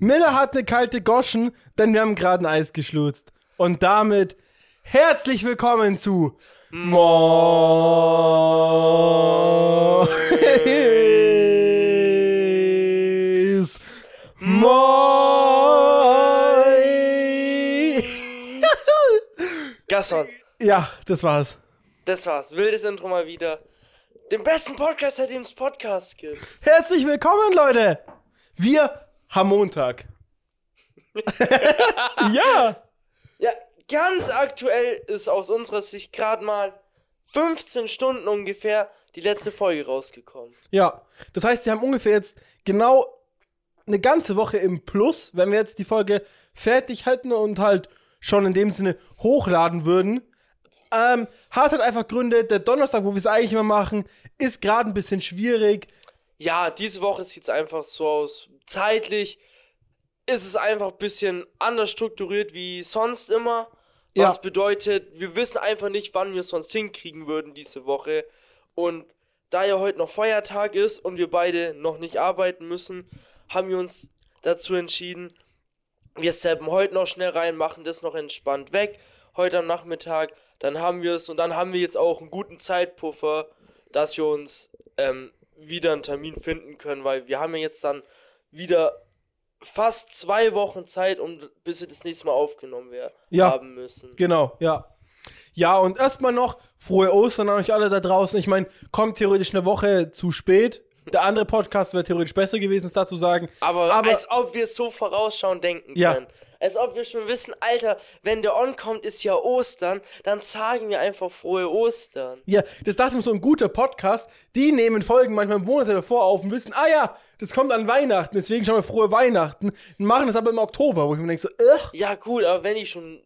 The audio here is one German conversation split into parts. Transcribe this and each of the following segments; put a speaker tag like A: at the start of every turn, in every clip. A: Miller hat eine kalte Goschen, denn wir haben gerade ein Eis geschlutzt. Und damit herzlich willkommen zu Mois. Mois.
B: Gaston,
A: Ja, das war's.
B: das war's. Wildes Intro mal wieder. Den besten Podcast, seitdem es Podcasts gibt.
A: Herzlich willkommen, Leute. Wir haben Montag. ja.
B: Ja, ganz aktuell ist aus unserer Sicht gerade mal 15 Stunden ungefähr die letzte Folge rausgekommen.
A: Ja, das heißt, wir haben ungefähr jetzt genau eine ganze Woche im Plus, wenn wir jetzt die Folge fertig hätten und halt schon in dem Sinne hochladen würden. Ähm, hat halt einfach Gründe, der Donnerstag, wo wir es eigentlich immer machen, ist gerade ein bisschen schwierig.
B: Ja, diese Woche sieht's einfach so aus. Zeitlich ist es einfach ein bisschen anders strukturiert wie sonst immer. Was
A: Ja.
B: bedeutet, wir wissen einfach nicht, wann wir es sonst hinkriegen würden diese Woche. Und da ja heute noch Feiertag ist und wir beide noch nicht arbeiten müssen, haben wir uns dazu entschieden, wir steppen heute noch schnell rein, machen das noch entspannt weg. Heute am Nachmittag, dann haben wir es und dann haben wir jetzt auch einen guten Zeitpuffer, dass wir uns ähm, wieder einen Termin finden können, weil wir haben ja jetzt dann wieder fast zwei Wochen Zeit, um bis wir das nächste Mal aufgenommen werden
A: Ja.
B: haben müssen.
A: Genau, ja. Ja, und erstmal noch frohe Ostern an euch alle da draußen. Ich meine, kommt theoretisch eine Woche zu spät. Der andere Podcast wäre theoretisch besser gewesen, es dazu sagen.
B: Aber,
A: Aber-
B: als ob wir so vorausschauend denken
A: Ja.
B: können. Als ob wir schon wissen, Alter, wenn der On kommt, ist ja Ostern, dann sagen wir einfach frohe Ostern.
A: Ja, das dachte ich mir so ein guter Podcast. Die nehmen Folgen manchmal Monate davor auf und wissen, ah ja, das kommt an Weihnachten, deswegen schon mal frohe Weihnachten. Und machen das aber im Oktober, wo ich mir denke so, äh,
B: Ja, gut, aber wenn ich schon.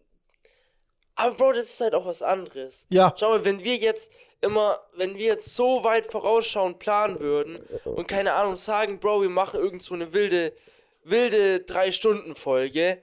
B: Aber Bro, das ist halt auch was anderes.
A: Ja.
B: Schau mal, wenn wir jetzt immer, wenn wir jetzt so weit vorausschauend planen würden und keine Ahnung sagen, Bro, wir machen irgend so eine wilde, wilde Drei-Stunden-Folge,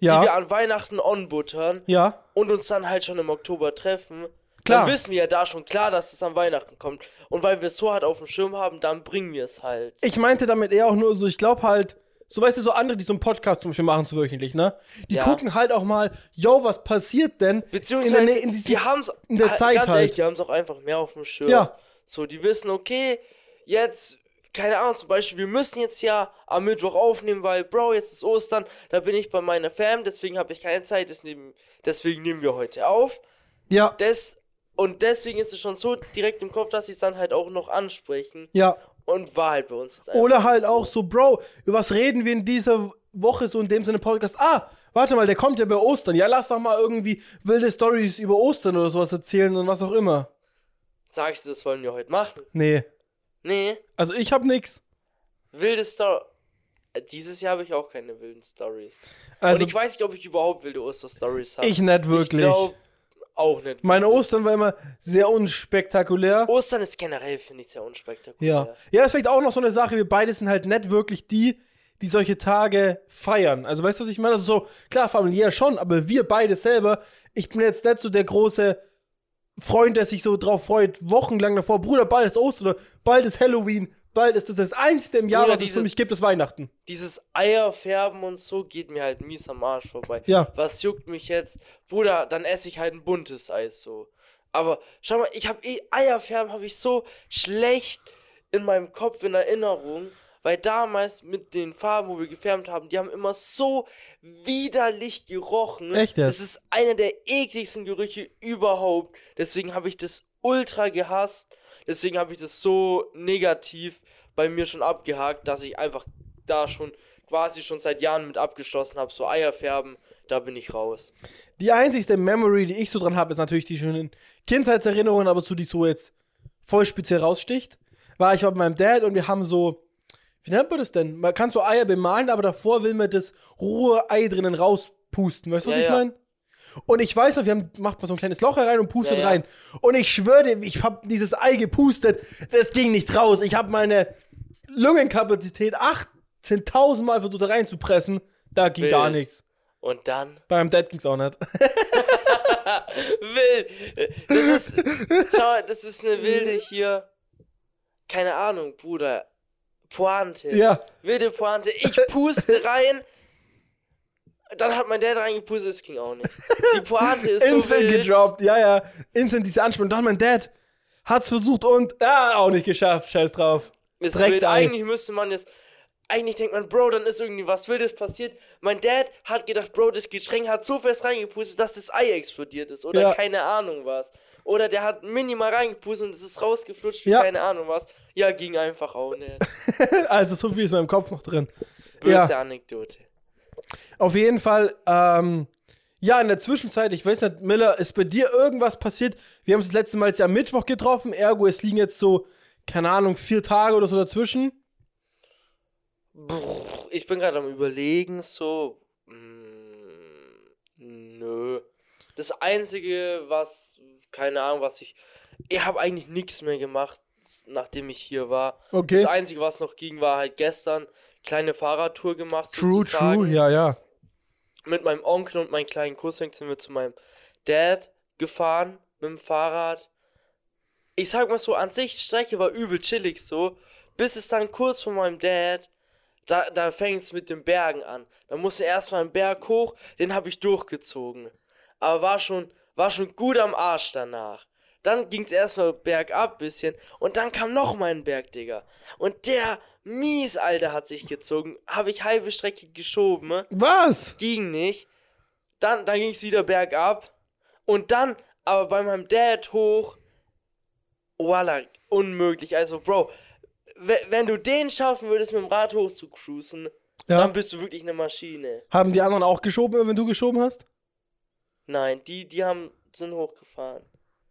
B: die
A: ja,
B: wir an Weihnachten onbuttern
A: ja,
B: und uns dann halt schon im Oktober treffen,
A: Klar.
B: dann wissen wir ja da schon klar, dass es an Weihnachten kommt. Und weil wir es so hart auf dem Schirm haben, dann bringen wir es halt.
A: ich meinte damit eher auch nur so, ich glaube halt, so weißt du, so andere, die so einen Podcast zum Beispiel machen, so wöchentlich, ne? Die
B: Ja.
A: gucken halt auch mal, yo, was passiert denn?
B: Beziehungsweise,
A: Nähe- in diesen-
B: die haben es
A: in der Zeit
B: ganz ehrlich,
A: halt.
B: die haben es auch einfach mehr auf dem Schirm.
A: Ja.
B: So, die wissen, okay, jetzt, keine Ahnung, zum Beispiel, wir müssen jetzt ja am Mittwoch aufnehmen, weil, Bro, jetzt ist Ostern, da bin ich bei meiner Fam, deswegen habe ich keine Zeit, das nehmen, deswegen nehmen wir heute auf.
A: ja,
B: Das, und deswegen ist es schon so direkt im Kopf, dass sie es dann halt auch noch ansprechen.
A: ja.
B: Und war halt bei uns jetzt einfach
A: Oder halt
B: so.
A: auch so, Bro, über was reden wir in dieser Woche so in dem Sinne Podcast? Ah, warte mal, der kommt ja bei Ostern. Ja, lass doch mal irgendwie wilde Stories über Ostern oder sowas erzählen und was auch immer.
B: Sagst du, das wollen wir heute machen?
A: Nee.
B: Nee,
A: Also ich hab nix.
B: wilde Story. Dieses Jahr habe ich auch keine wilden Stories.
A: Also
B: und ich weiß nicht, ob ich überhaupt wilde Oster-Stories habe.
A: ich nicht wirklich.
B: Ich glaube auch nicht.
A: Meine Ostern war immer sehr unspektakulär.
B: Ostern ist generell, finde ich, sehr unspektakulär.
A: ja. Ja, das ist vielleicht auch noch so eine Sache, wir beide sind halt nicht wirklich die, die solche Tage feiern. Also weißt du, was ich meine? Also so, klar, familiär schon, aber wir beide selber, ich bin jetzt nicht so der große Freund, der sich so drauf freut, wochenlang davor, Bruder, bald ist Ostern, oder bald ist Halloween, bald ist das das Einzige im Jahr,
B: Bruder,
A: was es für
B: diese-
A: mich gibt, ist Weihnachten.
B: Dieses Eierfärben und so geht mir halt mies am Arsch vorbei.
A: Ja.
B: Was juckt mich jetzt? Bruder, dann esse ich halt ein buntes Eis so. Aber schau mal, ich habe eh Eierfärben habe ich so schlecht in meinem Kopf in Erinnerung, weil damals mit den Farben, wo wir gefärbt haben, die haben immer so widerlich gerochen.
A: Echt jetzt?
B: Das ist einer der ekligsten Gerüche überhaupt. Deswegen habe ich das ultra gehasst. Deswegen habe ich das so negativ bei mir schon abgehakt, dass ich einfach da schon quasi schon seit Jahren mit abgeschlossen habe. So Eierfärben, da bin ich raus.
A: Die einzigste Memory, die ich so dran habe, ist natürlich die schönen Kindheitserinnerungen, aber so die so jetzt voll speziell raussticht, war ich war mit meinem Dad und wir haben so, wie nennt man das denn? Man kann so Eier bemalen, aber davor will man das rohe Ei drinnen rauspusten. Weißt du, was
B: Ja,
A: ich
B: ja.
A: meine? Und ich weiß noch, wir haben, macht man so ein kleines Loch herein und pustet
B: Ja, ja.
A: rein. Und ich schwöre dir, ich habe dieses Ei gepustet, das ging nicht raus. Ich habe meine Lungenkapazität 18.000 Mal versucht da reinzupressen, da ging
B: Wild.
A: gar nichts.
B: Und dann
A: Bei meinem Dad ging's auch nicht.
B: wild. äh, Das ist, schau, mal, das ist eine wilde hier. Keine Ahnung, Bruder. Pointe.
A: Ja.
B: Wilde Pointe. Ich puste rein. Dann hat mein Dad reingepustet, es ging auch nicht. Die Pointe ist so
A: Instant
B: wild.
A: gedroppt, ja, ja. Instant diese Anspielung. Dann mein Dad hat's versucht und ah, auch nicht geschafft. Scheiß drauf.
B: Ist
A: Drecksei.
B: wild. Eigentlich müsste man jetzt. Eigentlich denkt man, Bro, dann ist irgendwie was Wildes passiert. Mein Dad hat gedacht, Bro, das Getränk hat so fest reingepustet, dass das Ei explodiert ist. Oder
A: Ja.
B: keine Ahnung was. Oder der hat minimal reingepustet und es ist rausgeflutscht wie
A: Ja.
B: keine Ahnung was. Ja, ging einfach auch nicht.
A: Also so viel ist in meinem Kopf noch drin.
B: Böse
A: Ja.
B: Anekdote.
A: Auf jeden Fall, ähm, ja, in der Zwischenzeit, ich weiß nicht, Miller, ist bei dir irgendwas passiert? Wir haben uns das letzte Mal jetzt am Mittwoch getroffen, ergo, es liegen jetzt so, keine Ahnung, vier Tage oder so dazwischen.
B: Brrr, ich bin gerade am überlegen, so. mm, Nö. Das Einzige, was. Keine Ahnung, was ich. Ich habe eigentlich nichts mehr gemacht, s- nachdem ich hier war.
A: Okay.
B: Das Einzige, was noch ging, war halt gestern. Kleine Fahrradtour gemacht.
A: True,
B: sozusagen.
A: true, ja, ja.
B: Mit meinem Onkel und meinem kleinen Cousin sind wir zu meinem Dad gefahren mit dem Fahrrad. Ich sag mal so, an sich, die Strecke war übel chillig so, bis es dann kurz vor meinem Dad, da, da fängt es mit den Bergen an. Da musste erstmal einen Berg hoch, den habe ich durchgezogen. Aber war schon, war schon gut am Arsch danach. Dann ging es erstmal bergab bisschen und dann kam noch mal ein Berg, Digga. Und der mies, Alter, hat sich gezogen. Habe ich halbe Strecke geschoben. ne?
A: Was?
B: ging nicht. Dann, dann ging es wieder bergab. Und dann, aber bei meinem Dad hoch, voila, unmöglich. Also, Bro, we- wenn du den schaffen würdest, mit dem Rad hoch zu cruisen,
A: Ja.
B: dann bist du wirklich eine Maschine.
A: Haben die anderen auch geschoben, wenn du geschoben hast?
B: Nein, die, die haben, sind hochgefahren.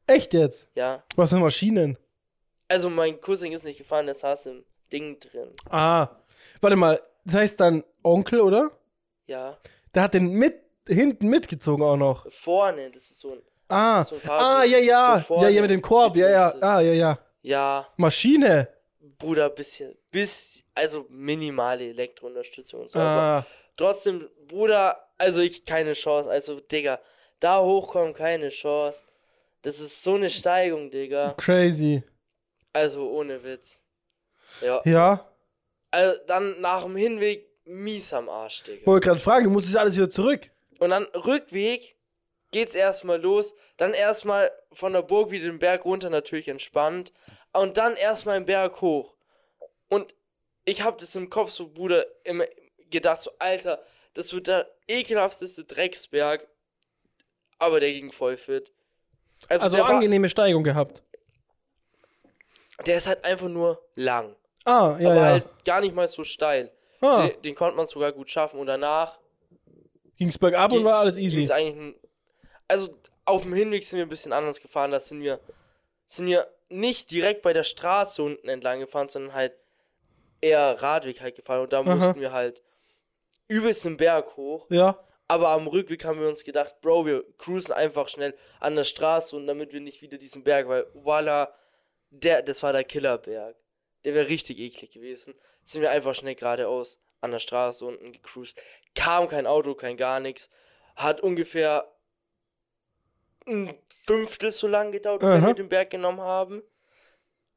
A: Echt jetzt?
B: Ja.
A: Was sind Maschinen?
B: Also, mein Cousin ist nicht gefahren, der saß im Ding drin.
A: Ah. Warte mal, das heißt dein Onkel, oder?
B: Ja.
A: Der hat den mit, hinten mitgezogen auch noch.
B: Vorne, das ist so ein.
A: Ah,
B: So ein Fahrrad,
A: ah
B: das
A: ja, ja.
B: so
A: ja,
B: vorne
A: ja, mit dem Korb, ja, ja.
B: gedreht ist.
A: Ah, ja, ja.
B: Ja.
A: Maschine.
B: Bruder, bisschen, bis, also minimale Elektrounterstützung und so. Also, aber
A: Ah.
B: Trotzdem, Bruder, also ich keine Chance. Also, Digga, da hochkommen, keine Chance. Das ist so eine Steigung, Digga.
A: Crazy.
B: Also ohne Witz. Ja.
A: Ja.
B: Also dann nach dem Hinweg mies am Arsch, Digga.
A: Wollte gerade fragen, du musst das alles wieder zurück.
B: Und dann Rückweg geht's erstmal los. Dann erstmal von der Burg wieder den Berg runter, natürlich entspannt. Und dann erstmal den Berg hoch. Und ich hab das im Kopf so, Bruder, immer gedacht, so, Alter, das wird der ekelhafteste Drecksberg. Aber der ging voll fit. Also,
A: Also
B: der, war,
A: angenehme Steigung gehabt.
B: der ist halt einfach nur lang.
A: Ah, ja,
B: aber
A: ja.
B: halt gar nicht mal so steil.
A: ah,
B: Den, den konnte man sogar gut schaffen. Und danach
A: ging's bergab und
B: Ging-
A: war alles
B: ging's
A: easy.
B: eigentlich n- also auf dem Hinweg sind wir ein bisschen anders gefahren. Da sind wir, sind wir nicht direkt bei der Straße unten entlang gefahren, sondern halt eher Radweg halt gefahren. Und da
A: Aha.
B: mussten wir halt übelst den Berg hoch.
A: Ja.
B: Aber am Rückweg haben wir uns gedacht, Bro, wir cruisen einfach schnell an der Straße und damit wir nicht wieder diesen Berg, weil voila, der, das war der Killerberg. Der wäre richtig eklig gewesen. Sind wir einfach schnell geradeaus an der Straße unten gecruised. Kam kein Auto, kein gar nichts. Hat ungefähr ein Fünftel so lang gedauert, wie wenn
A: Aha.
B: wir den Berg genommen haben.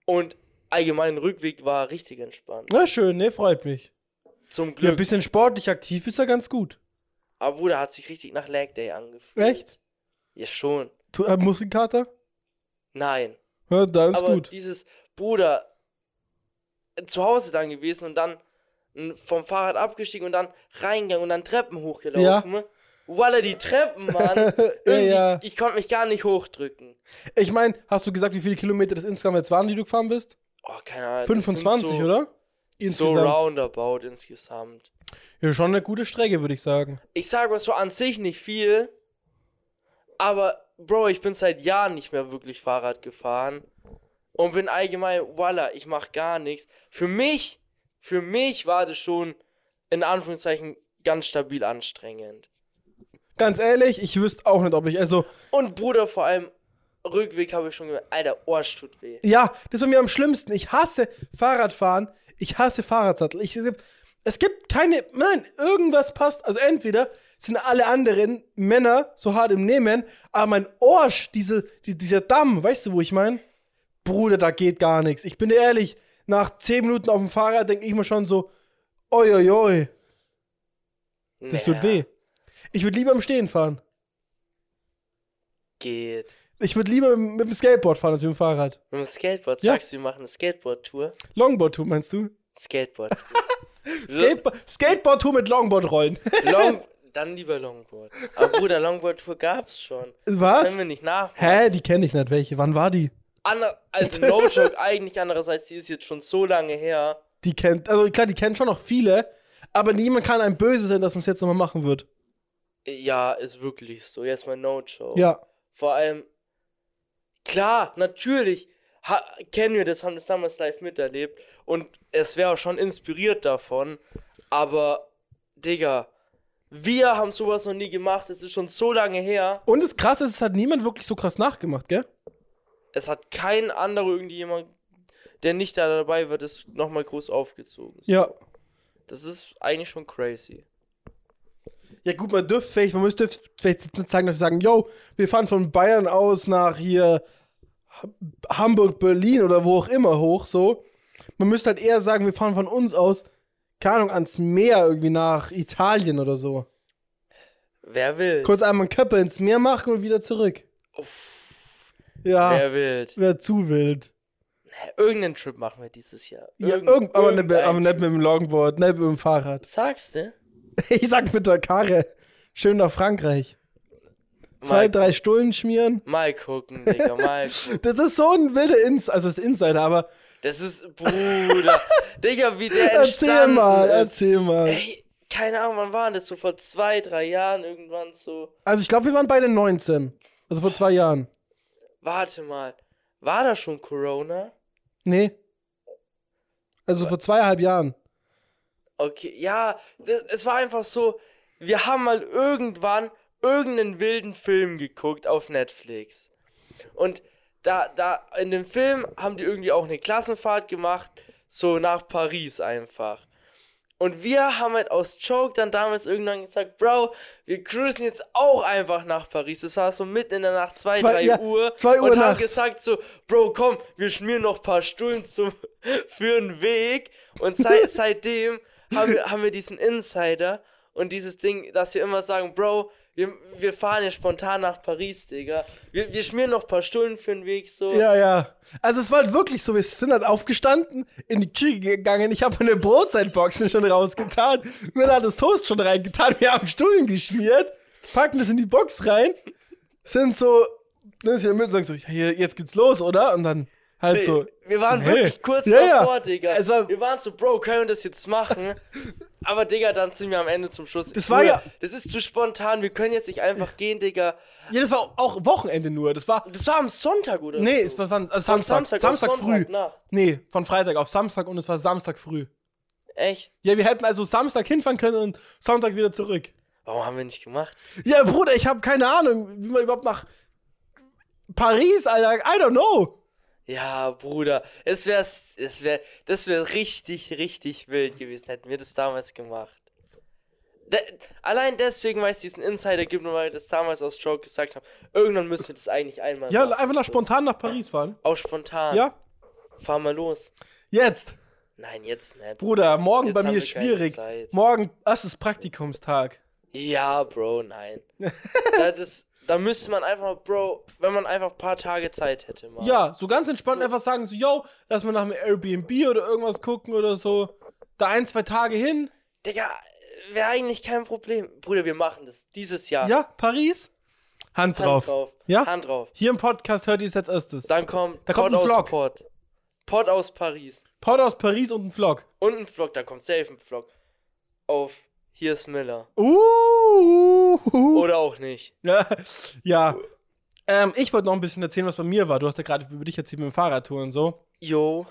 B: Und allgemein Rückweg war richtig entspannt.
A: Na schön, ne, freut mich.
B: Zum
A: Ja, ein
B: Glück.
A: bisschen sportlich aktiv ist er ganz gut.
B: Aber Bruder hat sich richtig nach Lag Day angefühlt.
A: Echt?
B: Ja, schon.
A: Du, äh, Muskelkater?
B: Nein.
A: Ja, dann ist
B: aber
A: gut.
B: dieses Bruder äh, zu Hause dann gewesen und dann n, vom Fahrrad abgestiegen und dann reingegangen und dann Treppen hochgelaufen. Ja. Walla, die Treppen, Mann.
A: ja,
B: Irgendwie,
A: ja.
B: Ich konnte mich gar nicht hochdrücken.
A: Ich meine, hast du gesagt, wie viele Kilometer das insgesamt jetzt waren, die du gefahren bist?
B: Oh, keine Ahnung. das sind
A: 25,
B: so,
A: oder?
B: So roundabout insgesamt.
A: Ja, schon eine gute Strecke, würde ich sagen.
B: Ich sag mal so an sich nicht viel, aber Bro, ich bin seit Jahren nicht mehr wirklich Fahrrad gefahren und bin allgemein, voila, ich mach gar nichts. Für mich, für mich war das schon in Anführungszeichen ganz stabil anstrengend.
A: Ganz ehrlich, ich wüsste auch nicht, ob ich. Also,
B: Und Bruder, vor allem Rückweg habe ich schon gemerkt, alter, Arsch tut weh.
A: ja, das ist bei mir am schlimmsten. Ich hasse Fahrradfahren. Ich hasse Fahrradsattel. Ich, es gibt keine. Nein, irgendwas passt. Also, entweder sind alle anderen Männer so hart im Nehmen, aber mein Orsch, diese, die, dieser Damm, weißt du, wo ich meine? Bruder, da geht gar nichts. Ich bin dir ehrlich, nach 10 Minuten auf dem Fahrrad denke ich mir schon so, oi, oi, oi, das tut weh. Ich würde lieber im Stehen fahren.
B: Geht.
A: Ich würde lieber mit, mit dem Skateboard fahren als mit dem Fahrrad.
B: Wenn man Skateboard
A: Ja.
B: sagst, wir machen eine Skateboard-Tour.
A: Longboard-Tour, meinst du?
B: Skateboard.
A: Skatebo Skateboard-Tour mit Longboard-Rollen.
B: Long dann lieber Longboard. Aber Bruder, Longboard-Tour gab's schon.
A: Was?
B: Können wir nicht nach.
A: Hä, die kenne ich nicht. Welche? Wann war die?
B: Ander also no joke, eigentlich andererseits, die ist jetzt schon so lange her.
A: Die kennt, also klar, die kennen schon noch viele, aber niemand kann einem böse sein, dass man es jetzt nochmal machen wird.
B: Ja, ist wirklich so. Jetzt mal no joke.
A: Ja.
B: Vor allem, klar, natürlich ha kennen wir das, haben das damals live miterlebt und es wäre auch schon inspiriert davon, aber, Digga, wir haben sowas noch nie gemacht, es ist schon so lange her,
A: Und das Krasse ist, es hat niemand wirklich so krass nachgemacht, gell?
B: es hat kein anderer irgendjemand, der nicht da dabei war, das nochmal groß aufgezogen.
A: Ja.
B: Das ist eigentlich schon crazy.
A: Ja, gut, man dürfte vielleicht, man müsste vielleicht jetzt nicht sagen, dass sie sagen, yo, wir fahren von Bayern aus nach hier Ha- Hamburg, Berlin oder wo auch immer hoch, so. Man müsste halt eher sagen, wir fahren von uns aus, keine Ahnung, ans Meer irgendwie nach Italien oder so.
B: Wer will?
A: Kurz einmal einen Köppe ins Meer machen und wieder zurück.
B: Uff,
A: Ja,
B: Wer will?
A: wäre zu wild.
B: Irgendeinen Trip machen wir dieses Jahr.
A: Ja, irgend, aber, nicht, mit-
B: irgendein
A: aber nicht
B: Trip.
A: mit dem Longboard, nicht mit dem Fahrrad.
B: Sagst du?
A: Ich sag mit der Karre. Schön nach Frankreich. Zwei,
B: Mal-
A: drei Stullen schmieren.
B: Mal gucken, Digga, mal gucken.
A: Das ist so ein wilder Ins also das ist Insider, aber
B: Das ist, Bruder. Digga, wie der
A: erzähl
B: entstanden
A: mal,
B: ist.
A: erzähl mal.
B: Ey, keine Ahnung, wann war denn das? So vor zwei, drei Jahren irgendwann so.
A: Also ich glaube, wir waren beide 19. Also vor zwei Jahren.
B: Warte mal. War da schon Corona?
A: Nee. Also vor zweieinhalb Jahren.
B: Okay, ja, das, es war einfach so, wir haben mal irgendwann irgendeinen wilden Film geguckt auf Netflix. Und da, da, in dem Film haben die irgendwie auch eine Klassenfahrt gemacht, so nach Paris einfach. Und wir haben halt aus Joke dann damals irgendwann gesagt, Bro, wir cruisen jetzt auch einfach nach Paris. Das war so mitten in der Nacht, 2,
A: Zwei-
B: 3
A: ja,
B: Uhr.
A: zwei Uhr
B: und haben
A: Nacht.
B: gesagt so, Bro, komm, wir schmieren noch ein paar Stullen zum, für den Weg. Und seit, seitdem haben wir, haben wir diesen Insider und dieses Ding, dass wir immer sagen, Bro, wir, wir fahren jetzt spontan nach Paris, Digga. Wir, wir schmieren noch ein paar Stullen für den Weg, so.
A: Ja, ja. Also es war halt wirklich so, wir sind halt aufgestanden, in die Küche gegangen, ich habe meine Brotzeitboxen schon rausgetan, mir da das Toast schon reingetan, wir haben Stullen geschmiert, packen das in die Box rein, sind so, dann ist hier mit und sagen so, ja, hier, jetzt geht's los, oder? Und dann halt
B: Nee,
A: so.
B: wir waren
A: nee.
B: wirklich kurz
A: Ja, ja.
B: davor, Digga.
A: Es war-
B: wir waren so, Bro, können wir das jetzt machen? Aber Digga, dann sind wir am Ende zum Schluss.
A: Das war
B: Bruder,
A: ja-
B: Das ist zu spontan, wir können jetzt nicht einfach gehen, Digga.
A: Ja, das war auch Wochenende nur, das war,
B: Das war am Sonntag, oder?
A: nee,
B: so.
A: es war Sam- also
B: Von
A: Samstag, Samstag,
B: Samstag auf
A: früh.
B: Sonntagnacht.
A: Nee, von Freitag auf Samstag und es war Samstag früh.
B: Echt?
A: Ja, wir hätten also Samstag hinfahren können und Sonntag wieder zurück.
B: Warum haben wir nicht gemacht?
A: Ja, Bruder, ich habe keine Ahnung, wie man überhaupt nach Paris, Alter, I don't know.
B: Ja, Bruder, es wäre, es wär, das wäre richtig, richtig wild gewesen, hätten wir das damals gemacht. De allein deswegen, weil es diesen Insider gibt und weil wir das damals aus Joke gesagt haben, irgendwann müssen wir das eigentlich einmal
A: Ja,
B: machen.
A: einfach nach spontan nach Paris fahren.
B: Auch spontan.
A: Ja,
B: Fahr mal los.
A: jetzt.
B: Nein, jetzt nicht.
A: Bruder, morgen
B: Jetzt
A: bei
B: haben
A: mir
B: wir
A: schwierig.
B: keine Zeit.
A: Morgen, das ist Praktikumstag.
B: Ja, Bro, nein. das ist, da müsste man einfach, Bro, wenn man einfach ein paar Tage Zeit hätte, mal.
A: Ja, so ganz entspannt einfach sagen so, yo, lass mal nach einem Airbnb oder irgendwas gucken oder so. Da ein, zwei Tage hin.
B: Digga, wäre eigentlich kein Problem. Bruder, wir machen das. Dieses Jahr.
A: Ja, Paris. Hand
B: Hand
A: drauf.
B: drauf.
A: Ja?
B: Hand drauf.
A: Hier im Podcast hört ihr es jetzt erstes.
B: Dann kommt,
A: Da kommt
B: Pod
A: ein Vlog.
B: aus Port. Pod aus Paris.
A: Pod aus Paris und ein Vlog.
B: Und ein Vlog, da kommt safe ein Vlog. Auf Hier ist Miller.
A: Uh.
B: Oder auch nicht.
A: Ja. ja. Ähm, ich wollte noch ein bisschen erzählen, was bei mir war. Du hast ja gerade über dich erzählt mit dem Fahrradtour und so.
B: Yo.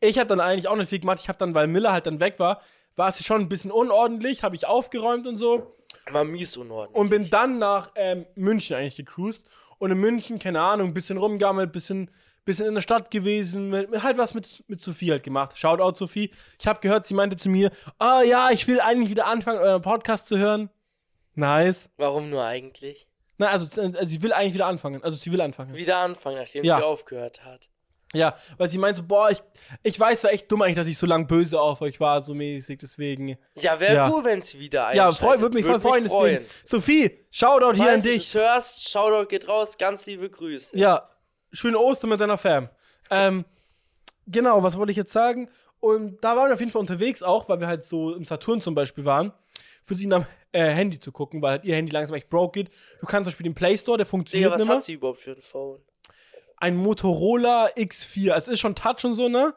A: Ich habe dann eigentlich auch nicht viel gemacht. Ich habe dann, weil Miller halt dann weg war, war es schon ein bisschen unordentlich, habe ich aufgeräumt und so.
B: War mies unordentlich.
A: Und bin dann nach ähm, München eigentlich gecruised. Und in München, keine Ahnung, ein bisschen rumgammelt, bisschen, bisschen in der Stadt gewesen, mit, mit, halt was mit, mit Sophie halt gemacht. Shoutout Sophie. Ich habe gehört, sie meinte zu mir, ah ja, ich will eigentlich wieder anfangen, euren Podcast zu hören. Nice. äh,
B: Warum nur eigentlich?
A: Na, also, also sie will eigentlich wieder anfangen. Also sie will anfangen.
B: Wieder anfangen, nachdem
A: Ja.
B: sie aufgehört hat.
A: Ja, weil sie meint so, boah, ich, ich weiß, war echt dumm eigentlich, dass ich so lang böse auf euch war, so mäßig, deswegen.
B: Ja, wäre
A: Ja.
B: cool, wenn sie wieder
A: Ja,
B: einschaltet.
A: freu, würde mich voll freuen, deswegen. Sophie, Shoutout hier an
B: Falls du
A: dich.
B: das hörst, Shoutout geht raus, ganz liebe Grüße.
A: Ja, schöne Ostern mit deiner Fam. Ähm, genau, was wollte ich jetzt sagen? Und da waren wir auf jeden Fall unterwegs auch, weil wir halt so im Saturn zum Beispiel waren, für sie am äh, Handy zu gucken, weil halt ihr Handy langsam echt broke geht. Du kannst zum Beispiel den Play Store, der
B: Digga,
A: funktioniert
B: was
A: nicht mehr.
B: hat sie überhaupt für ein Phone?
A: Ein Motorola X4, also ist schon Touch und so, ne?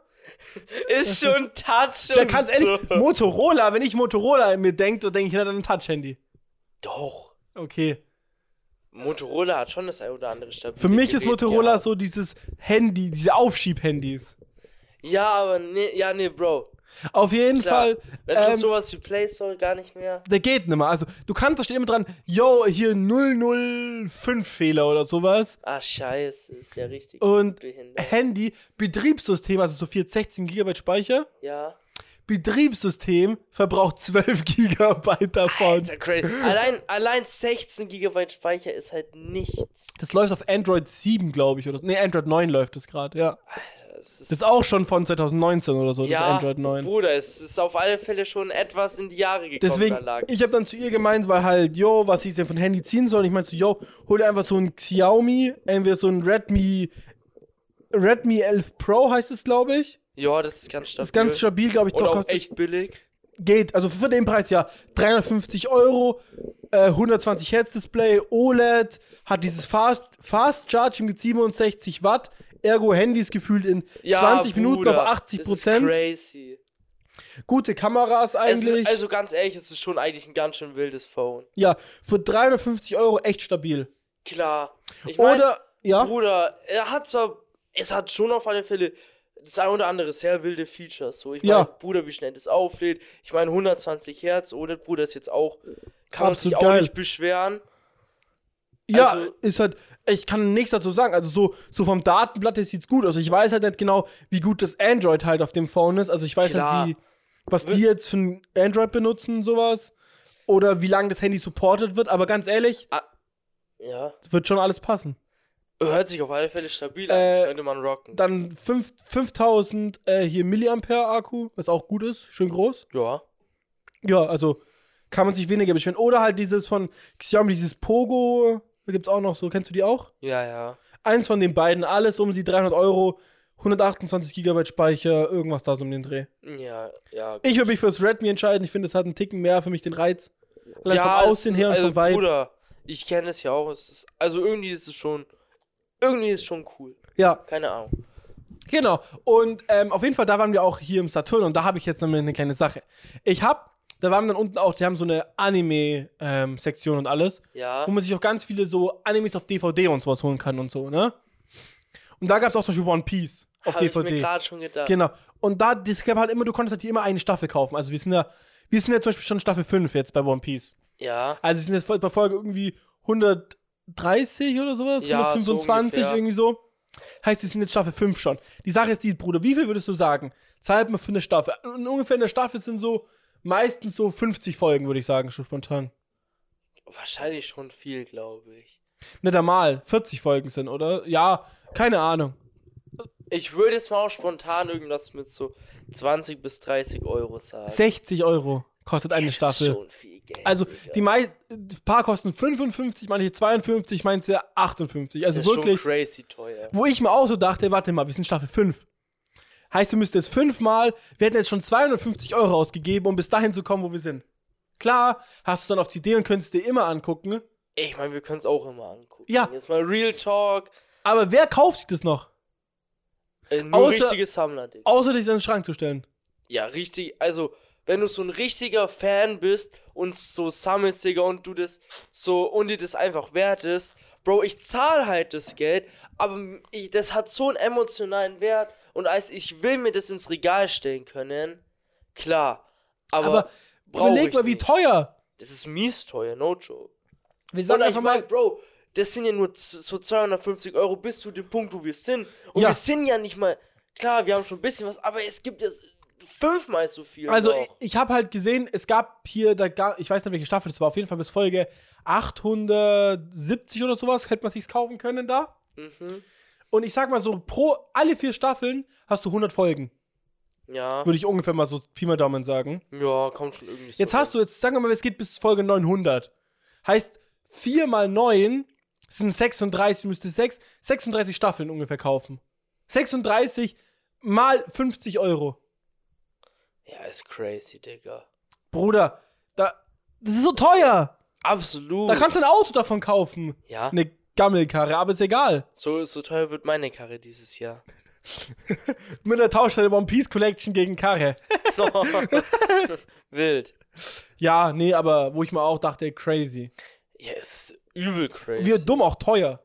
B: Ist schon Touch
A: Da
B: und
A: kannst
B: so.
A: endlich Motorola, wenn ich Motorola in mir denke, dann denke ich, na, dann ein Touch-Handy.
B: Doch.
A: Okay.
B: Motorola hat schon das ein oder andere stabile
A: Für mich ist
B: Gerät
A: Motorola
B: gehabt.
A: so dieses Handy, diese Aufschieb-Handys.
B: Ja, aber nee, ja, nee, Bro.
A: Auf jeden
B: Klar.
A: Fall.
B: Wenn schon
A: ähm,
B: sowas wie Play Store gar nicht mehr.
A: der geht nimmer. Also, du kannst, da steht immer dran, yo, hier 005 Fehler oder sowas.
B: Ah, scheiße, ist ja richtig
A: Und
B: behindert.
A: Handy, Betriebssystem, also so 416 GB Speicher.
B: Ja.
A: Betriebssystem verbraucht 12 GB davon.
B: Alter, crazy. Allein, allein 16 GB Speicher ist halt nichts.
A: Das läuft auf Android 7, glaube ich, oder so. Nee, Android 9 läuft das gerade, ja.
B: Das ist,
A: Das ist auch schon von 2019 oder so, das
B: ja,
A: Android 9.
B: Bruder, es ist auf alle Fälle schon etwas in die Jahre gekommen.
A: Deswegen,
B: da lag's.
A: ich habe dann zu ihr gemeint, weil halt, yo, was sie denn von Handy ziehen soll. Ich meinte so, yo, hol dir einfach so ein Xiaomi, entweder so ein Redmi, Redmi 11 Pro heißt es, glaube ich.
B: ja, das ist ganz stabil.
A: Das ist ganz stabil, glaube ich.
B: Und
A: doch,
B: auch
A: kostet-
B: echt billig.
A: Geht, also für den Preis ja. 350 Euro, äh, 120 Hertz Display, OLED, E hat dieses Fast, Fast Charging mit 67 Watt, ergo Handys gefühlt in
B: Ja,
A: 20 Minuten auf
B: Bruder,
A: 80
B: Das
A: Prozent.
B: ist crazy.
A: Gute Kameras
B: Es
A: eigentlich.
B: ist, also ganz ehrlich, es ist schon eigentlich ein ganz schön wildes Phone.
A: ja, für 350 Euro echt stabil.
B: Klar. Ich mein,
A: Oder, ja.
B: Bruder, er hat zwar, es hat schon auf alle Fälle das ein oder andere sehr wilde Features. So, ich
A: Ja.
B: meine, Bruder, wie schnell das auflädt. Ich meine, 120 Hertz, oder Bruder ist jetzt auch, kann man sich
A: Absolut
B: auch
A: geil.
B: nicht beschweren.
A: Ja,
B: Also-
A: ist halt, ich kann nichts dazu sagen. Also so, so vom Datenblatt her sieht's gut aus. Ich weiß halt nicht genau, wie gut das Android halt auf dem Phone ist. Also ich weiß
B: Klar.
A: halt, wie, was
B: Wir-
A: die jetzt für ein Android benutzen, sowas. Oder wie lange das Handy supported wird. Aber ganz ehrlich,
B: Ja,
A: wird schon alles passen.
B: hört sich auf alle Fälle stabil an,
A: Äh,
B: das könnte man rocken.
A: Dann fünf- 5000 äh, hier Milliampere Akku, was auch gut ist, schön groß.
B: ja.
A: Ja, also kann man sich weniger beschweren. Oder halt dieses von Xiaomi, dieses Pogo, da gibt's auch noch so. Kennst du die auch?
B: Ja, ja.
A: Eins von den beiden, alles um sie 300 Euro, 128 GB Speicher, irgendwas da so um den Dreh.
B: Ja, ja.
A: Ich würde mich fürs Redmi entscheiden, ich finde, es hat einen Ticken mehr für mich den Reiz. Allein
B: ja,
A: vom
B: es-
A: Aussehen her und
B: also,
A: vom Vibe.
B: Bruder, ich kenne es ja auch. Es ist, also irgendwie ist es schon, irgendwie ist es schon cool.
A: Ja,
B: Keine Ahnung.
A: genau. Und ähm, auf jeden Fall, da waren wir auch hier im Saturn und da habe ich jetzt noch mal eine kleine Sache. Ich habe, da waren dann unten auch, die haben so eine Anime-Sektion und alles.
B: Ja.
A: wo man sich auch ganz viele so Animes auf DVD und sowas holen kann und so, ne? Und da gab es auch zum Beispiel One Piece auf
B: Hab
A: DVD.
B: Ich mir gerade schon gedacht.
A: Genau. Und da, das gab halt immer, du konntest halt hier immer eine Staffel kaufen. Also wir sind ja, wir sind ja zum Beispiel schon Staffel 5 jetzt bei One Piece.
B: Ja.
A: Also wir sind jetzt voll- bei Folge irgendwie 130 oder sowas,
B: Ja, so
A: 125,
B: ungefähr.
A: irgendwie so. Heißt, wir sind jetzt Staffel 5 schon. Die Sache ist die, Bruder, wie viel würdest du sagen? Zahlt man für eine Staffel? Und ungefähr in der Staffel sind so meistens so 50 Folgen, würde ich sagen, schon spontan.
B: Wahrscheinlich schon viel, glaube ich.
A: Nicht einmal 40 Folgen sind, oder? Ja, keine Ahnung.
B: Ich würde jetzt mal auch spontan irgendwas mit so 20 bis 30 Euro sagen.
A: 60 Euro kostet eine
B: Das ist
A: Staffel.
B: Äh. schon viel Geld.
A: Also
B: Digga.
A: die meisten, paar kosten 55, manche 52, manche 58. Also
B: das ist
A: wirklich,
B: schon crazy teuer.
A: wo ich mir auch so dachte, warte mal, wir sind Staffel 5. Heißt, wir müssten jetzt fünfmal, wir hätten jetzt schon 250 Euro ausgegeben, um bis dahin zu kommen, wo wir sind. Klar, hast du dann auf CD und könntest dir immer angucken.
B: Ich meine, wir können es auch immer angucken.
A: Ja.
B: Jetzt mal Real Talk.
A: Aber wer kauft sich das noch?
B: Äh, nur
A: Außer-
B: richtige Sammler, Digga.
A: Außer dich in den Schrank zu stellen.
B: Ja, richtig. Also, wenn du so ein richtiger Fan bist und so sammelst, Digga, und du das so und dir das einfach wert ist, Bro, ich zahle halt das Geld, aber ich, das hat so einen emotionalen Wert und als ich will mir das ins Regal stellen können, klar. Aber,
A: Aber
B: brauch
A: Überleg
B: ich
A: mal, wie
B: nicht.
A: teuer.
B: Das ist mies teuer, no joke.
A: Wir sagen
B: Und ich
A: einfach mal,
B: mein, Bro, das sind ja nur z- so 250 Euro bis zu dem Punkt, wo wir sind. Und
A: Ja.
B: wir sind ja nicht mal, klar, wir haben schon ein bisschen was, aber es gibt ja fünfmal so viel.
A: Also
B: noch.
A: ich, ich habe halt gesehen, es gab hier, da ga, ich weiß nicht welche Staffel, es war auf jeden Fall bis Folge 870 oder sowas, hätte man sich's kaufen können da.
B: Mhm.
A: Und ich sag mal so, pro alle vier Staffeln hast du 100 Folgen.
B: Ja.
A: Würde ich ungefähr mal so Pi mal Daumen sagen.
B: Ja, kommt schon irgendwie so.
A: Jetzt hast du, jetzt sagen wir mal, es geht bis Folge 900. Heißt, 4 mal 9 sind 36, müsste 6, 36 Staffeln ungefähr kaufen. 36 mal 50 Euro.
B: Ja, ist crazy, Digga.
A: Bruder, da, das ist so teuer.
B: Absolut.
A: Da kannst du ein Auto davon kaufen.
B: ja,
A: Eine Gammelkarre, aber ist egal.
B: so, so teuer wird meine Karre dieses Jahr.
A: Müller tauscht seine One Piece Collection gegen Karre.
B: Wild.
A: Ja, nee, aber wo ich mal auch dachte, crazy.
B: Ja, ist übel crazy.
A: Wir dumm auch teuer.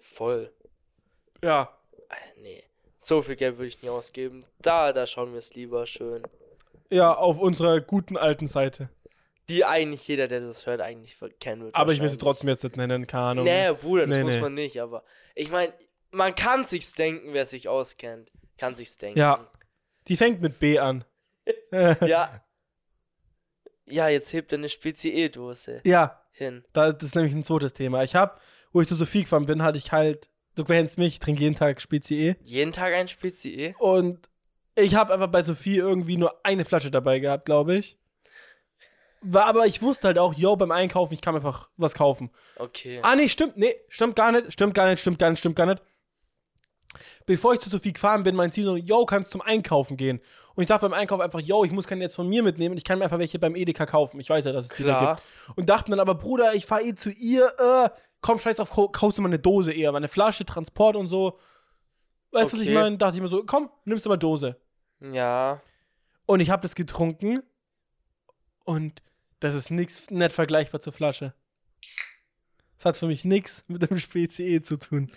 B: Voll.
A: Ja.
B: Ah, nee. So viel Geld würde ich nie ausgeben. Da, da schauen wir es lieber schön.
A: Ja, auf unserer guten alten Seite.
B: Die eigentlich jeder, der das hört, eigentlich ver- kennen wird.
A: Aber ich will sie
B: wahrscheinlich.
A: trotzdem jetzt nicht nennen, keine Ahnung.
B: Nee, Bruder, das
A: Nee,
B: muss
A: nee.
B: man nicht, aber ich meine, man kann sich's denken, wer sich auskennt. Kann sich's denken.
A: Ja. Die fängt mit B an.
B: Ja. Ja, jetzt hebt er eine Spezie-Dose
A: Ja,
B: hin.
A: da- das ist nämlich ein zweites Thema. Ich hab, wo ich zu Sophie gefahren bin, hatte ich halt, du kennst mich, ich trinke jeden Tag Spezi. E.
B: Jeden Tag ein E? Spezie?
A: Und ich habe einfach bei Sophie irgendwie nur eine Flasche dabei gehabt, glaube ich. War, aber ich wusste halt auch, yo, beim Einkaufen, ich kann einfach was kaufen.
B: Okay.
A: Ah, nee, stimmt, nee, stimmt gar nicht, stimmt gar nicht, stimmt gar nicht, stimmt gar nicht. Bevor ich zu Sophie gefahren bin, meinte sie so, yo, kannst zum Einkaufen gehen. Und ich dachte beim Einkauf einfach, yo, ich muss keine jetzt von mir mitnehmen, ich kann mir einfach welche beim Edeka kaufen. Ich weiß ja, dass es die da
B: Klar.
A: gibt. Und dachte mir dann aber, Bruder, ich fahre eh zu ihr, äh, komm, scheiß drauf, kau- kaufst du mal eine Dose eher, weil eine Flasche, Transport und so. Weißt du, was ich
B: Okay.
A: meine? Dachte ich mir so, komm, nimmst du mal Dose.
B: Ja.
A: Und ich habe das getrunken und das ist nichts nicht vergleichbar zur Flasche. Das hat für mich nichts mit dem Spezi zu tun.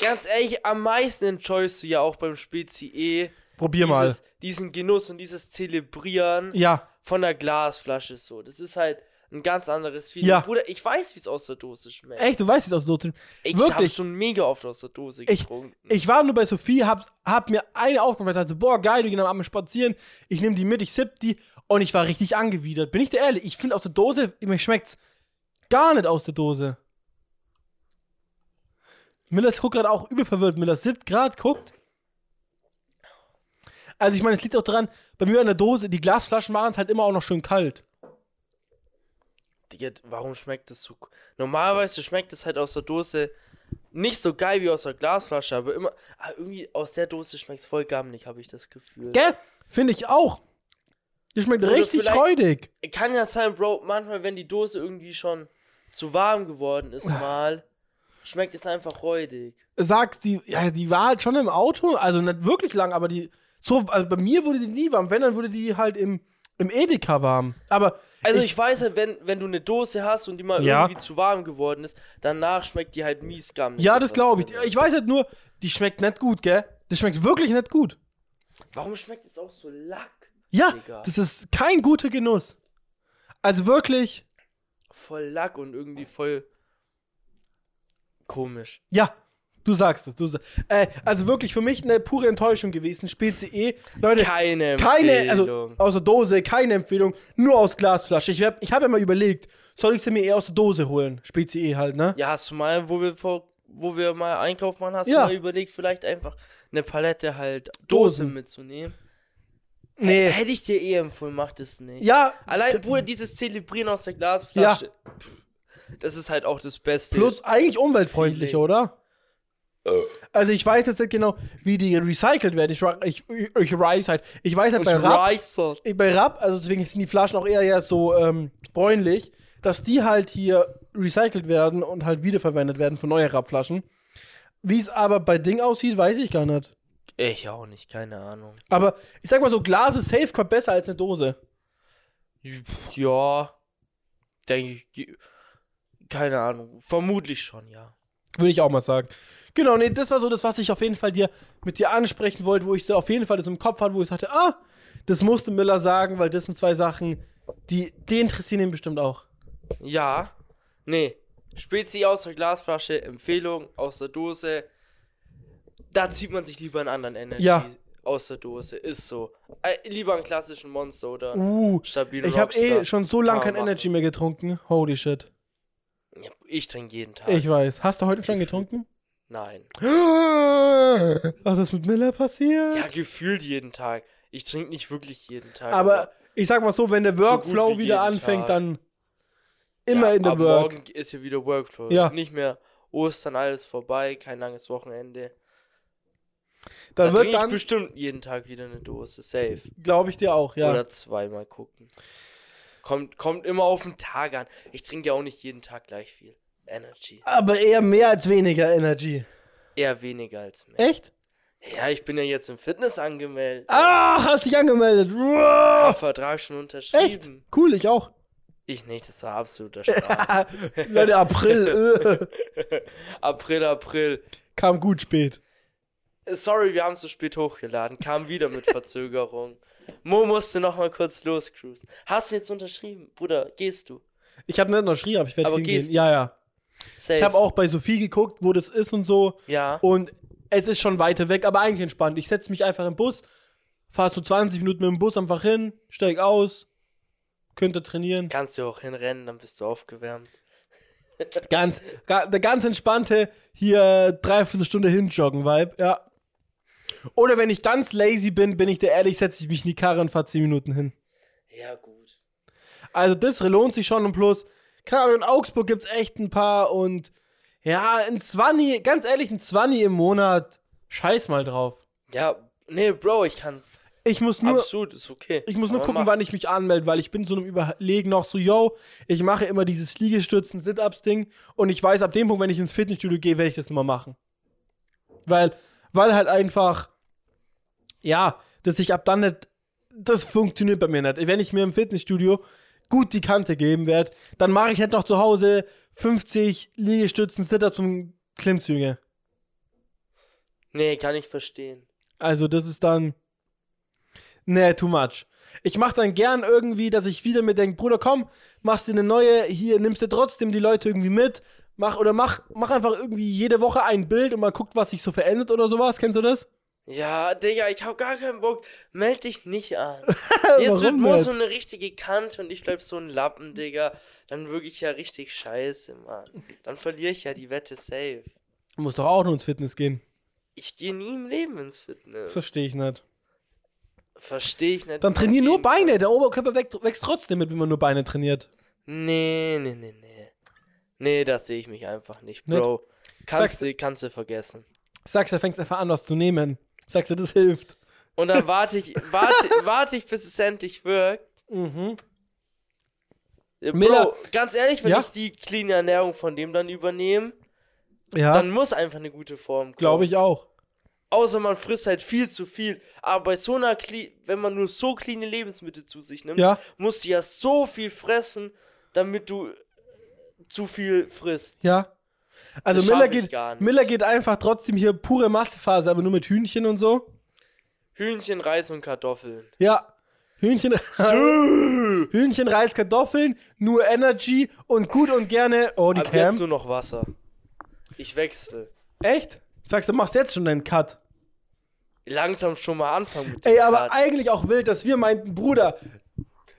B: Ganz ehrlich, am meisten enjoyst du ja auch beim Spezie
A: Probier mal.
B: dieses, diesen Genuss und dieses Zelebrieren
A: Ja,
B: von der Glasflasche so. Das ist halt ein ganz anderes Feeling.
A: Ja.
B: Bruder, ich weiß, wie es aus der Dose schmeckt.
A: echt, du weißt es aus der Dose.
B: ich habe
A: wirklich.
B: schon mega oft aus der Dose
A: Ich-
B: getrunken.
A: Ich war nur bei Sophie, hab, hab mir eine aufgemacht, dachte, boah, geil, wir gehen am Abend spazieren, ich nehme die mit, ich sipp die und ich war richtig angewidert. Bin ich dir ehrlich, ich finde aus der Dose, mir schmeckt's gar nicht aus der Dose. Millers guckt gerade auch übel verwirrt. Millers sippt gerade, guckt. Also ich meine, es liegt auch daran, bei mir in der Dose, die Glasflaschen waren es halt immer auch noch schön kalt.
B: Digga, warum schmeckt das so? Normalerweise schmeckt es halt aus der Dose nicht so geil wie aus der Glasflasche, aber immer. Ah, irgendwie aus der Dose schmeckt es voll gammelig, habe ich das Gefühl.
A: Gell? Finde ich auch. Die schmeckt
B: Oder
A: richtig
B: vielleicht-
A: räudig.
B: Kann ja sein, Bro, manchmal, wenn die Dose irgendwie schon zu warm geworden ist, mal, schmeckt es einfach räudig.
A: sagt, die, ja, die war halt schon im Auto, also nicht wirklich lang, aber die. So, also bei mir wurde die nie warm. Wenn, dann wurde die halt im, im Edeka warm. Aber
B: Also ich, weiß halt, wenn, wenn du eine Dose hast und die mal
A: Ja.
B: irgendwie zu warm geworden ist, danach schmeckt die halt mies gammelig.
A: ja,
B: was
A: das glaube ich.
B: drin
A: Ich
B: ist.
A: weiß halt nur, die schmeckt nicht gut, gell? Das schmeckt wirklich nicht gut. halt-
B: Warum schmeckt es auch so lack?
A: Ja,
B: Digga.
A: das ist kein guter Genuss. Also wirklich,
B: Voll lack und irgendwie voll komisch.
A: ja, du sagst es. Du sa äh, also wirklich für mich eine pure Enttäuschung gewesen. Spezi E. Leute,
B: Keine
A: Keine, also
B: Empfehlung.
A: aus der Dose, keine Empfehlung, nur aus Glasflasche. Ich, hab- ich habe ja mal überlegt, soll ich sie mir eher aus der Dose holen? Spezi E halt, ne?
B: Ja, hast du mal, wo wir vor, wo wir mal einkaufen waren, hast
A: Ja.
B: du mal überlegt, vielleicht einfach eine Palette halt Dose
A: Dosen.
B: mitzunehmen?
A: Nee.
B: Hätte ich dir eh empfohlen, mach das nicht.
A: Ja,
B: Allein, Bruder, dieses Zelebrieren aus der Glasflasche. Pff, Das ist halt auch das Beste.
A: plus eigentlich umweltfreundlicher,
B: Feeling. Äh.
A: oder? Also ich weiß jetzt nicht genau, wie die recycelt werden. Ich, ra- ich, ich, ich weiß halt. Ich weiß halt
B: Und
A: bei Rapp,
B: Reißert.
A: ich- bei Rapp, also deswegen sind die Flaschen auch eher ja so ähm, bräunlich, dass die halt hier recycelt werden und halt wiederverwendet werden für neue Rapp-Flaschen. Wie es aber bei Ding aussieht, weiß ich gar nicht.
B: Ich auch nicht, keine Ahnung.
A: Aber ich sag mal so, Glas ist safe kommt besser als eine Dose.
B: Pff, Ja, denke ich, ge- keine Ahnung. Vermutlich schon, ja.
A: Würde ich auch mal sagen. Genau, nee, das war so das, was ich auf jeden Fall dir mit dir ansprechen wollte, wo ich so auf jeden Fall das im Kopf hatte, wo ich dachte, ah, das musste Miller sagen, weil das sind zwei Sachen, die, die interessieren ihn bestimmt auch.
B: Ja. Nee. Spezi aus der Glasflasche, Empfehlung aus der Dose. Da zieht man sich lieber einen anderen Energy
A: Ja.
B: aus der Dose. Ist so. Äh, lieber einen klassischen Monster oder
A: Uh,
B: stabilen
A: ich habe eh
B: Rockstar.
A: schon so lange
B: Kann
A: kein
B: man machen.
A: Energy mehr getrunken. Holy shit.
B: Ja, ich trinke jeden Tag.
A: Ich weiß. Hast du heute schon getrunken?
B: Nein.
A: Was ist mit Miller passiert?
B: Ja, gefühlt jeden Tag. Ich trinke nicht wirklich jeden Tag.
A: aber ich sag mal so, wenn der Workflow
B: wie
A: wieder
B: jeden
A: anfängt,
B: Tag.
A: dann immer
B: ja,
A: in der
B: ab
A: Work.
B: Morgen ist hier wieder Workflow.
A: Ja.
B: Nicht mehr Ostern, alles vorbei, kein langes Wochenende.
A: Da,
B: da
A: wird
B: trinke ich
A: dann,
B: bestimmt jeden Tag wieder eine Dose. Safe.
A: glaube ich dir auch, ja.
B: Oder zweimal gucken. Kommt, kommt immer auf den Tag an. Ich trinke ja auch nicht jeden Tag gleich viel. Energy.
A: aber eher mehr als weniger Energy.
B: Eher weniger als mehr.
A: Echt?
B: Ja, ich bin ja jetzt im Fitness angemeldet.
A: Ah, hast dich angemeldet.
B: Hab
A: Wow.
B: Vertrag schon
A: Echt?
B: unterschrieben.
A: Cool, ich auch.
B: Ich nicht, das war absoluter Spaß.
A: Ah, Leute, April äh,
B: April, April.
A: kam gut spät.
B: Äh, Sorry, wir haben zu spät hochgeladen. Kam wieder mit Verzögerung. Mo musste noch mal kurz loscruisen. Hast du jetzt unterschrieben? Bruder, gehst du?
A: Ich habe nicht unterschrieben, aber ich werde
B: Aber
A: hingehen.
B: gehst du?
A: Ja, ja.
B: Safe.
A: Ich habe auch bei Sophie geguckt, wo das ist und so.
B: Ja.
A: Und es ist schon weiter weg, aber eigentlich entspannt. Ich setze mich einfach im Bus, fahr so 20 Minuten mit dem Bus einfach hin, steig aus, könnte trainieren.
B: Kannst du auch hinrennen, dann bist du aufgewärmt.
A: Ganz, ga, der ganz entspannte hier dreiviertel Stunde hinjoggen Vibe, ja. Oder wenn ich ganz lazy bin, bin ich da ehrlich, setze ich mich in die Karre und fahr 10 Minuten hin.
B: Ja, gut.
A: Also das lohnt sich schon und plus, keine Ahnung, in Augsburg gibt's echt ein paar und ja, ein 20, ganz ehrlich, ein 20 im Monat, scheiß mal drauf.
B: Ja, nee, Bro, ich kann's.
A: Ich muss nur,
B: Absolut, ist okay.
A: Ich muss nur
B: Aber
A: gucken,
B: mach.
A: wann ich mich anmelde, weil ich bin so einem Überlegen noch so, yo, ich mache immer dieses Liegestützen, Sit-Ups-Ding und ich weiß ab dem Punkt, wenn ich ins Fitnessstudio gehe, werde ich das nochmal machen. Weil, weil halt einfach, ja, dass ich ab dann nicht, das funktioniert bei mir nicht. Wenn ich mir im Fitnessstudio gut die Kante geben werde, dann mache ich halt noch zu Hause 50 Liegestützen, Sit-Ups und Klimmzüge.
B: Nee, kann ich verstehen.
A: Also das ist dann. Nee, too much. Ich mach dann gern irgendwie, dass ich wieder mir denke, Bruder, komm, machst dir eine neue, hier nimmst du trotzdem die Leute irgendwie mit, mach oder mach, mach einfach irgendwie jede Woche ein Bild und mal guckt, was sich so verändert oder sowas. Kennst du das?
B: Ja, Digga, ich hab gar keinen Bock. Meld dich nicht an.
A: Warum
B: Jetzt wird Mo
A: nicht?
B: so eine richtige Kante und ich bleib so ein Lappen, Digga. Dann wirklich ja richtig scheiße, Mann. Dann verliere ich ja die Wette safe.
A: Du musst doch auch nur ins Fitness gehen.
B: Ich gehe nie im Leben ins Fitness.
A: Das verstehe ich nicht.
B: Verstehe ich nicht.
A: Dann trainier
B: Auf
A: nur
B: jeden Fall.
A: Beine. Der Oberkörper wächst, wächst trotzdem mit, wenn man nur Beine trainiert.
B: Nee, nee, nee, nee. Nee, das sehe ich mich einfach nicht,
A: Nicht?
B: Bro.
A: Sagst-
B: Kannst du, kannst du vergessen.
A: Sagst du, fängst einfach an, was zu nehmen. Sagst du, das hilft.
B: Und dann warte ich, warte, warte ich, bis es endlich wirkt.
A: Mhm.
B: Äh, Bro,
A: Miller-
B: ganz ehrlich, wenn
A: Ja?
B: ich die clean Ernährung von dem dann übernehme,
A: Ja,
B: dann muss einfach eine gute Form kommen.
A: glaube ich auch.
B: Außer man frisst halt viel zu viel. Aber bei so einer, cle- wenn man nur so clean Lebensmittel zu sich nimmt,
A: Ja.
B: musst du ja so viel fressen, damit du äh, zu viel frisst.
A: Ja. Also
B: Das
A: Miller
B: schaff ich
A: geht,
B: gar nicht.
A: Miller geht einfach trotzdem hier pure Massephase, aber nur mit Hühnchen und so.
B: Hühnchen, Reis und Kartoffeln.
A: Ja. Hühnchen, Hühnchen, Reis, Kartoffeln, nur Energy und gut und gerne. Oh, die
B: Ab jetzt
A: Cam.
B: nur noch Wasser. Ich wechsle.
A: Echt? Sagst du, machst jetzt schon deinen Cut.
B: Langsam schon mal anfangen mit dem
A: Ey, aber
B: Part.
A: eigentlich auch wild, dass wir meinten, Bruder,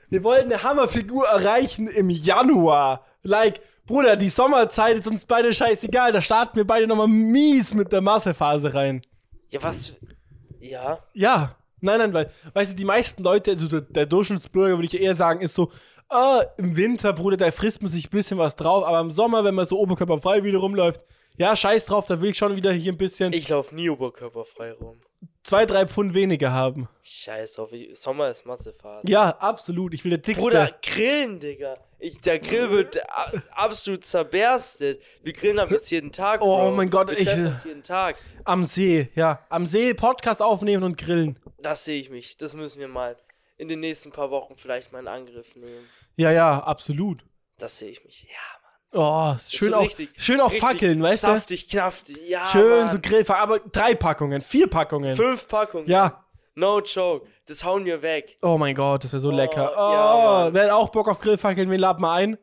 A: wir wollen eine Hammerfigur erreichen im Januar. Like, Bruder, die Sommerzeit ist uns beide scheißegal. Da starten wir beide nochmal mies mit der Massephase rein.
B: Ja, was? Ja.
A: Ja, nein, nein, weil, weißt du, die meisten Leute, also der, der Durchschnittsbürger, würde ich eher sagen, ist so, ah, im Winter, Bruder, da frisst man sich ein bisschen was drauf, aber im Sommer, wenn man so oberkörperfrei wieder rumläuft, ja, scheiß drauf, da will ich schon wieder hier ein bisschen
B: Ich laufe nie oberkörperfrei rum.
A: zwei, drei Pfund weniger haben.
B: Scheiß auf. Ich, Sommer ist Massephase.
A: Ja, absolut, ich will der dickste.
B: Bruder, grillen, Digga. Ich, der Grill wird a- absolut zerberstet. Wir grillen ab jetzt jeden Tag.
A: Oh
B: Bro.
A: mein Gott,
B: Wir
A: ich-
B: treffen uns jeden Tag.
A: Am See, ja, am See Podcast aufnehmen und grillen.
B: Das sehe ich mich. Das müssen wir mal in den nächsten paar Wochen vielleicht mal in Angriff nehmen.
A: Ja, ja, absolut.
B: Das sehe ich mich. Ja, Mann.
A: Oh,
B: Das
A: schön
B: wird
A: auf,
B: richtig-
A: schön auf
B: richtig
A: Fackeln, weißt du?
B: Saftig, knaftig. Ja,
A: Schön
B: Mann.
A: so Grillfackeln, aber drei Packungen, vier Packungen.
B: Fünf Packungen.
A: Ja,
B: No joke. Das hauen wir weg.
A: Oh mein Gott, das wäre so lecker. Oh,
B: ja, Mann.
A: wer hat auch Bock auf Grillfackeln, wen laden wir ein?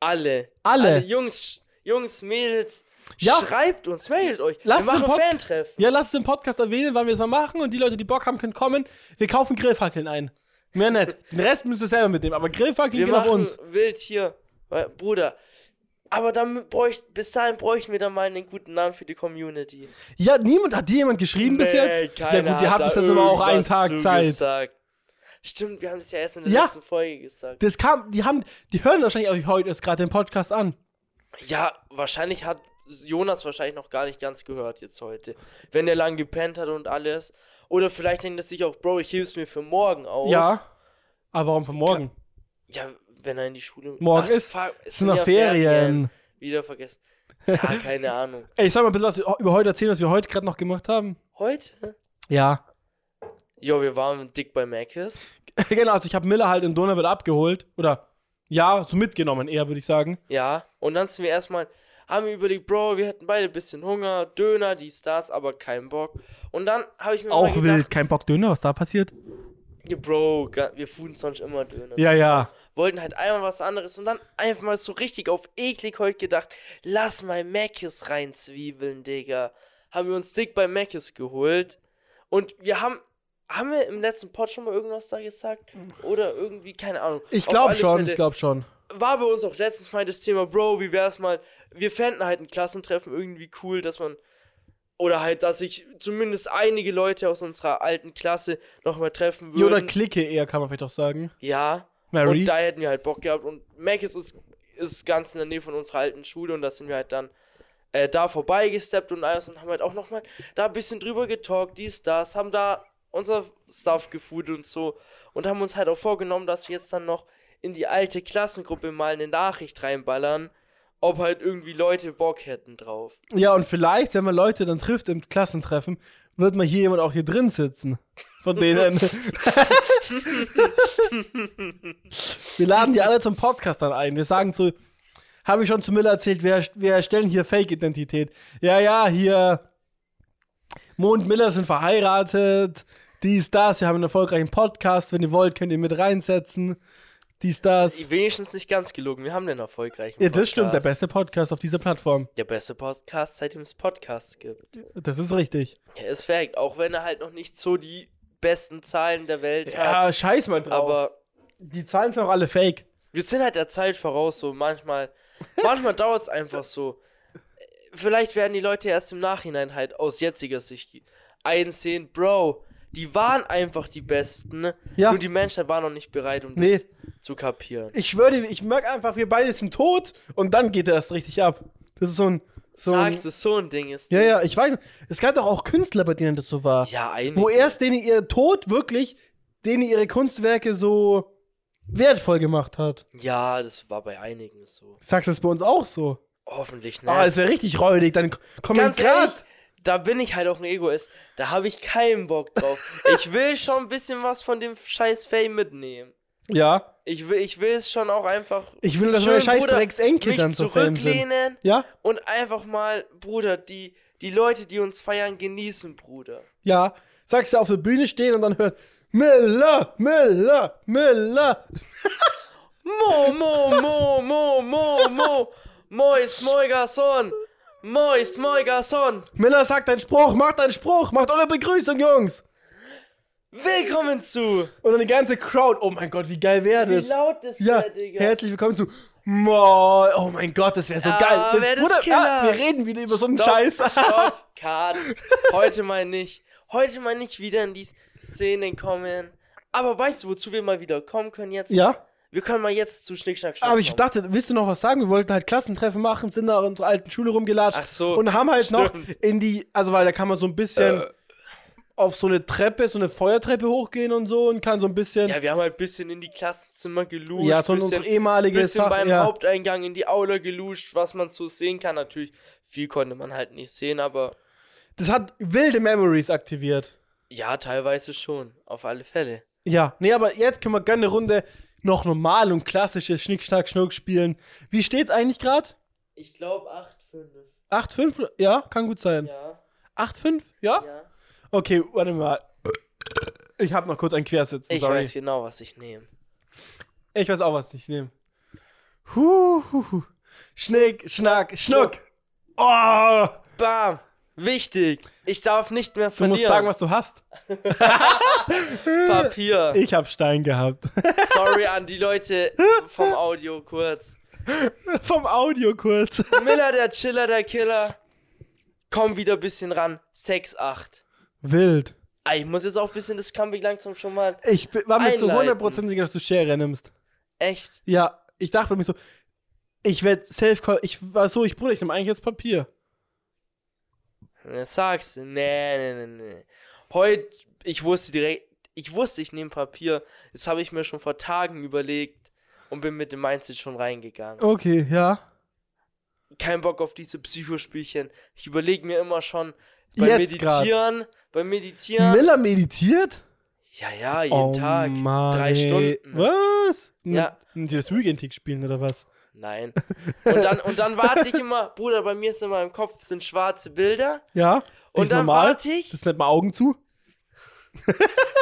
B: Alle.
A: Alle.
B: Jungs, Jungs, Mädels.
A: Ja.
B: Schreibt uns, meldet euch.
A: Lasst
B: wir
A: uns
B: machen
A: Pod-
B: Fantreffen.
A: Ja, lasst es im Podcast erwähnen, wann wir es mal machen und die Leute, die Bock haben, können kommen. Wir kaufen Grillfackeln ein. Mehr nett. Den Rest müsst ihr selber mitnehmen, aber Grillfackeln
B: Wir
A: gehen auf
B: machen
A: uns.
B: wild hier. Weil, Bruder, Aber dann bräucht, bis dahin bräuchten wir dann mal einen guten Namen für die Community.
A: Ja, niemand hat dir jemand geschrieben bis jetzt? Ja,
B: keiner
A: gut, ihr habt
B: da
A: bis jetzt aber auch einen
B: irgendwas
A: Tag Zeit.
B: zugesagt. Stimmt, wir haben es ja erst in der
A: Ja.
B: letzten Folge gesagt.
A: Das kam, die haben, die hören wahrscheinlich euch heute erst gerade den Podcast an.
B: Ja, wahrscheinlich hat Jonas wahrscheinlich noch gar nicht ganz gehört jetzt heute. Wenn er lang gepennt hat und alles. Oder vielleicht denkt er sich auch, Bro, ich heb's mir für morgen auf.
A: Ja. Aber warum von morgen?
B: Ja, wenn er in die Schule.
A: Morgen ist-
B: fuck, es
A: Es sind noch Ferien.
B: Wieder vergessen. Ja, keine Ahnung.
A: Ey, ich soll mal ein bisschen was über heute erzählen, was wir heute gerade noch gemacht haben.
B: Heute?
A: Ja.
B: Jo, wir waren dick bei Macis.
A: genau, also ich habe Miller halt in Donauwörth abgeholt. Oder ja, so mitgenommen eher, würde ich sagen.
B: Ja. Und dann sind wir erstmal, haben wir überlegt, Bro, wir hatten beide ein bisschen Hunger, Döner, die Stars, aber keinen Bock. Und dann habe ich mir mal
A: Auch
B: gedacht,
A: wild, kein Bock Döner, was da passiert.
B: Ja, Bro, ga- wir fuhren sonst immer Döner.
A: Ja, ja.
B: Wollten halt einmal was anderes und dann einfach mal so richtig auf eklig heute gedacht, lass mal Macis reinzwiebeln, Digga. Haben wir uns dick bei Macis geholt. Und wir haben, haben wir im letzten Pod schon mal irgendwas da gesagt? Oder irgendwie, keine Ahnung.
A: Ich
B: Auf
A: glaube
B: alle
A: schon,
B: Fälle
A: ich glaube schon.
B: War bei uns auch letztens mal das Thema, Bro, wie wär's mal, wir fänden halt ein Klassentreffen irgendwie cool, dass man, oder halt, dass ich zumindest einige Leute aus unserer alten Klasse nochmal treffen
A: Ja,
B: würde.
A: Oder Clique eher, kann man vielleicht auch sagen.
B: Ja.
A: Mary.
B: Und da hätten wir halt Bock gehabt. Und Macis ist, ist ganz in der Nähe von unserer alten Schule und da sind wir halt dann äh, da vorbeigesteppt und alles und haben halt auch nochmal da ein bisschen drüber getalkt, dies, das, haben da unser Stuff gefood und so und haben uns halt auch vorgenommen, dass wir jetzt dann noch in die alte Klassengruppe mal eine Nachricht reinballern, ob halt irgendwie Leute Bock hätten drauf.
A: Ja, und vielleicht, wenn man Leute dann trifft im Klassentreffen, wird mal hier jemand auch hier drin sitzen. Von denen. wir laden die alle zum Podcast dann ein. Wir sagen so, habe ich schon zu Miller erzählt, wir, wir erstellen hier Fake-Identität. Ja, ja, hier. Mo und Miller sind verheiratet. Dies, das. Wir haben einen erfolgreichen Podcast. Wenn ihr wollt, könnt ihr mit reinsetzen. Dies, das.
B: Wenigstens nicht ganz gelogen, wir haben den erfolgreichen
A: Ja, das stimmt. Der
B: Podcast.
A: beste Podcast auf dieser Plattform.
B: Der beste Podcast, seitdem es Podcasts gibt.
A: Das ist richtig.
B: Ja, ist fact, auch wenn er halt noch nicht so die besten Zahlen der Welt hat.
A: Ja, scheiß mal drauf.
B: Aber
A: Die Zahlen sind auch alle fake.
B: wir sind halt der Zeit voraus, so manchmal. Manchmal dauert es einfach so. Vielleicht werden die Leute erst im Nachhinein halt aus jetziger Sicht einsehen, Bro, die waren einfach die Besten.
A: Ja.
B: Nur die Menschheit war noch nicht bereit, um
A: Nee.
B: das zu kapieren.
A: Ich schwöre dir, ich merke einfach, wir beide sind tot und dann geht er erst richtig ab. Das ist so ein. So ein
B: Sagst du, so ein Ding ist.
A: ja, ja, ich weiß. nicht. Es gab doch auch Künstler, bei denen das so war.
B: Ja, einige.
A: wo erst denen ihr Tod wirklich, denen ihre Kunstwerke so wertvoll gemacht hat.
B: Ja, das war bei einigen so.
A: Sagst du das bei uns auch so?
B: Hoffentlich nicht.
A: Ah, es wäre richtig räudig. Dann komm
B: Ganz ehrlich,
A: grad.
B: da bin ich halt auch ein Egoist. Da habe ich keinen Bock drauf. ich will schon ein bisschen was von dem scheiß Fame mitnehmen.
A: Ja.
B: Ich will, ich will es schon auch einfach.
A: Ich will, dass meine
B: schön,
A: scheiß
B: Bruder,
A: Drecksenkel
B: mich
A: dann so fame sind.
B: zurücklehnen
A: Ja?
B: und einfach mal, Bruder, die, die Leute, die uns feiern, genießen, Bruder.
A: Ja. Sagst du auf der Bühne stehen und dann hört Miller, Miller, Miller.
B: Mo, mo, mo, mo, mo, mo. Mois, moi, garçon. Mois, moi, garçon.
A: Miller sagt einen Spruch, macht einen Spruch, macht eure Begrüßung, Jungs.
B: Willkommen zu.
A: Und dann die ganze Crowd, oh mein Gott, wie geil wäre
B: Wie
A: das?
B: laut ist
A: ja,
B: der, Digga?
A: herzlich willkommen zu Moi. Oh mein Gott, das wäre so
B: Ah,
A: geil.
B: wär das
A: Bruder,
B: Killer.
A: ah, wir reden wieder über so einen
B: Stopp,
A: Scheiß.
B: Stopp, Cut. Heute mal nicht. Heute mal nicht wieder in die Szene kommen. Aber weißt du, wozu wir mal wieder kommen können jetzt?
A: ja,
B: Wir können mal jetzt zu Schnick, Schnack, Schnuck
A: aber ich
B: kommen.
A: dachte, willst du noch was sagen? Wir wollten halt Klassentreffen machen, sind nach unserer alten Schule rumgelatscht
B: Ach so,
A: und haben halt noch
B: stimmt. Äh.
A: in die, also weil da kann man so ein bisschen auf so eine Treppe, so eine Feuertreppe hochgehen und so und kann so ein bisschen, ja,
B: Ja, wir haben halt ein bisschen in die Klassenzimmer geluscht.
A: so ein
B: bisschen,
A: unsere ehemalige
B: bisschen
A: Sache,
B: beim
A: ja.
B: Haupteingang in die Aula geluscht, was man so sehen kann. Natürlich, viel konnte man halt nicht sehen, aber
A: Das hat wilde Memories aktiviert.
B: ja, teilweise schon. Auf alle Fälle.
A: Ja, nee, aber jetzt können wir gerne eine Runde noch normal und klassisches Schnick, Schnack, Schnuck spielen. Wie steht's eigentlich gerade?
B: Ich glaube 8,5.
A: 8-5? Ja, kann gut sein.
B: Ja,
A: 8-5? Ja?
B: ja.
A: Okay, warte mal. Ich hab noch kurz einen Quersitzen,
B: Ich
A: sorry.
B: weiß genau, was ich nehme.
A: ich weiß auch, was ich nehme. Huhuhu. Schnick, Schnack, Schnuck. Oh,
B: Bam! Wichtig! Ich darf nicht mehr
A: du
B: verlieren.
A: musst sagen, was du hast.
B: Papier.
A: Ich hab Stein gehabt.
B: Sorry an die Leute vom Audio kurz.
A: Vom Audiokurs.
B: Miller, der Chiller, der Killer. Komm wieder ein bisschen ran. 6-8.
A: Wild.
B: Ah, Ich muss jetzt auch ein bisschen das Comeback langsam schon mal.
A: Ich bin- war mir zu
B: Einleiten.
A: 100% sicher, dass du Schere nimmst.
B: Echt.
A: Ja, ich dachte mir so, ich werde safe Ich war so, ich Bruder, ich nehme eigentlich jetzt Papier.
B: Ja, Sag's. Nee, nee, nee, nee. Heute, ich wusste direkt, ich wusste, ich nehme Papier. Das habe ich mir schon vor Tagen überlegt und bin mit dem Mindset schon reingegangen.
A: Okay, ja.
B: Kein Bock auf diese Psychospielchen. Ich überlege mir immer schon
A: Jetzt
B: beim Meditieren, beim Meditieren.
A: Miller meditiert?
B: ja, ja, jeden Tag.
A: Oh Mann,
B: drei
A: ey.
B: Stunden.
A: Was?
B: Ja.
A: N- Dieses Weekend-Tick spielen oder was?
B: Nein. Und dann, und dann warte ich immer, Bruder, bei mir ist immer im Kopf sind schwarze Bilder.
A: Ja.
B: Und
A: Das ist
B: dann
A: normal.
B: warte ich.
A: Das nennt man Augen zu.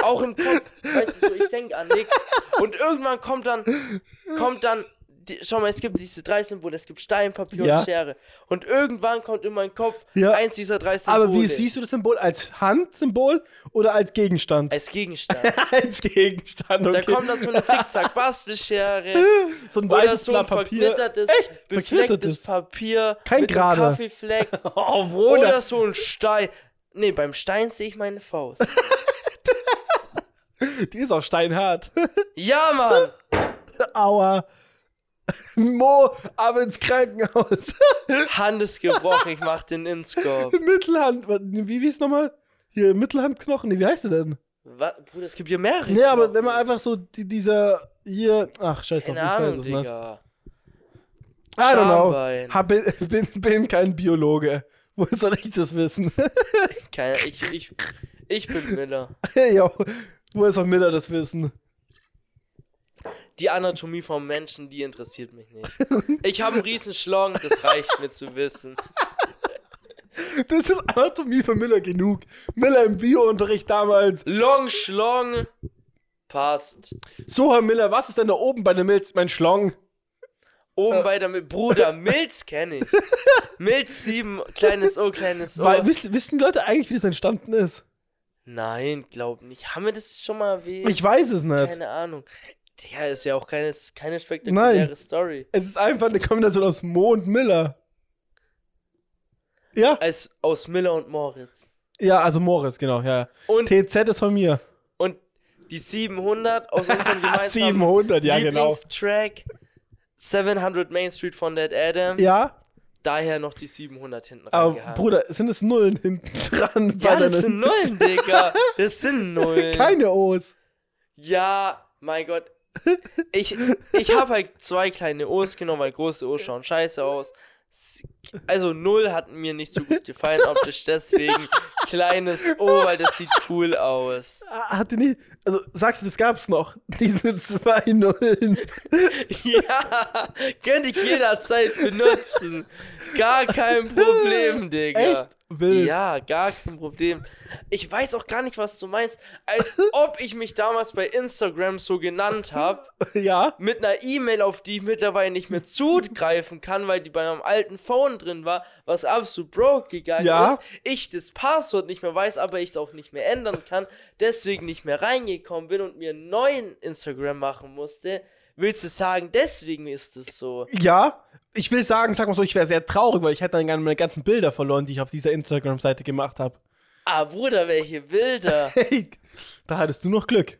B: auch im Kopf, weißt du, so, ich denke an nichts. Und irgendwann kommt dann, kommt dann, die, schau mal, es gibt diese drei Symbole, es gibt Stein, Papier
A: Ja.
B: und Schere. Und irgendwann kommt in meinen Kopf
A: Ja.
B: eins dieser drei Symbole.
A: Aber wie siehst du das Symbol? Als Handsymbol oder als Gegenstand?
B: Als Gegenstand.
A: als Gegenstand, okay.
B: Da kommt dann so eine Zickzack-Bastelschere
A: so ein
B: oder
A: weißes
B: so ein
A: Blatt Papier.
B: verknittertes,
A: Echt?
B: beflecktes
A: Verknittertes.
B: Papier
A: Kein
B: mit einem
A: gerade.
B: Kaffeefleck
A: Oh,
B: oder,
A: Bruder.
B: so ein Stein. Nee, beim Stein sehe ich meine Faust.
A: Die ist auch steinhart.
B: Ja, Mann!
A: Aua. Mo, ab ins Krankenhaus.
B: Hand ist gebrochen, ich mach den Inscope.
A: Mittelhand. Wie, wie ist nochmal? Hier, Mittelhandknochen. Nee, wie heißt der denn?
B: Wa- Bruder, es gibt hier mehrere.
A: Nee, aber
B: Knochen.
A: wenn man einfach so die, dieser hier. Ach, scheiß drauf,
B: Keine
A: ich weiß
B: Ahnung,
A: es ne? nicht.
B: Digga.
A: I don't know.
B: Schambein.
A: Hab, bin, bin, bin kein Biologe. Wo soll ich das wissen?
B: Keine, ich, ich, ich bin Miller.
A: jo, wo soll Miller das wissen?
B: Die Anatomie vom Menschen, die interessiert mich nicht. Ich habe einen riesen Schlong, das reicht mir zu wissen.
A: Das ist Anatomie für Miller genug. Miller im Biounterricht damals.
B: Long Schlong passt.
A: So, Herr Miller, was ist denn da oben bei der Milz? Mein Schlong.
B: Oben bei der Mil- Bruder, Milz kenne ich. Milz 7, kleines O, kleines O.
A: Weil, wissen, wissen die Leute eigentlich, wie das entstanden ist?
B: Nein, glaub nicht. Haben wir das schon mal erwähnt?
A: Ich weiß es nicht.
B: Keine Ahnung. Digga, ist ja auch keine, keine spektakuläre
A: Nein.
B: Story.
A: Es ist einfach eine Kombination aus Mo und Miller. Ja,
B: Als aus Miller und Moritz.
A: ja, also Moritz, genau, ja.
B: Und
A: TZ ist von mir.
B: Und die 700 aus unserem
A: Ah,
B: gemeinsamen
A: 700, ja, genau.
B: Lieblingstrack 700 Main Street von Dead Adam.
A: Ja,
B: Daher noch die 700 hinten
A: aber
B: rangehangen.
A: Bruder, sind es Nullen hinten dran?
B: ja,
A: bei
B: das
A: deinen-
B: sind Nullen, Digga. Das sind Nullen.
A: Keine O's.
B: Ja, mein Gott. Ich, ich habe halt zwei kleine O's genommen, weil große O's schauen scheiße aus. S- Also null hat mir nicht so gut gefallen, optisch deswegen kleines O, weil das sieht cool aus.
A: Ah, Hatte nicht. Also sagst du, das gab's noch. Diese zwei Nullen.
B: Ja, könnte ich jederzeit benutzen. Gar kein Problem, Digga.
A: Echt? Wild.
B: Ja, gar kein Problem. Ich weiß auch gar nicht, was du meinst. Als ob ich mich damals bei Instagram so genannt habe,
A: Ja.
B: mit einer E-Mail, auf die ich mittlerweile nicht mehr zugreifen kann, weil die bei meinem alten Phone drin war, was absolut broke gegangen
A: Ja.
B: ist. Ich das Passwort nicht mehr weiß, aber ich es auch nicht mehr ändern kann, deswegen nicht mehr reingekommen bin und mir einen neuen Instagram machen musste. Willst du sagen, deswegen ist es so?
A: Ja. Ich will sagen, sag mal so, ich wäre sehr traurig, weil ich hätte dann gerne meine ganzen Bilder verloren, die ich auf dieser Instagram-Seite gemacht habe.
B: Ah, Bruder, welche Bilder.
A: Hey, da hattest du noch Glück.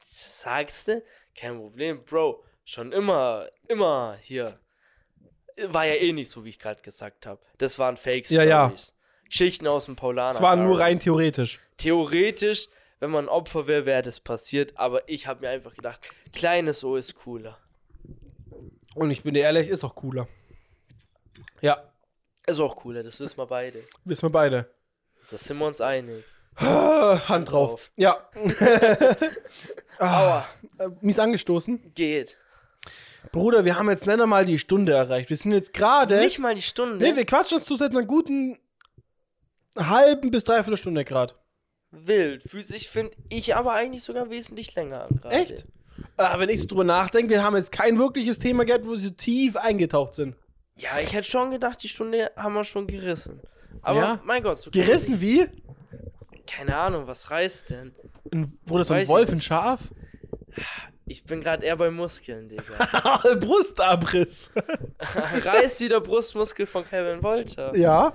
B: Sagst du? Kein Problem, Bro. Schon immer, immer hier. War ja eh nicht so, wie ich gerade gesagt habe. Das waren Fake-Stories.
A: Ja, ja.
B: Geschichten aus dem Paulaner.
A: Es war nur
B: Garten.
A: rein theoretisch.
B: Theoretisch, wenn man Opfer wäre, wäre das passiert. Aber ich habe mir einfach gedacht, kleines O ist cooler.
A: Und ich bin dir ehrlich, ist auch cooler. Ja,
B: Ist auch cooler, das wissen wir beide.
A: wissen wir beide.
B: Da sind wir uns einig.
A: Ah, Hand drauf.
B: Drauf.
A: Ja.
B: Aua,
A: Äh, Mies angestoßen.
B: geht.
A: Bruder, wir haben jetzt nicht einmal die Stunde erreicht. Wir sind jetzt gerade.
B: Nicht mal die Stunde.
A: Äh? Nee, wir quatschen uns zu seit einer guten halben bis dreiviertel Stunde gerade.
B: Wild. Physisch finde ich aber eigentlich sogar wesentlich länger an gerade.
A: Echt? Äh, wenn ich so drüber nachdenke, wir haben jetzt kein wirkliches Thema gehabt, wo sie tief eingetaucht sind.
B: Ja, ich hätte schon gedacht, die Stunde haben wir schon gerissen. Aber
A: Ja.
B: mein Gott, so
A: Gerissen wie?
B: Keine Ahnung, was reißt denn?
A: Ein, wurde so
B: Weiß
A: ein
B: ich
A: Wolf, ein Schaf?
B: Ich bin gerade eher bei Muskeln, Digga.
A: Brustabriss.
B: Reißt wieder Brustmuskel von Kevin Wolter.
A: Ja.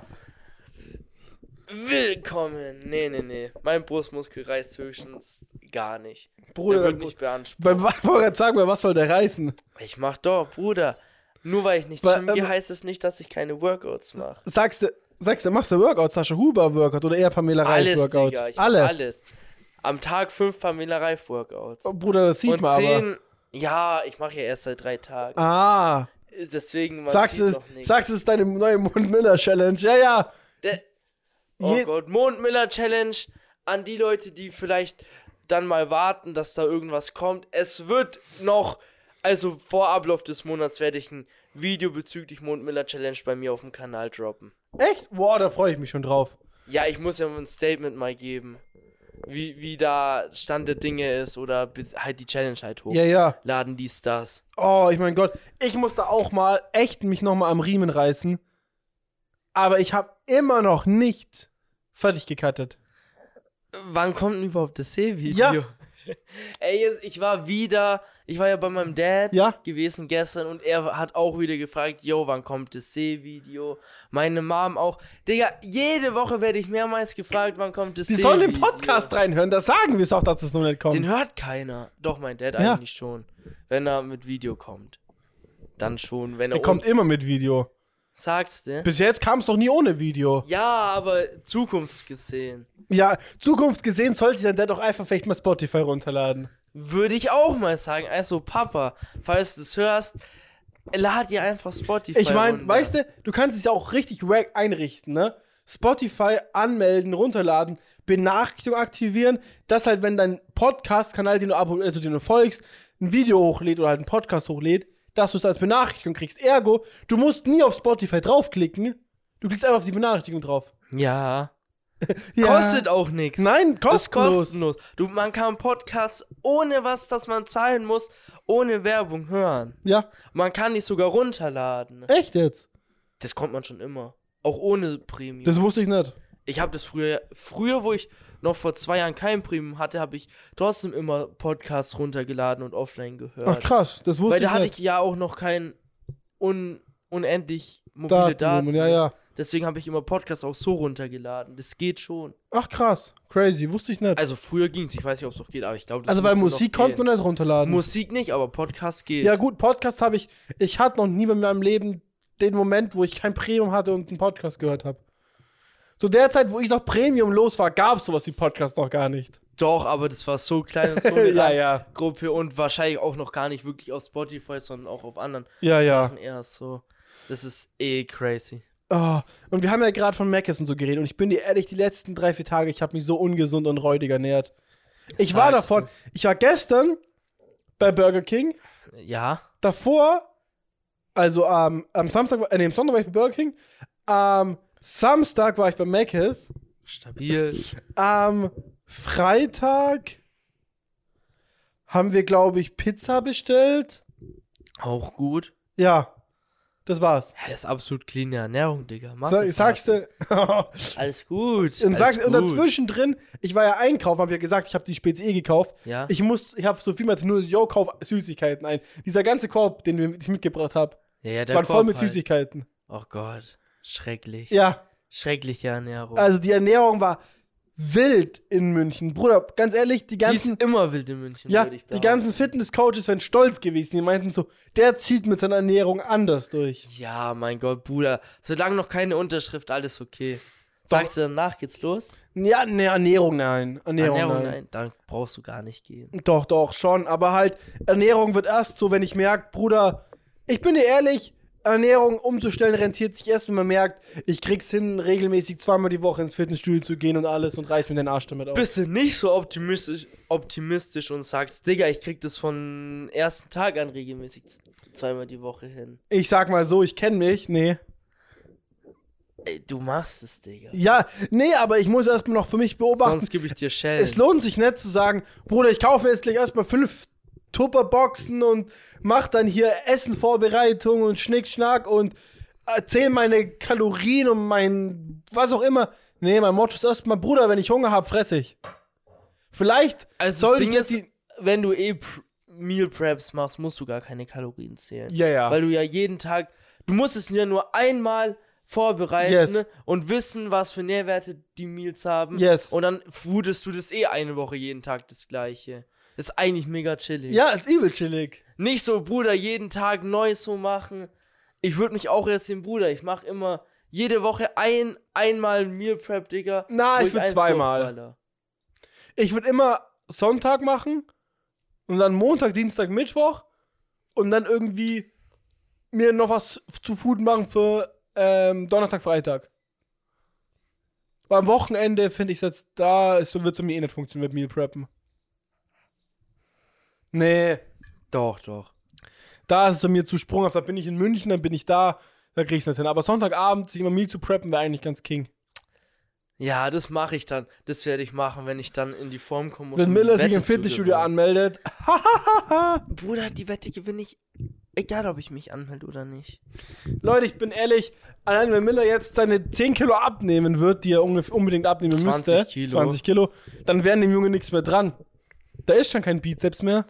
B: Willkommen. Nee, nee, nee. Mein Brustmuskel reißt höchstens gar nicht. der
A: Bruder,
B: wird nicht beansprucht.
A: beim Wolfgang sagen wir, was soll der reißen?
B: Ich mach doch, Bruder. Nur weil ich nicht
A: Weil,
B: gym gehe,
A: ähm,
B: heißt es nicht, dass ich keine Workouts mache.
A: Sagst du, sagst du, machst du Workout, Sascha Huber Workout oder eher Pamela Reif
B: Alles,
A: Workout?
B: Digga. Ich mach
A: Alle.
B: Alles. Am Tag fünf Pamela Reif Workouts.
A: Oh, Bruder, das sieht
B: Und
A: man aber.
B: zehn. Ja, ich mache ja erst seit drei Tagen.
A: Ah,
B: Deswegen man
A: sagst
B: sieht
A: du, es-
B: doch nichts.
A: sagst du es ist deine neue Mund Miller Challenge? Ja, ja.
B: Der- Oh
A: Je-
B: Gott, Mondmiller-Challenge an die Leute, die vielleicht dann mal warten, dass da irgendwas kommt. Es wird noch, also vor Ablauf des Monats werde ich ein Video bezüglich Mondmiller-Challenge bei mir auf dem Kanal droppen.
A: Echt? Boah, da freue ich mich schon drauf.
B: Ja, ich muss ja ein Statement mal geben, wie, wie da Stand der Dinge ist oder be- halt die Challenge halt hoch.
A: Ja, ja.
B: Laden dies, das.
A: Oh, ich mein Gott, ich musste auch mal echt mich noch mal am Riemen reißen. Aber ich habe immer noch nicht fertig gecuttet.
B: Wann kommt denn überhaupt das Sehvideo?
A: Ja.
B: Ey, ich war wieder, ich war ja bei meinem Dad
A: Ja.
B: gewesen gestern und er hat auch wieder gefragt, yo, wann kommt das Sehvideo? Meine Mom auch. Digga, jede Woche werde ich mehrmals gefragt, wann kommt das
A: Die
B: Sehvideo?
A: sollen den Podcast reinhören, da sagen wir es auch, dass es noch nicht kommt.
B: Den hört keiner. Doch, mein Dad
A: Ja.
B: eigentlich schon. Wenn er mit Video kommt. Dann schon, wenn er
A: Der kommt immer mit Video.
B: Sagst du?
A: Bis jetzt kam es noch nie ohne Video.
B: Ja, aber zukunftsgesehen.
A: Ja, zukunftsgesehen sollte dann der doch einfach vielleicht mal Spotify runterladen.
B: Würde ich auch mal sagen. Also, Papa, falls du es hörst, lad dir einfach Spotify.
A: Ich meine,
B: runter.
A: weißt du, du kannst es ja auch richtig wack einrichten, ne? Spotify anmelden, runterladen, Benachrichtigung aktivieren, dass halt, wenn dein Podcast-Kanal, den du abonnierst, also den du folgst, ein Video hochlädt oder halt einen Podcast hochlädt, dass du es als Benachrichtigung kriegst. Ergo, du musst nie auf Spotify draufklicken, du klickst einfach auf die Benachrichtigung drauf.
B: Ja.
A: Ja.
B: Kostet auch nichts.
A: Nein,
B: Ist
A: kostenlos.
B: kostenlos. Du, man kann Podcasts ohne was, dass man zahlen muss, ohne Werbung hören.
A: Ja,
B: Man kann die sogar runterladen.
A: echt jetzt?
B: Das konnte man schon immer. Auch ohne Premium.
A: Das wusste ich nicht.
B: ich habe das früher, früher, wo ich noch vor zwei Jahren kein Premium hatte, habe ich trotzdem immer Podcasts runtergeladen und offline gehört.
A: Ach krass, das wusste
B: Weil
A: ich
B: da hatte
A: nicht.
B: ich ja auch noch kein un, unendlich mobile
A: Daten,
B: Daten.
A: ja, ja.
B: Deswegen habe ich immer Podcasts auch so runtergeladen. Das geht schon.
A: Ach krass, crazy, wusste ich nicht.
B: Also früher ging es, ich weiß nicht, ob es noch geht, aber ich glaube, das
A: Also weil
B: müsste noch
A: Musik
B: gehen.
A: konnte man nicht runterladen.
B: Musik nicht, aber Podcast geht.
A: Ja gut, Podcast habe ich, ich hatte noch nie in meinem Leben den Moment, wo ich kein Premium hatte und einen Podcast gehört habe. Zu der Zeit, wo ich noch Premium los war, gab es sowas wie Podcast noch gar nicht.
B: Doch, aber das war so klein und so eine
A: Ja, ja.
B: Gruppe und wahrscheinlich auch noch gar nicht wirklich auf Spotify, sondern auch auf anderen
A: Ja, ja.
B: Sachen eher so. Das ist eh crazy.
A: Oh, und wir haben ja gerade von Macis und so geredet und ich bin dir ehrlich, die letzten drei, vier Tage, ich habe mich so ungesund und räudig ernährt. Ich war
B: Sagst du.
A: davon, ich war gestern bei Burger King,
B: Ja,
A: davor, also am- am Samstag, war- äh, nee, am Sonntag war ich bei Burger King, am Samstag war ich bei Macis
B: stabil.
A: Am Freitag haben wir, glaube ich, Pizza bestellt.
B: auch gut.
A: Ja, das war's.
B: Ja, ist absolut clean Ernährung, Digga. Mach's
A: Sag, sagst du. und,
B: Alles gut. alles
A: sagst, und
B: gut.
A: dazwischen drin, ich war ja einkaufen, hab ja gesagt, ich habe die Spezi eh gekauft.
B: Ja.
A: Ich muss, ich habe so viel mal nur, yo, kauf Süßigkeiten ein. Dieser ganze Korb, den wir- ich mitgebracht habe,
B: ja, ja, der
A: war voll
B: Korb
A: mit
B: halt.
A: Süßigkeiten.
B: Oh Gott, schrecklich.
A: Ja,
B: Schreckliche Ernährung.
A: also die Ernährung war wild in München. Bruder, ganz ehrlich, die
B: Die
A: ganzen.
B: ist immer wild in München,
A: Ja,
B: würde ich
A: die
B: behaupten.
A: ganzen Fitness-Coaches wären stolz gewesen. Die meinten so, der zieht mit seiner Ernährung anders durch.
B: Ja, mein Gott, Bruder. Solange noch keine Unterschrift, alles okay. Sagst du danach, geht's los? Ah,
A: Ja, ne, Ernährung nein.
B: oh
A: Ernährung, nein.
B: Dann brauchst du gar nicht gehen.
A: Doch, doch, schon. Aber halt, Ernährung wird erst so, wenn ich merke, Bruder, ich bin dir ehrlich, Ernährung umzustellen rentiert sich erst, wenn man merkt, ich krieg's hin, regelmäßig zweimal die Woche ins Fitnessstudio zu gehen und alles und reiß mir den Arsch damit auf.
B: Bist du nicht so optimistisch, optimistisch und sagst, Digga, ich krieg das von ersten Tag an regelmäßig z- zweimal die Woche hin.
A: ich sag mal so, ich kenne mich, ne? nee.
B: Ey, du machst es, Digga.
A: Ja, nee, aber ich muss erstmal noch für mich beobachten,
B: Sonst gebe ich dir Schellen.
A: es lohnt sich nicht zu sagen, Bruder, ich kaufe mir jetzt gleich erstmal fünf Tupperboxen und mach dann hier Essenvorbereitung und Schnickschnack und erzähl meine Kalorien und mein was auch immer. Nee, mein Motto ist erstmal, Bruder, wenn ich Hunger habe, fress ich. Vielleicht
B: Also das
A: soll ich
B: Ding
A: nicht
B: ist,
A: die.
B: wenn du eh pr- Meal Preps machst, musst du gar keine Kalorien zählen.
A: Ja, ja.
B: Weil du ja jeden Tag, du musst es ja nur einmal vorbereiten
A: Yes.
B: ne, und wissen, was für Nährwerte die Meals haben.
A: Yes.
B: Und dann foodest du das eh eine Woche jeden Tag das gleiche. Ist eigentlich mega chillig.
A: ja, ist übel chillig.
B: Nicht so, Bruder, jeden Tag neu so machen. Ich würde mich auch jetzt den Bruder, ich mache immer jede Woche ein, einmal Meal Prep, Digga.
A: Na,
B: wo
A: ich würd
B: eins
A: zweimal.
B: durchballer.
A: Ich würde immer Sonntag machen und dann Montag, Dienstag, Mittwoch und dann irgendwie mir noch was zu Food machen für ähm, Donnerstag, Freitag. Beim Wochenende finde ich jetzt, da wird es bei mir eh nicht funktionieren mit Meal Preppen. Nee,
B: Doch, doch.
A: da ist es bei mir zu sprunghaft. Da bin ich in München, dann bin ich da, da krieg ich es nicht hin. Aber Sonntagabend sich immer Meal zu preppen wäre eigentlich ganz king.
B: Ja, das mache ich dann. Das werde ich machen, wenn ich dann in die Form komme. muss,
A: Wenn
B: um die
A: Miller sich
B: Wette
A: im
B: zu
A: Fitnessstudio
B: gewinnen.
A: anmeldet,
B: Bruder, die Wette gewinne ich, egal ob ich mich anmelde oder nicht.
A: Leute, ich bin ehrlich, allein wenn Miller jetzt seine 10 Kilo abnehmen wird, die er ungef- unbedingt abnehmen
B: 20
A: müsste,
B: Kilo.
A: 20 Kilo, dann wären dem Jungen nichts mehr dran. Da ist schon kein Bizeps mehr.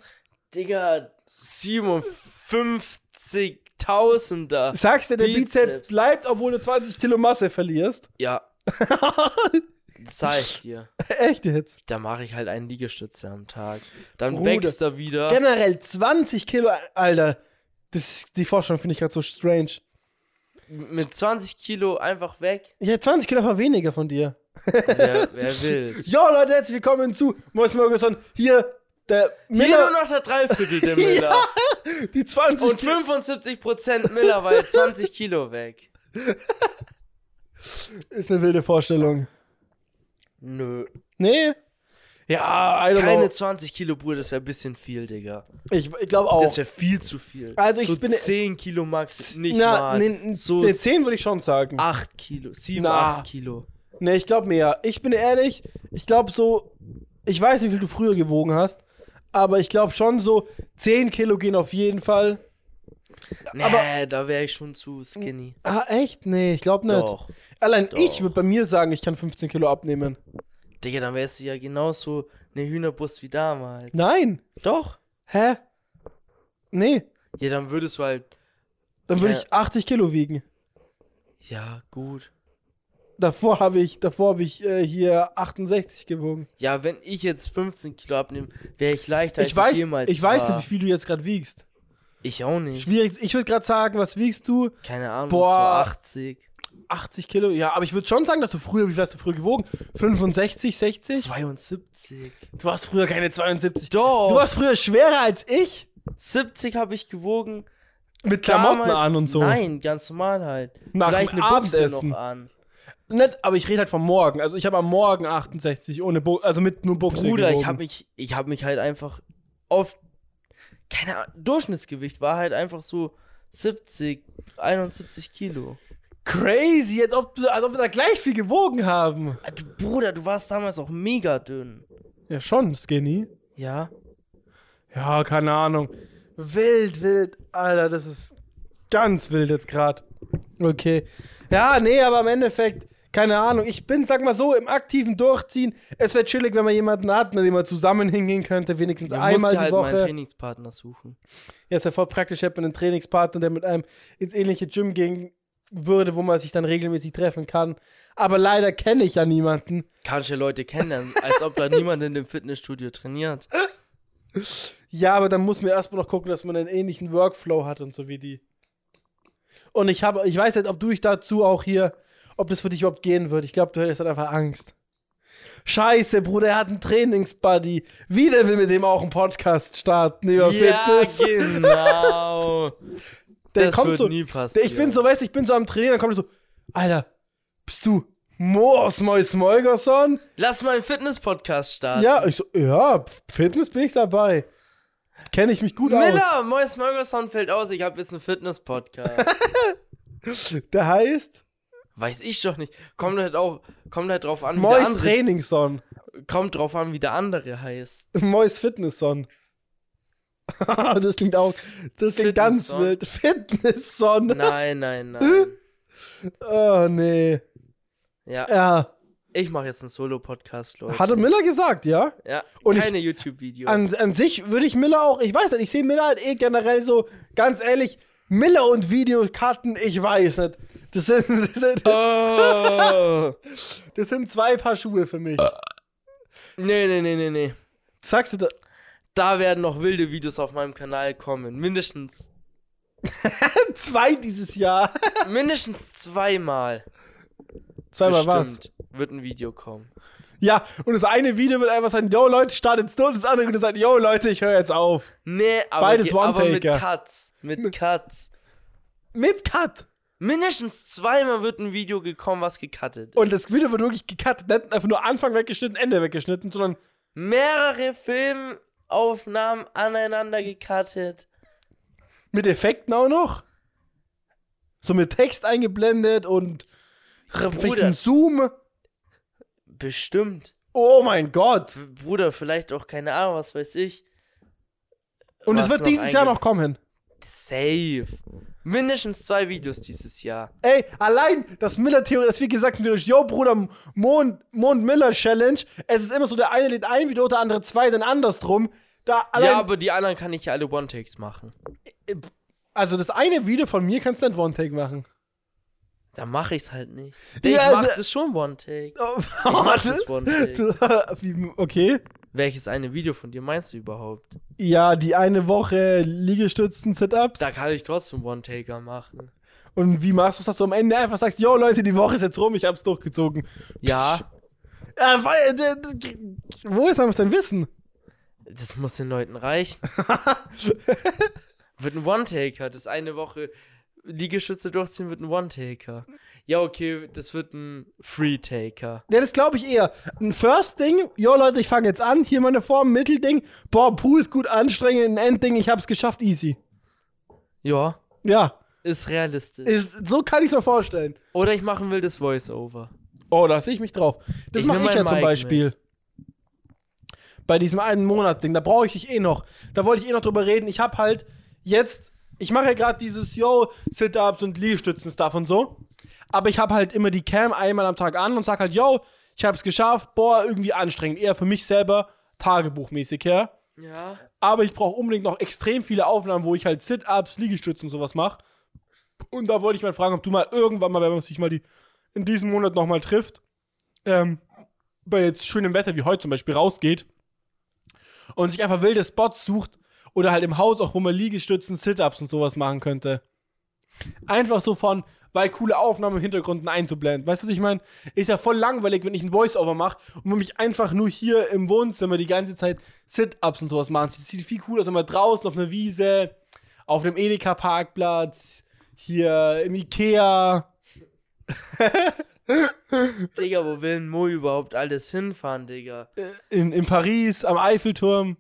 B: Digga, 57.000er.
A: Sagst du, der Bizeps.
B: Bizeps.
A: bleibt, obwohl du 20 Kilo Masse verlierst?
B: Ja. Zeig dir.
A: Echt jetzt?
B: Da mache ich halt einen Liegestütze am Tag. Dann
A: Bruder.
B: wächst er wieder.
A: Generell 20 Kilo, Alter. Das ist, die Forschung finde ich gerade so strange.
B: mit 20 Kilo einfach weg.
A: Ich hätte 20 Kilo einfach weniger von dir.
B: Wer, wer will.
A: Jo, Leute, herzlich willkommen zu Mois Morgenson. Hier, der
B: Hier
A: Miller,
B: nur noch der Dreiviertel der Miller.
A: die 20
B: Und 75% Miller, weil 20 Kilo weg.
A: Ist eine wilde Vorstellung.
B: Nö.
A: Nee? Ja, I don't
B: Keine
A: know.
B: 20 Kilo, Bruder, das wäre ein bisschen viel, Digga.
A: Ich, ich glaube auch.
B: Das wäre viel zu viel.
A: Oh. Also ich
B: so
A: bin-
B: 10 Kilo max, nicht
A: Na,
B: mal.
A: nee, n-
B: so Ah.
A: nee, 10 würde ich schon sagen.
B: 8 Kilo, 7,
A: Na.
B: 8 Kilo.
A: Nee, ich glaube mehr. Ich bin ehrlich, ich glaube so, ich weiß nicht, wie viel du früher gewogen hast, aber ich glaube schon so 10 Kilo gehen auf jeden Fall.
B: Nee, da wäre ich schon zu skinny.
A: Ah, echt? Nee, ich glaube nicht.
B: Doch.
A: Allein
B: Doch.
A: ich würde bei mir sagen, ich kann 15 Kilo abnehmen.
B: Digga, dann wärst du ja genauso eine Hühnerbrust wie damals.
A: Nein.
B: Doch.
A: Hä? Nee.
B: Ja, dann würdest du halt.
A: Dann würde
B: Ja.
A: ich 80 Kilo wiegen.
B: Ja, gut.
A: Davor habe ich, davor habe ich äh, hier 68 gewogen.
B: Ja, wenn ich jetzt 15 Kilo abnehme, wäre ich leichter als
A: ich weiß,
B: ich jemals
A: ich weiß
B: war.
A: nicht, wie viel du jetzt gerade wiegst.
B: Ich auch nicht.
A: Schwierig. Ich würde gerade sagen, was wiegst du?
B: Keine Ahnung,
A: Boah.
B: so 80,
A: 80 Kilo, ja, aber ich würde schon sagen, dass du früher, wie viel hast du früher gewogen? 65, 60?
B: 72.
A: Du warst früher keine 72.
B: Doch.
A: Du warst früher schwerer als ich?
B: 70 habe ich gewogen.
A: Mit Klamotten
B: Damals-
A: an und so.
B: Nein, ganz normal halt.
A: Nach
B: Vielleicht
A: dem
B: eine Buchse
A: Abendessen.
B: noch an.
A: Nicht, aber ich rede halt vom Morgen. Also ich habe am Morgen 68 ohne Bo also mit nur Buchse
B: Bruder,
A: gewogen.
B: ich habe mich, ich habe mich halt einfach oft, keine Ahnung, Durchschnittsgewicht war halt einfach so 70, 71 Kilo.
A: crazy, als ob, du- als ob wir da gleich viel gewogen haben.
B: Ah, du- Bruder, du warst damals auch mega dünn.
A: Ja, schon skinny.
B: Ja.
A: Ja, keine Ahnung. Wild, wild. Alter, das ist ganz wild jetzt gerade. Okay. Ja, nee, aber im Endeffekt, keine Ahnung. Ich bin, sag mal so, im aktiven Durchziehen. Es wäre chillig, wenn man jemanden hat, mit dem man zusammen hingehen könnte, wenigstens
B: Du musst
A: einmal
B: dir
A: die
B: halt mal einen
A: Woche.
B: Trainingspartner suchen.
A: Ja, ist ja voll praktisch, hätte man einen Trainingspartner, der mit einem ins ähnliche Gym gehen würde, wo man sich dann regelmäßig treffen kann. Aber leider kenne ich ja niemanden.
B: Kannst ja Leute kennenlernen, als ob da niemand in dem Fitnessstudio trainiert.
A: Ja, aber dann muss man erstmal noch gucken, dass man einen ähnlichen Workflow hat und so wie die. Und ich habe, ich weiß nicht, ob du dich dazu auch hier, ob das für dich überhaupt gehen wird. Ich glaube, du hättest halt einfach Angst. Scheiße, Bruder, er hat einen Trainingsbuddy. Wieder will mit dem auch einen Podcast starten über Fitness.
B: genau.
A: Der
B: das
A: kommt
B: wird
A: so,
B: nie
A: der,
B: passieren.
A: ich bin so, weißt du, ich bin so am Trainieren, dann kommt er so, Alter, bist du Moos Mois Moigerson?
B: Lass mal einen Fitness-Podcast starten.
A: Ja, ich so, ja, Fitness bin ich dabei. Kenne ich mich gut aus.
B: Miller, Mois Mörgerson fällt aus. Ich habe jetzt einen Fitness-Podcast.
A: Der heißt
B: Weiß ich doch nicht. Kommt halt auch, kommt halt drauf an, wie der
A: Mois
B: andere,
A: Trainingsson.
B: kommt drauf an, wie der andere heißt.
A: Mois Fitnessson. das klingt auch, das klingt ganz
B: Fitnessson.
A: wild. Fitnessson.
B: Nein, nein, nein.
A: Oh, nee.
B: Ja,
A: Ja.
B: Ich mache jetzt einen Solo-Podcast, Leute.
A: Hatte Miller gesagt, ja?
B: ja,
A: Und ich-
B: keine YouTube-Videos.
A: An, an sich würde ich Miller auch, ich weiß nicht, ich sehe Miller halt eh generell so, ganz ehrlich, Miller und Videokarten, ich weiß nicht. Das sind, das sind,
B: Oh.
A: das sind zwei Paar Schuhe für mich.
B: nee, nee, nee, nee, nee.
A: Sagst du das?
B: Da werden noch wilde Videos auf meinem Kanal kommen. Mindestens.
A: Zwei dieses Jahr.
B: Mindestens zweimal.
A: Zweimal was?
B: Bestimmt wird ein Video kommen.
A: Ja, und das eine Video wird einfach sein, yo Leute, startet es durch, das andere wird sein, yo Leute, ich höre jetzt auf.
B: Nee, aber,
A: Beides
B: ge-
A: One
B: aber
A: Take,
B: mit
A: ja.
B: Cuts. Mit Cuts.
A: Mit Cut.
B: Mindestens zweimal wird ein Video gekommen, was gecuttet.
A: Und das Video wird wirklich gecuttet, nicht einfach nur Anfang weggeschnitten, Ende weggeschnitten, sondern
B: Mehrere Filmaufnahmen aneinander gecuttet.
A: mit Effekten auch noch. So mit Text eingeblendet und vielleicht ein Zoom.
B: Bestimmt.
A: Oh mein Gott.
B: Bruder, vielleicht auch, keine Ahnung, was weiß ich.
A: Und es
B: Was
A: wird
B: noch
A: dieses Jahr
B: einge-
A: noch kommen.
B: Safe. Mindestens zwei Videos dieses Jahr.
A: Ey, allein das Miller-Theorie, das wir gesagt haben, theoretisch, yo Bruder, Mond-Miller-Challenge, es ist immer so, der eine lädt ein Video, der andere zwei, dann andersrum. Da allein,
B: ja, aber die anderen kann ich ja alle One-Takes machen.
A: also das eine Video von mir kannst du nicht One-Take machen.
B: Dann mache ich's halt nicht.
A: Ja,
B: ich mach
A: da-
B: das schon One-Take.
A: Oh,
B: mach das One-Take.
A: Wie- okay.
B: Welches eine Video von dir meinst du überhaupt?
A: Ja, die eine Woche Liegestützen, Sit-Ups.
B: Da kann ich trotzdem One-Taker machen.
A: Und wie machst du es, dass du am Ende einfach sagst, yo Leute, die Woche ist jetzt rum, ich hab's durchgezogen.
B: Ja,
A: Äh, weil, d- d- wo ist das denn Wissen?
B: das muss den Leuten reichen. wird ein One-Taker. Das eine Woche Liegestütze durchziehen wird ein One-Taker. Ja, okay, das wird ein Free-Taker.
A: Ja, das glaube ich eher. Ein First-Ding, jo Leute, ich fange jetzt an, hier meine Form, Mittelding, boah, Puh ist gut anstrengend, ein Endding, ich hab's geschafft, easy.
B: Ja,
A: Ja,
B: ist realistisch.
A: ist, so kann ich's mir vorstellen.
B: Oder ich mache ein wildes Voice-Over.
A: Oh, da sehe ich mich drauf. Das
B: Ich
A: mache
B: nehm
A: ich
B: mein
A: ja zum
B: Mic
A: Beispiel. Bei diesem einen Monat-Ding, da brauche ich dich eh noch. Da wollte ich eh noch drüber reden. Ich habe halt jetzt, ich mache ja gerade dieses Yo, Sit-Ups und Liegestützen-Stuff und so. Aber ich habe halt immer die Cam einmal am Tag an und sag halt, yo, ich hab's geschafft, boah, irgendwie anstrengend. Eher für mich selber, tagebuchmäßig, ja.
B: Ja.
A: Aber ich brauche unbedingt noch extrem viele Aufnahmen, wo ich halt Sit-Ups, Liegestützen und sowas mache. Und da wollte ich mal fragen, ob du mal irgendwann mal, wenn man sich mal die, in diesem Monat nochmal trifft, ähm, bei jetzt schönem Wetter wie heute zum Beispiel rausgeht und sich einfach wilde Spots sucht oder halt im Haus auch, wo man Liegestützen, Sit-Ups und sowas machen könnte. Einfach so von, weil coole Aufnahmen im Hintergrund einzublenden. Weißt du, was ich meine? Ist ja voll langweilig, wenn ich ein Voice-Over mache und man mich einfach nur hier im Wohnzimmer die ganze Zeit Sit-Ups und sowas machen. Das sieht viel cooler aus, wenn man draußen auf einer Wiese, auf einem Edeka-Parkplatz, hier im Ikea.
B: Digga, wo will ein Mo überhaupt alles hinfahren, Digga?
A: In, in Paris, am Eiffelturm,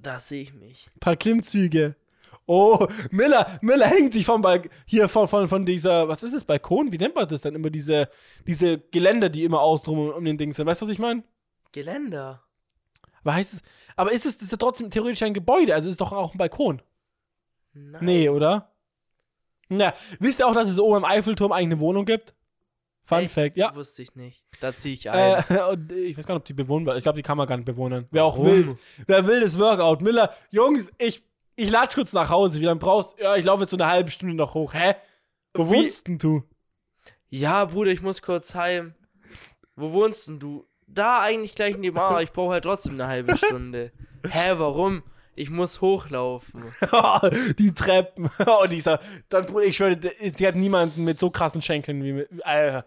B: Da sehe ich mich.
A: ein paar Klimmzüge. Oh, Miller, Miller hängt sich vom Balk hier von, von, von dieser, was ist das, Balkon? Wie nennt man das dann immer? Diese, diese Geländer, die immer außen drum um den Ding sind. Weißt du, was ich meine?
B: Geländer.
A: Aber heißt es, aber ist es das ist ja trotzdem theoretisch ein Gebäude, also ist doch auch ein Balkon.
B: Nein.
A: Nee, oder? Na, wisst ihr auch, dass es oben im Eiffelturm eigentlich eine Wohnung gibt? Fun
B: Echt?
A: Fact, ja.
B: Wusste ich nicht. Da ziehe ich ein.
A: Äh, und ich weiß gar nicht, ob die bewohnbar Ich glaube, die kann man gar nicht bewohnen. Wer auch
B: Warum?
A: wild. Wer wildes Workout. Miller, Jungs, ich, ich latsch kurz nach Hause. Wie lange brauchst du? Ja, ich laufe jetzt so eine halbe Stunde noch hoch. Hä? Wo
B: Wie-
A: wohnst denn du?
B: Ja, Bruder, ich muss kurz heim. Wo wohnst denn du? Da eigentlich gleich nebenan, aber ich brauche halt trotzdem eine halbe Stunde. Hä, warum? Ich muss hochlaufen.
A: die Treppen. Oh, und ich sag, dann, Bruder, ich schwöre, die, die hat niemanden mit so krassen Schenkeln wie mit. Alter.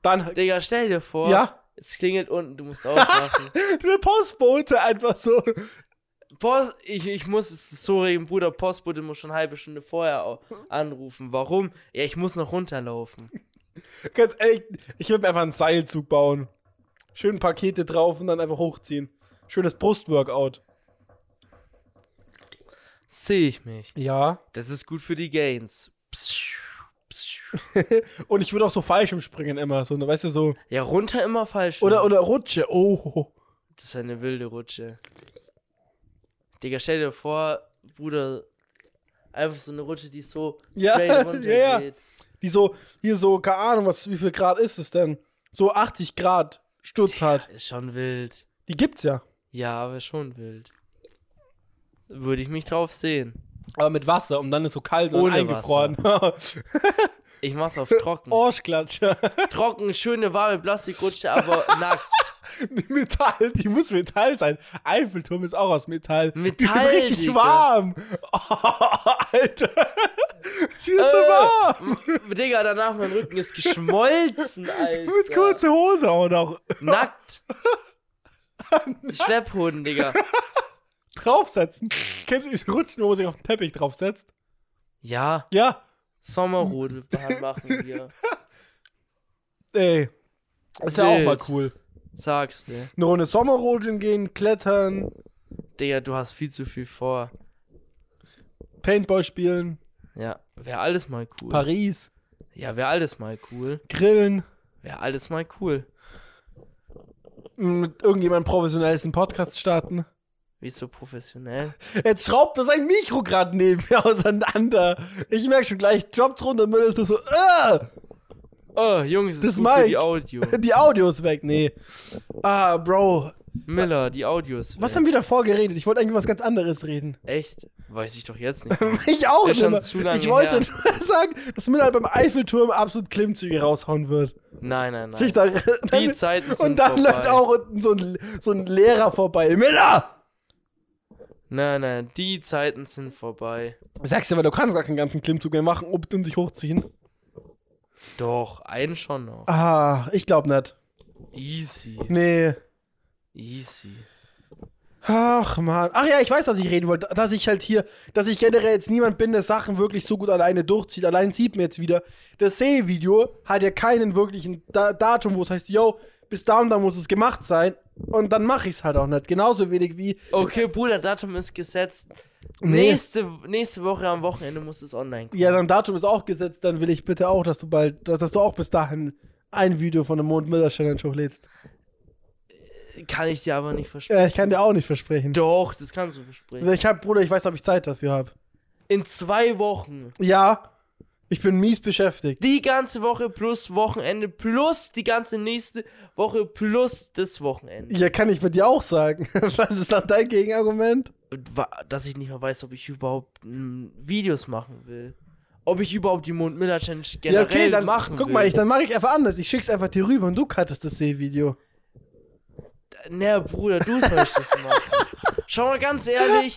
A: Dann
B: Digga, stell dir vor,
A: Ja?
B: es klingelt unten, du musst aufpassen.
A: eine Postbote einfach so.
B: Post, ich, ich muss es so regeln, Bruder, Postbote muss schon eine halbe Stunde vorher au- anrufen. Warum? Ja, ich muss noch runterlaufen.
A: Ganz ehrlich, ich würde mir einfach einen Seilzug bauen. Schön Pakete drauf und dann einfach hochziehen. Schönes Brustworkout.
B: Sehe ich mich.
A: Ja.
B: Das ist gut für die Gains. Psch, psch.
A: Und ich würde auch so Fallschirmspringen immer, so, ne, weißt du, so.
B: Ja, runter immer falsch.
A: Oder, oder Rutsche. Oh.
B: Das wäre eine wilde Rutsche. Digga, stell dir vor, Bruder, einfach so eine Rutsche, die so
A: Ja,
B: straight runter
A: ja, ja.
B: geht.
A: Die so, hier so, keine Ahnung, was, wie viel Grad ist es denn? So 80 Grad Sturzhart.
B: Ist schon wild.
A: Die gibt's ja.
B: Ja, aber schon wild. Würde ich mich drauf sehen.
A: Aber mit Wasser und dann ist so kalt und
B: Ohne
A: eingefroren.
B: Ich mach's
A: Äh,
B: auf trocken.
A: oh. Arschklatscher.
B: Trocken, schöne warme Plastikrutsche, aber nackt.
A: Metall, die muss Metall sein. Eiffelturm ist auch aus Metall.
B: Metall,
A: Die ist richtig
B: Digga.
A: warm. Oh, Alter. Die ist so
B: Äh,
A: warm.
B: M- Digga, danach mein Rücken ist geschmolzen, Alter.
A: Du musst kurze Hose auch noch
B: Nackt. Schlepphoden, Digga.
A: draufsetzen. Kennst du diese Rutschen, wo man sich auf den Teppich draufsetzt?
B: Ja,
A: Ja.
B: Sommerrot machen wir.
A: Ey. Ist ja auch
B: Wild.
A: mal cool.
B: Sagst ne? du.
A: Eine Runde Sommerrodeln gehen, klettern,
B: Digga, du hast viel zu viel vor.
A: Paintball spielen,
B: Ja, wäre alles mal cool.
A: Paris,
B: Ja, wäre alles mal cool.
A: grillen,
B: Wäre alles mal cool.
A: mit irgendjemandem professionellsten Podcast starten.
B: Wie so professionell.
A: Jetzt schraubt er sein Mikro gerade neben mir auseinander. Ich merke schon gleich, droppt's runter, Müll ist nur so, äh,
B: Oh, Jungs, es
A: Das
B: ist gut für
A: Mike.
B: die Audio.
A: die Audio ist weg. Nee. Ah, Bro.
B: Miller, die Audio ist
A: Was
B: weg.
A: haben wir davor geredet? Ich wollte eigentlich was ganz anderes reden.
B: Echt? Weiß ich doch jetzt nicht.
A: Ich auch
B: Ist
A: nicht.
B: schon
A: mehr.
B: zu lange
A: Ich wollte
B: her.
A: nur sagen, dass Müller halt beim Eiffelturm absolut Klimmzüge raushauen wird.
B: Nein, nein, nein.
A: Sich da,
B: Die Zeiten sind
A: Und dann
B: vorbei.
A: läuft auch unten so ein, so ein Lehrer vorbei. Müller!
B: Nein, nein, die Zeiten sind vorbei.
A: Sagst du, weil du kannst gar keinen ganzen Klimmzug mehr machen, um um dich hochziehen.
B: Doch, einen schon noch.
A: Ah, ich glaub nicht.
B: Easy.
A: Nee.
B: Easy.
A: Ach man. Ach ja, ich weiß, was ich reden wollte. Dass ich halt hier, dass ich generell jetzt niemand bin, der Sachen wirklich so gut alleine durchzieht. Allein sieht mir jetzt wieder. Das Sehvideo hat ja keinen wirklichen da Datum, wo es heißt, yo, bis da und da muss es gemacht sein. Und dann mache ich es halt auch nicht. Genauso wenig wie.
B: Okay, Bruder, Datum ist gesetzt.
A: Nee.
B: Nächste, nächste Woche am Wochenende muss es online kommen.
A: Ja, dann Datum ist auch gesetzt, dann will ich bitte auch, dass du bald, dass, dass du auch bis dahin ein Video von der Mond-Miller-Challenge hochlädst.
B: Kann ich dir aber nicht versprechen.
A: Ja, ich kann dir auch nicht versprechen.
B: Doch, das kannst du versprechen.
A: Ich hab, Bruder, ich weiß, ob ich Zeit dafür habe.
B: In zwei Wochen.
A: Ja, ich bin mies beschäftigt.
B: Die ganze Woche plus Wochenende plus die ganze nächste Woche plus das Wochenende.
A: Ja, kann ich mit dir auch sagen. Was ist dann dein Gegenargument?
B: Und wa- Dass ich nicht mehr weiß, ob ich überhaupt mm, Videos machen will. Ob ich überhaupt die Mond-Miller-Challenge generell
A: ja, okay, dann
B: machen
A: guck
B: will.
A: mal, ich, dann mache ich einfach anders. Ich schick's einfach dir rüber und du cuttest das Sehvideo.
B: Na, Bruder, du sollst das machen. Schau mal ganz ehrlich.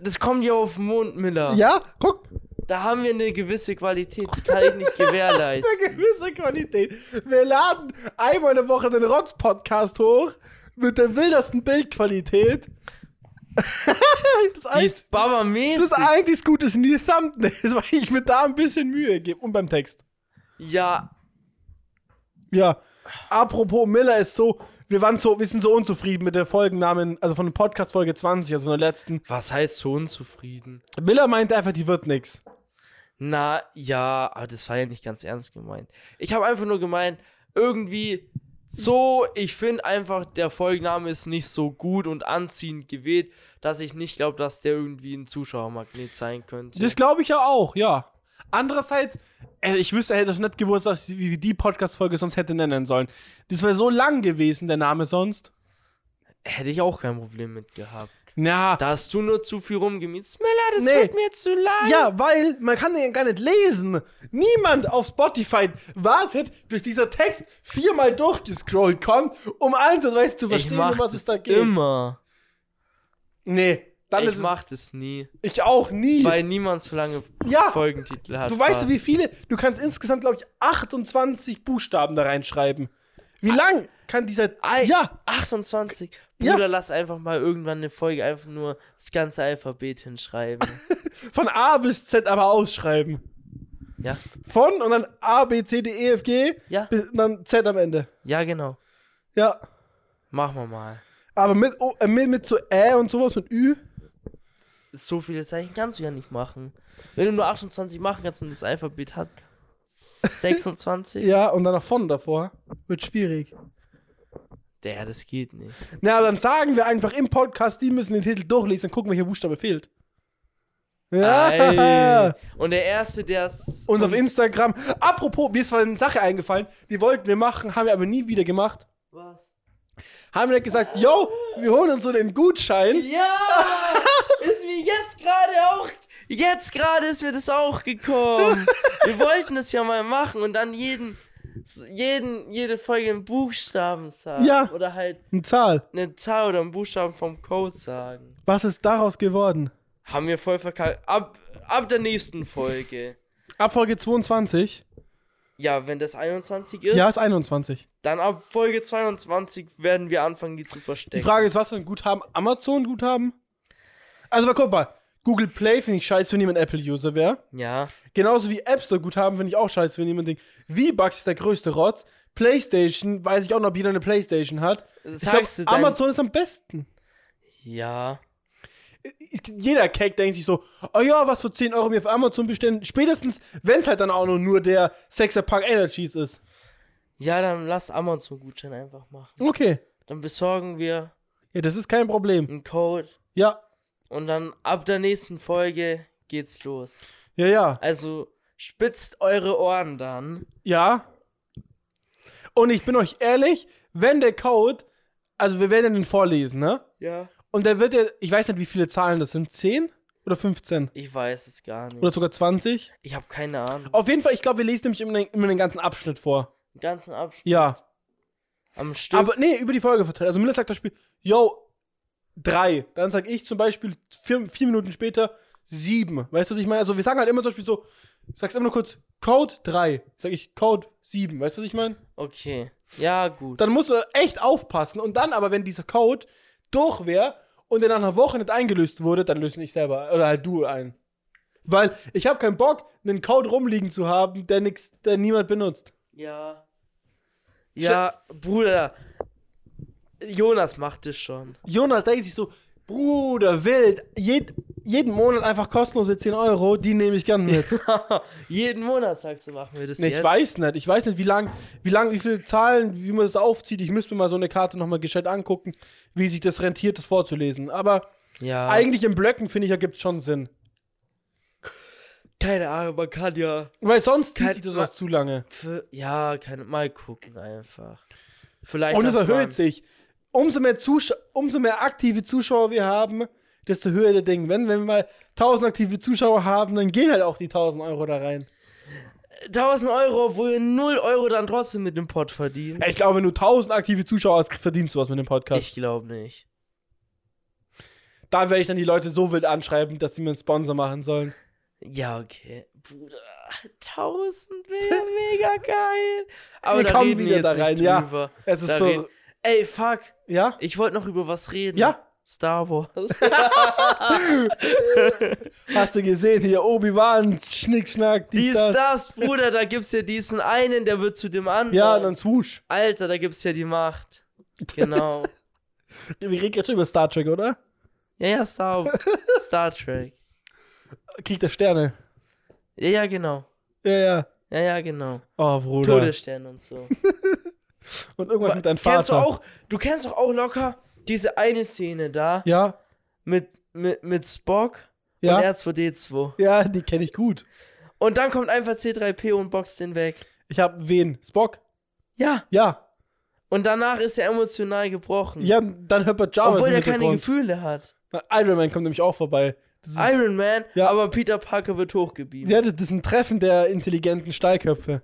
B: Das kommt ja auf den Mond, Miller.
A: Ja, guck,
B: Da haben wir eine gewisse Qualität, die kann ich nicht gewährleisten.
A: eine gewisse Qualität. Wir laden einmal in der Woche den Rotz-Podcast hoch mit der wildesten Bildqualität. das
B: Die
A: ein-
B: ist babamäßig.
A: das eigentlich das Gute sind die Thumbnails, weil ich mir da ein bisschen Mühe gebe. Und beim Text.
B: Ja,
A: Ja. Apropos Miller ist so, wir waren so, wir sind so unzufrieden mit der Folgennamen, also von der Podcast Folge 20, also von der letzten.
B: was heißt so unzufrieden?
A: Miller meinte einfach, die wird nix.
B: Na, ja, aber das war ja nicht ganz ernst gemeint. Ich habe einfach nur gemeint, irgendwie so, ich finde einfach, der Folgenname ist nicht so gut und anziehend gewählt, dass ich nicht glaube, dass der irgendwie ein Zuschauermagnet sein könnte.
A: Das glaube ich ja auch, ja. Andererseits, äh, ich wüsste, er hätte es nicht gewusst, dass, wie wir die Podcast Folge sonst hätte nennen sollen. Das wäre so lang gewesen, der Name sonst.
B: Hätte ich auch kein Problem mit gehabt.
A: Na,
B: Da hast du nur zu viel rumgemietzt. Miller, das
A: Nee.
B: wird mir jetzt zu lang.
A: Ja, weil man kann den ja gar nicht lesen. Niemand auf Spotify wartet, bis dieser Text viermal durchgescrollt kommt, um ansatzweise zu
B: ich
A: verstehen,
B: mach
A: um was
B: das
A: es da geht.
B: immer.
A: Nee, dann
B: ich
A: ist
B: mach das nie.
A: es ich auch nie.
B: Weil niemand so lange
A: Ja.
B: Folgentitel hat.
A: du weißt
B: fast.
A: du, wie viele? Du kannst insgesamt, glaube ich, 28 Buchstaben da reinschreiben.
B: Ah.
A: Wie lang kann dieser... ja,
B: 28.
A: Ja.
B: Bruder, lass einfach mal irgendwann eine Folge einfach nur das ganze Alphabet hinschreiben.
A: von A bis Z aber ausschreiben.
B: ja,
A: Von und dann A, B, C, D, E, F, G
B: Ja.
A: bis, und dann Z am Ende.
B: ja, genau.
A: Ja,
B: Machen wir mal.
A: aber mit, O- äh, mit, mit so Ä und sowas und Ü...
B: So viele Zeichen kannst du ja nicht machen. Wenn du nur 28 machen kannst und das Alphabet hat 26.
A: Ja, und dann nach vorne davor. Wird schwierig.
B: Der, das geht nicht.
A: Na, aber dann sagen wir einfach im Podcast, die müssen den Titel durchlesen und gucken, welcher Buchstabe fehlt. Ja.
B: Ei. Und der Erste, der es.
A: Und auf Instagram. Apropos, mir ist mal eine Sache eingefallen. Die wollten wir machen, haben wir aber nie wieder gemacht.
B: Was?
A: Haben wir nicht gesagt, yo, wir holen uns so einen Gutschein.
B: Ja! ist mir jetzt gerade auch. Jetzt gerade ist mir das auch gekommen. Wir wollten es ja mal machen und dann jeden, jeden, jede Folge einen Buchstaben sagen.
A: Ja.
B: Oder halt
A: Eine Zahl.
B: eine Zahl oder einen Buchstaben vom Code sagen.
A: Was ist daraus geworden?
B: Haben wir voll verkackt. Ab, ab der nächsten Folge.
A: Ab Folge 22.
B: Ja, wenn das 21 ist,
A: ja, ist 21.
B: dann ab Folge 22 werden wir anfangen, die zu
A: Die
B: verstecken.
A: Frage ist, was für ein Guthaben? Amazon-Guthaben? Also, mal guck mal. Google Play finde ich scheiße, wenn jemand Apple-User wäre.
B: ja.
A: Genauso wie App Store-Guthaben finde ich auch scheiße, wenn jemand denkt, V-Bucks ist der größte Rotz. PlayStation, weiß ich auch noch, ob jeder eine PlayStation hat. Ich glaub,
B: Sagst du dein-
A: Amazon ist am besten.
B: Ja.
A: Ich- Jeder Cake denkt sich so, oh ja, was für 10 Euro mir auf Amazon bestellen. Spätestens, wenn es halt dann auch nur, nur der Sechser-Pack Energies ist.
B: Ja, dann lass Amazon-Gutschein einfach machen.
A: Okay.
B: Dann besorgen wir
A: Ja, das ist kein Problem.
B: einen Code
A: Ja,
B: und dann ab der nächsten Folge geht's los.
A: ja, ja.
B: Also spitzt eure Ohren dann.
A: Ja. Und ich bin euch ehrlich, wenn der Code, also wir werden den vorlesen, ne?
B: Ja.
A: Und der wird ja, ich weiß nicht, wie viele Zahlen das sind, 10 oder 15
B: Ich weiß es gar nicht.
A: oder Oh. sogar 20.
B: Ich habe keine Ahnung.
A: Auf jeden Fall, ich glaube, wir lesen nämlich immer den, immer den ganzen Abschnitt vor.
B: Den ganzen Abschnitt
A: Ja.
B: am Stück.
A: Aber nee, über die Folge verteilt. Also Miller sagt das Spiel, yo, 3. Dann sag ich zum Beispiel vier, vier Minuten später 7. Weißt du, was ich meine? Also wir sagen halt immer zum Beispiel so, sagst immer nur kurz Code 3. Sag ich Code 7. Weißt du, was ich meine?
B: okay. Ja, gut.
A: dann muss man echt aufpassen. Und dann aber, wenn dieser Code durch wäre und der nach einer Woche nicht eingelöst wurde, dann löse ich selber oder halt du ein. Weil ich habe keinen Bock, einen Code rumliegen zu haben, der, nix, der niemand benutzt.
B: Ja. Ja, Bruder. Jonas macht es schon.
A: Jonas denkt sich so, Bruder, wild, jed, jeden Monat einfach kostenlose 10 Euro, die nehme ich gern mit.
B: Jeden Monat, sagst du, machen wir das
A: Nee,
B: jetzt.
A: ich weiß nicht, ich weiß nicht, wie lang, wie lang, wie viele Zahlen, wie man das aufzieht. Ich müsste mir mal so eine Karte nochmal gescheit angucken, wie sich das rentiert, das vorzulesen. Aber
B: Ja.
A: eigentlich in Blöcken, finde ich, ergibt es schon Sinn.
B: keine Ahnung, man kann ja.
A: Weil sonst
B: Kein-
A: zieht sich das auch zu lange.
B: Für, ja, kann, mal gucken einfach. Vielleicht
A: Und es
B: dass man-
A: erhöht sich. Umso mehr, Zusch umso mehr aktive Zuschauer wir haben, desto höher der Ding. Wenn, wenn wir mal 1000 aktive Zuschauer haben, dann gehen halt auch die 1000 Euro da rein.
B: 1000 Euro, obwohl wir 0 Euro dann trotzdem mit dem Pott verdienen.
A: Ey, Ich glaube, wenn du 1000 aktive Zuschauer hast, verdienst du was mit dem Podcast.
B: Ich glaube nicht.
A: Da werde ich dann die Leute so wild anschreiben, dass sie mir einen Sponsor machen sollen.
B: Ja, okay. Bruder, 1000 wäre mega geil. Aber
A: Wir
B: da
A: kommen
B: reden
A: wieder
B: wir
A: da
B: jetzt nicht
A: rein, ja.
B: drüber.
A: Es ist
B: Da
A: so.
B: reden- Ey, fuck.
A: Ja?
B: Ich wollte noch über was reden.
A: Ja?
B: Star Wars.
A: Hast du gesehen, hier Obi-Wan, Schnickschnack,
B: Die
A: dies, das.
B: Stars, Bruder, da gibt's ja diesen einen, der wird zu dem anderen.
A: Ja, und dann swoosh.
B: Alter, da gibt's ja die Macht. Genau.
A: Wir reden gerade schon über Star Trek, oder?
B: ja, ja, Star, Star Trek.
A: Krieg der Sterne.
B: Ja, ja, genau.
A: Ja, ja.
B: Ja, ja, genau.
A: Oh, Bruder.
B: Todesstern und so.
A: Und irgendwas mit deinem Vater.
B: kennst du auch, du kennst doch auch locker diese eine Szene da
A: Ja,
B: mit, mit, mit Spock und
A: ja.
B: R2D2.
A: Ja, die kenne ich gut.
B: Und dann kommt einfach C3P und boxt den weg.
A: Ich habe wen? Spock?
B: Ja.
A: Ja.
B: Und danach ist er emotional gebrochen.
A: Ja, dann hört man Jarvis
B: obwohl
A: im
B: er keine
A: Hintergrund.
B: Gefühle hat.
A: Na, Iron Man kommt nämlich auch vorbei. Das ist,
B: Iron Man,
A: Ja.
B: aber Peter Parker wird hochgebieben.
A: ja, das ist ein Treffen der intelligenten Steilköpfe.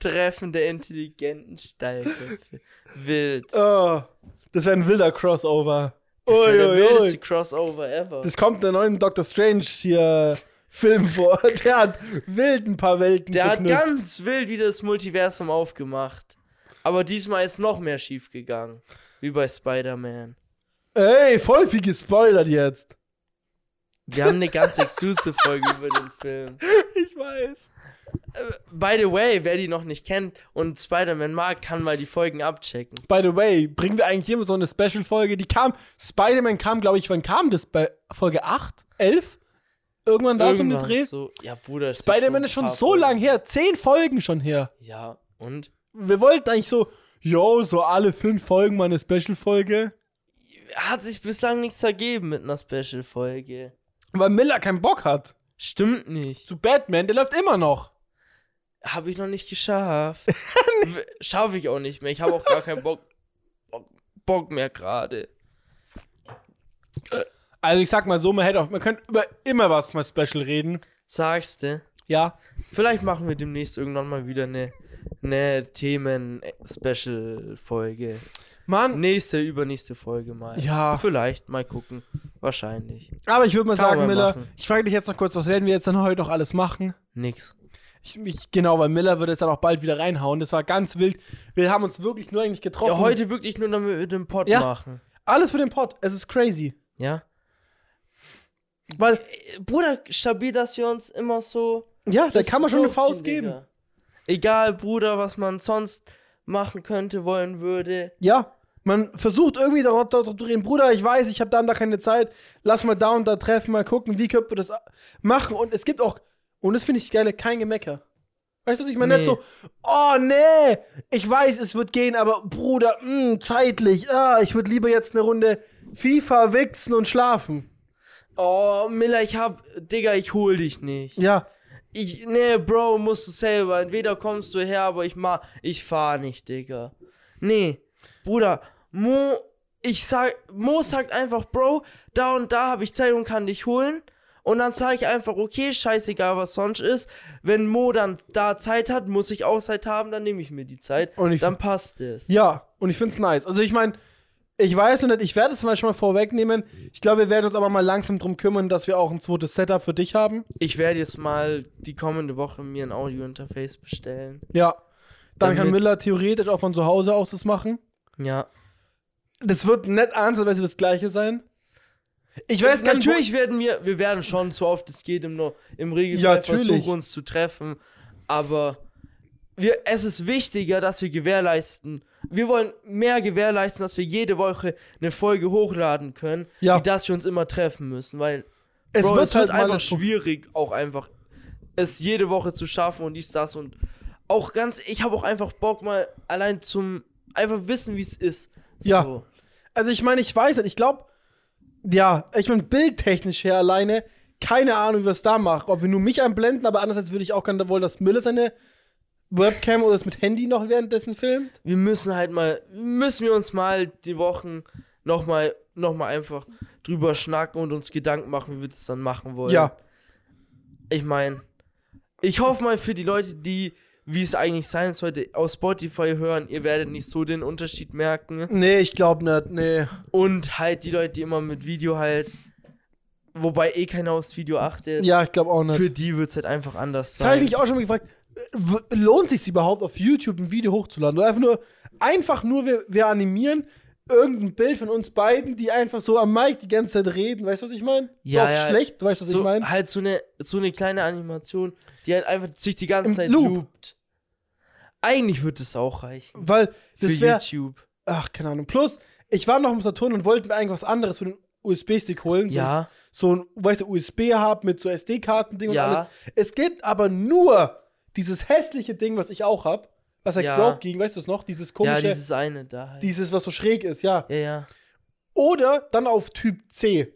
B: Treffen der intelligenten Steilköpfe. Wild.
A: Oh, das wäre ein wilder Crossover.
B: Das ist ja der
A: Uiuiui.
B: wildeste Crossover ever.
A: Das kommt in der neuen Doctor Strange hier Film vor. Der hat wild ein paar Welten
B: der hat
A: verknüpft.
B: ganz wild wieder das Multiversum aufgemacht. Aber diesmal ist noch mehr schief gegangen. Wie bei Spider-Man.
A: Ey, voll viel gespoilert jetzt.
B: Wir haben eine ganz exklusive Folge über den Film.
A: Ich weiß.
B: By the way, wer die noch nicht kennt und Spider-Man mag, kann mal die Folgen abchecken.
A: By the way, bringen wir eigentlich immer so eine Special-Folge, die kam, Spider-Man kam, glaube ich, wann kam das? Bei Folge 8? 11? Irgendwann da so um den
B: Irgendwann
A: Dreh?
B: So, ja, Bruder. es sind
A: Spider-Man
B: ein
A: ist schon
B: paar
A: so
B: Folgen.
A: lang her, zehn Folgen schon her.
B: Ja, und?
A: Wir wollten eigentlich so, yo, so alle fünf Folgen mal eine Special-Folge.
B: Hat sich bislang nichts ergeben mit einer Special-Folge.
A: Weil Miller keinen Bock hat.
B: Stimmt nicht.
A: Zu Batman, der läuft immer noch.
B: Habe ich noch nicht geschafft. W- Schaffe ich auch nicht mehr. Ich habe auch gar keinen Bock, Bock, Bock mehr gerade.
A: Also ich sag mal so, man hätte auch, man könnte über immer was mal Special reden.
B: Sagst du?
A: Ja.
B: Vielleicht machen wir demnächst irgendwann mal wieder eine, eine Themen-Special-Folge.
A: Mann,
B: Nächste, übernächste Folge mal.
A: Ja.
B: Vielleicht, mal gucken. Wahrscheinlich.
A: aber ich würde mal
B: Kann
A: sagen,
B: man
A: Miller,
B: machen.
A: ich frage dich jetzt noch kurz, was werden wir jetzt dann heute noch alles machen?
B: Nix.
A: Ich, ich, genau, weil Miller wird jetzt dann auch bald wieder reinhauen. Das war ganz wild. Wir haben uns wirklich nur eigentlich getroffen.
B: Ja, heute wirklich nur damit wir den Pod
A: Ja.
B: machen.
A: Alles für den Pod. Es ist crazy.
B: Ja.
A: Weil,
B: Äh, Bruder, stabil, dass wir uns immer so.
A: ja, da
B: das
A: kann man schon eine
B: durchziehen,
A: Faust geben.
B: Digga. Egal, Bruder, was man sonst machen könnte, wollen würde.
A: Ja, man versucht irgendwie darauf darauf zu reden, Bruder, ich weiß, ich habe da und da keine Zeit, lass mal da und da treffen, mal gucken, wie können wir das a- machen. Und es gibt auch, und das finde ich geil, kein Gemecker. Weißt du, was ich meine? Nicht
B: Nee.
A: so, oh nee, ich weiß, es wird gehen, aber Bruder, mh, zeitlich, ah, ich würde lieber jetzt eine Runde FIFA wichsen und schlafen.
B: Oh, Miller, ich hab. Digga, ich hol dich nicht.
A: Ja,
B: Ich, nee, Bro, musst du selber. Entweder kommst du her, aber ich ma, ich fahr nicht, Digga. Nee, Bruder, Mo, ich sag, Mo sagt einfach, Bro, da und da habe ich Zeit und kann dich holen. Und dann sage ich einfach, okay, scheißegal, was sonst ist. Wenn Mo dann da Zeit hat, muss ich auch Zeit haben, dann nehme ich mir die Zeit.
A: Und ich-
B: dann passt es.
A: ja, und ich find's nice. Also ich meine, ich weiß noch nicht, ich werde es zum Beispiel mal vorwegnehmen. Ich glaube, wir werden uns aber mal langsam drum kümmern, dass wir auch ein zweites Setup für dich haben.
B: Ich werde jetzt mal die kommende Woche mir ein Audio-Interface bestellen.
A: Ja. Dann kann
B: Damit-
A: Miller theoretisch auch von zu Hause aus das machen.
B: Ja.
A: Das wird nicht ansatzweise das gleiche sein. Ich weiß gar nicht, wo-
B: natürlich werden wir, wir werden schon so oft es geht im, No- im Regelfall
A: Ja, natürlich.
B: versuchen, uns zu treffen, aber wir, es ist wichtiger, dass wir gewährleisten, wir wollen mehr gewährleisten, dass wir jede Woche eine Folge hochladen können,
A: Ja.
B: wie dass wir uns immer treffen müssen, weil
A: Es
B: Bro,
A: wird
B: es
A: halt
B: wird
A: mal
B: einfach
A: das Pro-
B: schwierig, auch einfach es jede Woche zu schaffen und dies, das und auch ganz, ich habe auch einfach Bock mal allein zum, einfach wissen, wie es ist.
A: Ja.
B: So.
A: Also ich meine, ich weiß nicht, ich glaube, ja, ich meine, bildtechnisch her alleine, keine Ahnung, wie wir es da machen. Ob wir nur mich einblenden, aber andererseits würde ich auch gerne wollen, dass Miller seine Webcam oder das mit Handy noch währenddessen filmt.
B: wir müssen halt mal, müssen wir uns mal die Wochen nochmal noch mal einfach drüber schnacken und uns Gedanken machen, wie wir das dann machen wollen.
A: Ja.
B: Ich meine, ich hoffe mal für die Leute, die, wie es eigentlich sein sollte, aus Spotify hören, ihr werdet nicht so den Unterschied merken.
A: Nee, ich glaube nicht, nee.
B: Und halt die Leute, die immer mit Video halt, wobei eh keiner aufs Video achtet,
A: Ja, ich glaube auch nicht.
B: für die wird es halt einfach anders
A: Das habe ich
B: sein.
A: mich auch schon mal gefragt, äh, w- lohnt sich überhaupt auf YouTube ein Video hochzuladen? Oder einfach nur, einfach nur wir, wir animieren irgendein Bild von uns beiden, die einfach so am Mic die ganze Zeit reden. Weißt du, was ich meine?
B: Ja,
A: so oft
B: ja.
A: schlecht, du weißt, was
B: so,
A: ich meine?
B: Halt so eine, so eine kleine Animation, die halt einfach sich die ganze
A: Im
B: Zeit
A: Loop.
B: loopt. Eigentlich würde es auch reichen.
A: Weil das
B: für
A: wäre,
B: YouTube.
A: ach, keine Ahnung. Plus, ich war noch im Saturn und wollte mir eigentlich was anderes für den USB-Stick holen. So
B: Ja.
A: so ein, weißt du, USB-Hub mit so SD-Karten-Ding und
B: Ja.
A: alles. Es gibt aber nur dieses hässliche Ding, was ich auch habe, was halt
B: Ja.
A: broke ging, weißt du es noch? Dieses komische,
B: ja,
A: dieses,
B: dieses eine da halt.
A: was so schräg ist, ja.
B: ja, ja.
A: Oder dann auf Typ C.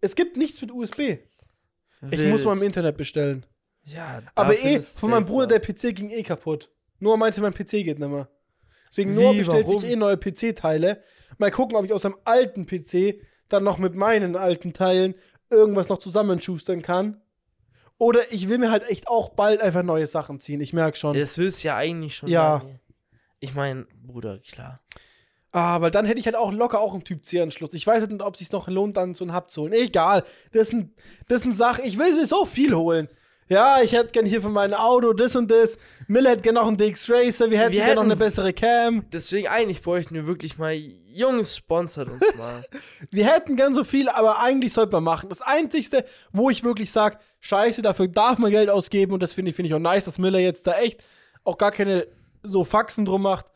A: Es gibt nichts mit USB. Ich muss mal im Internet bestellen.
B: Ja,
A: Aber
B: dafür
A: eh,
B: ist
A: von meinem
B: safe
A: Bruder, der
B: was.
A: PC ging eh kaputt. Noah meinte, mein PC geht nicht mehr. Deswegen, Noah
B: Wie,
A: bestellt
B: warum?
A: sich eh neue PC-Teile. Mal gucken, ob ich aus seinem alten PC dann noch mit meinen alten Teilen irgendwas noch zusammenschustern kann. Oder ich will mir halt echt auch bald einfach neue Sachen ziehen. Ich merke schon.
B: Ja, Das willst du ja eigentlich schon.
A: Ja.
B: lange. Ich meine, Bruder, klar.
A: Ah, weil dann hätte ich halt auch locker auch einen Typ C-Anschluss. Ich weiß halt nicht, ob es sich noch lohnt, dann so einen Hub zu holen. Egal. Das sind, das sind Sachen. Ich will so viel holen. Ja, ich hätte gern hier für mein Auto das und das. Miller hätte gern noch einen DX Racer. Wir hätten
B: Wir
A: gern noch
B: hätten-
A: eine bessere Cam.
B: Deswegen eigentlich bräuchten wir wirklich mal Jungs sponsert uns mal.
A: Wir hätten gern so viel, aber eigentlich sollte man machen. Das Einzigste, wo ich wirklich sage, scheiße, dafür darf man Geld ausgeben und das finde ich, finde ich auch nice, dass Miller jetzt da echt auch gar keine so Faxen drum macht.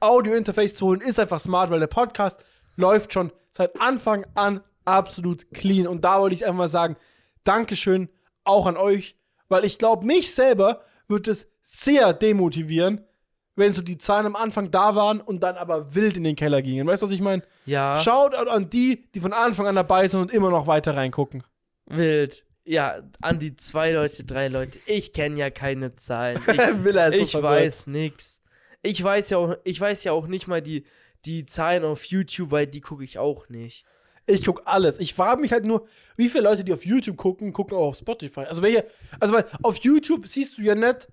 A: Audio-Interface zu holen ist einfach smart, weil der Podcast läuft schon seit Anfang an absolut clean. Und da wollte ich einfach mal sagen, Dankeschön auch an euch, weil ich glaube, mich selber wird es sehr demotivieren, wenn so die Zahlen am Anfang da waren und dann aber wild in den Keller gingen. Weißt du, was ich meine?
B: ja.
A: Shoutout an die, die von Anfang an dabei sind und immer noch weiter reingucken.
B: Wild. Ja, an die zwei Leute, drei Leute. Ich kenne ja keine Zahlen. Ich,
A: Will er jetzt
B: ich weiß nix. Ich weiß ja auch, ich weiß ja auch nicht mal die, die Zahlen auf YouTube, weil die gucke ich auch nicht.
A: Ich guck alles. Ich frage mich halt nur, wie viele Leute, die auf YouTube gucken, gucken auch auf Spotify. Also welche, also weil auf YouTube siehst du ja nicht,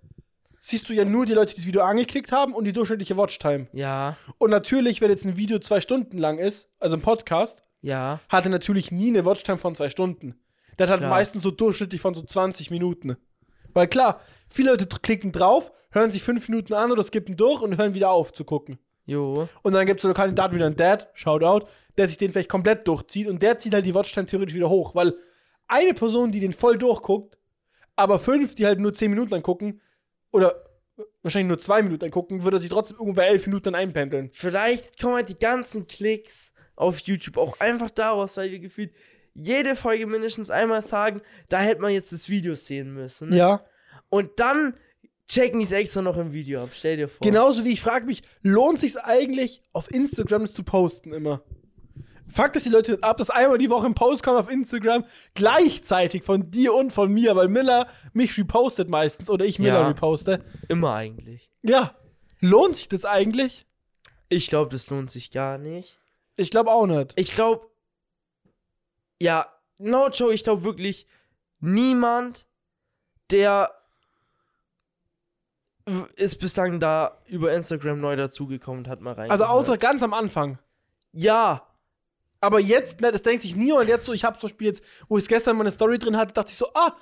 A: siehst du ja nur die Leute, die das Video angeklickt haben und die durchschnittliche Watchtime.
B: Ja,
A: Und natürlich, wenn jetzt ein Video zwei Stunden lang ist, also ein Podcast,
B: ja.
A: hat er natürlich nie eine Watchtime von zwei Stunden. Das hat
B: Klar.
A: meistens so durchschnittlich von so 20 Minuten. Weil klar, viele Leute dr- klicken drauf, hören sich fünf Minuten an oder skippen durch und hören wieder auf zu gucken.
B: Jo.
A: Und dann gibt es so einen Kandidaten wie dein Dad, Shoutout, der sich den vielleicht komplett durchzieht und der zieht halt die Watchtime theoretisch wieder hoch, weil eine Person, die den voll durchguckt, aber fünf, die halt nur zehn Minuten angucken oder wahrscheinlich nur zwei Minuten angucken, würde er sich trotzdem irgendwo bei elf Minuten dann einpendeln.
B: Vielleicht kommen halt die ganzen Klicks auf YouTube auch einfach daraus, weil wir gefühlt jede Folge mindestens einmal sagen, da hätte man jetzt das Video sehen müssen. ne?
A: Ja.
B: Und dann checken die es extra noch im Video ab. Stell dir vor.
A: Genauso wie ich frage mich, lohnt sich's eigentlich, auf Instagram das zu posten immer? Fakt ist die Leute ab, dass einmal die Woche ein Post kommt auf Instagram, gleichzeitig von dir und von mir, weil Miller mich repostet meistens oder ich Miller
B: Ja.
A: reposte.
B: Immer eigentlich.
A: Ja. Lohnt sich das eigentlich?
B: Ich glaube, das lohnt sich gar nicht.
A: Ich glaube auch nicht.
B: Ich glaube, ja, no joke, ich glaube wirklich, niemand, der w- ist bislang da über Instagram neu dazugekommen und hat mal rein.
A: Also außer ganz am Anfang.
B: Ja,
A: Aber jetzt, ne, das denkt sich niemand jetzt so, ich habe zum Beispiel jetzt, wo ich gestern meine Story drin hatte, dachte ich so, ah,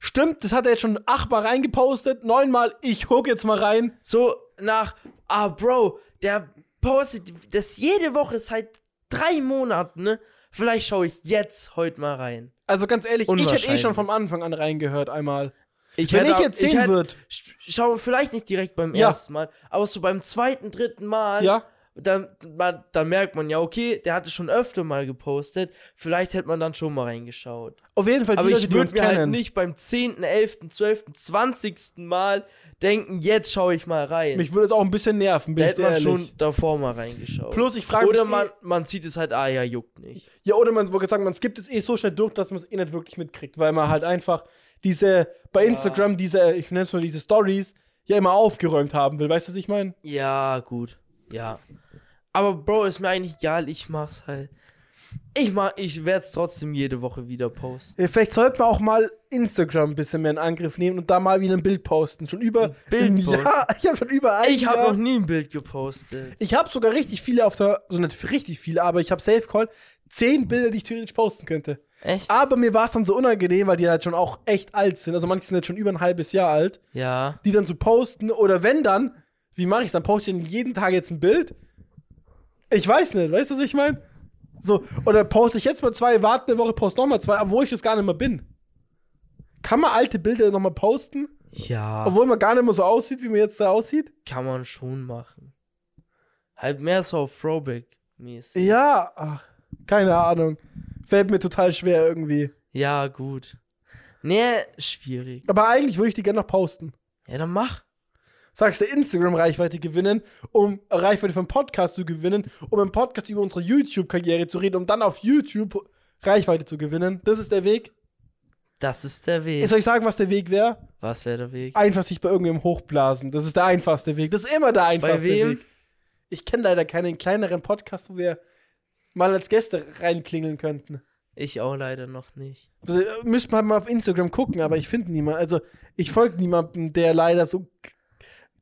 A: stimmt, das hat er jetzt schon achtmal reingepostet, neunmal, ich guck jetzt mal rein.
B: so nach, ah, Bro, der postet das jede Woche seit drei Monaten, ne? Vielleicht schaue ich jetzt heute mal rein.
A: Also ganz ehrlich, ich hätte eh
B: Unwahrscheinlich.
A: schon vom Anfang an reingehört einmal.
B: Ich
A: Wenn
B: hätte-
A: ich jetzt sehen
B: hätte-
A: würd.
B: sch- Schau vielleicht nicht direkt beim
A: Ja.
B: ersten Mal, aber so beim zweiten, dritten Mal.
A: Ja.
B: Dann, man, dann merkt man ja, okay, der hatte schon öfter mal gepostet. Vielleicht hätte man dann schon mal reingeschaut.
A: Auf jeden Fall, die
B: Aber
A: Leute,
B: ich
A: die uns
B: würde mir halt
A: kennen.
B: nicht beim 10., 11., 12., 20. Mal denken, jetzt schaue ich mal rein.
A: Mich würde es auch ein bisschen nerven,
B: da
A: bin ich
B: hätte
A: dir
B: man
A: ehrlich.
B: schon davor mal reingeschaut.
A: Plus, ich frage
B: Oder
A: mich
B: man,
A: eh-
B: man sieht es halt, ah ja, juckt nicht.
A: Ja, oder man würde sagen, man skippt es eh so schnell durch, dass man es eh nicht wirklich mitkriegt, weil man halt einfach diese, bei Instagram, diese, ich nenne es mal diese Stories, ja immer aufgeräumt haben will. Weißt du, was ich meine?
B: Ja, gut. Ja. Aber Bro, ist mir eigentlich egal, ich mach's halt. Ich, mach, ich werde es trotzdem jede Woche wieder posten.
A: Ja, Vielleicht sollte man auch mal Instagram ein bisschen mehr in Angriff nehmen und da mal wieder ein Bild posten. Schon über ein
B: Bild posten?
A: Ja, ich habe schon über ein
B: Ich habe
A: Jahr-
B: noch nie ein Bild gepostet.
A: Ich habe sogar richtig viele auf der, so nicht richtig viele, aber ich habe Safe Call, zehn Bilder, die ich theoretisch posten könnte.
B: Echt?
A: Aber mir war es dann so unangenehm, weil die halt schon auch echt alt sind. Also manche sind jetzt schon über ein halbes Jahr alt,
B: Ja.
A: die dann zu posten oder wenn dann, wie mache ich dann? Poste ich denn jeden Tag jetzt ein Bild? Ich weiß nicht, weißt du, was ich meine? So, oder poste ich jetzt mal zwei, warte eine Woche, poste nochmal zwei, obwohl ich das gar nicht mehr bin. Kann man alte Bilder nochmal posten?
B: Ja,
A: Obwohl man gar nicht mehr so aussieht, wie man jetzt da aussieht?
B: kann man schon machen. Halt mehr so auf Throwback-mäßig.
A: Ja, ach, keine Ahnung. Fällt mir total schwer irgendwie.
B: Ja, gut. Nee, schwierig.
A: Aber eigentlich würde ich die gerne noch posten.
B: Ja, dann mach.
A: Sagst du Instagram-Reichweite gewinnen, um Reichweite vom Podcast zu gewinnen, um im Podcast über unsere YouTube-Karriere zu reden, um dann auf YouTube Reichweite zu gewinnen. Das ist der Weg.
B: Das ist der
A: Ich
B: Weg.
A: soll ich sagen, was der Weg wäre?
B: Was wäre der Weg?
A: Einfach sich bei irgendwem hochblasen. Das ist der einfachste Weg. Das ist immer der einfachste
B: Bei wem?
A: Weg. Ich kenne leider keinen kleineren Podcast, wo wir mal als Gäste reinklingeln könnten.
B: Ich auch leider noch nicht.
A: Also, Müsste man mal auf Instagram gucken, aber ich finde niemanden. Also, ich folge niemandem, der leider so.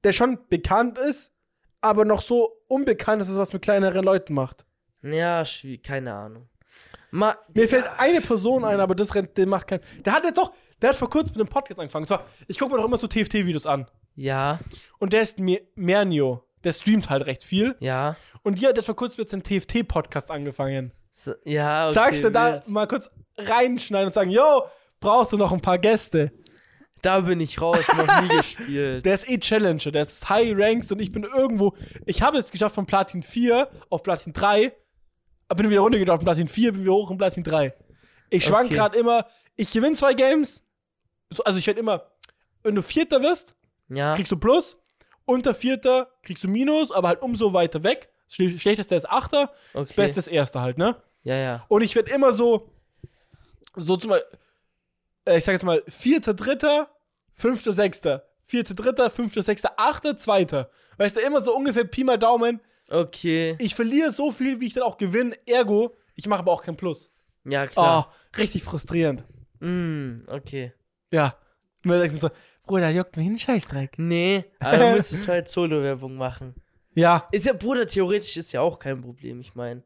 A: der schon bekannt ist, aber noch so unbekannt ist, dass er was mit kleineren Leuten macht.
B: Ja, schwierig. Keine Ahnung. Ma
A: Mir fällt eine Person ein, aber das rennt, der macht keinen. Der hat jetzt doch. Der hat vor kurzem mit einem Podcast angefangen. Und zwar, ich gucke mir doch immer so TFT-Videos an.
B: ja,
A: Und der ist Me- Mernio. Der streamt halt recht viel.
B: ja.
A: Und die hat jetzt vor kurzem jetzt einen TFT-Podcast angefangen.
B: S- Ja, okay,
A: Sagst du da
B: wild.
A: mal kurz reinschneiden und sagen: Yo, brauchst du noch ein paar Gäste?
B: Da bin ich raus, noch nie gespielt.
A: Der ist eh Challenger, der ist High Ranks und ich bin irgendwo. Ich habe es geschafft von Platin 4 auf Platin 3, aber bin wieder runtergegangen auf Platin 4, bin wieder hoch in Platin 3. Ich schwank
B: Okay.
A: gerade immer, ich gewinne zwei Games, so, also ich werde immer, wenn du Vierter wirst,
B: Ja,
A: kriegst du Plus, unter Vierter kriegst du Minus, aber halt umso weiter weg. Das Schle- Schlechteste ist Achter, das
B: okay.
A: Beste ist Erster halt, ne?
B: Ja, ja.
A: Und ich werde immer so, so zum Beispiel, äh, ich sag jetzt mal, 4.3., 5.6., 4.3., 5.6., 8.2. Weißt du, immer so ungefähr Pi mal Daumen.
B: Okay.
A: Ich verliere so viel, wie ich dann auch gewinne. Ergo, ich mache aber auch kein Plus.
B: Ja,
A: Oh,
B: klar.
A: richtig frustrierend.
B: Mm, okay.
A: Ja. Und dann denk ich mir so, Bruder, juckt mich ein Scheißdreck.
B: Nee, aber du müsstest halt Solo-Werbung machen.
A: Ja.
B: Ist ja, Bruder, theoretisch ist ja auch kein Problem, ich meine.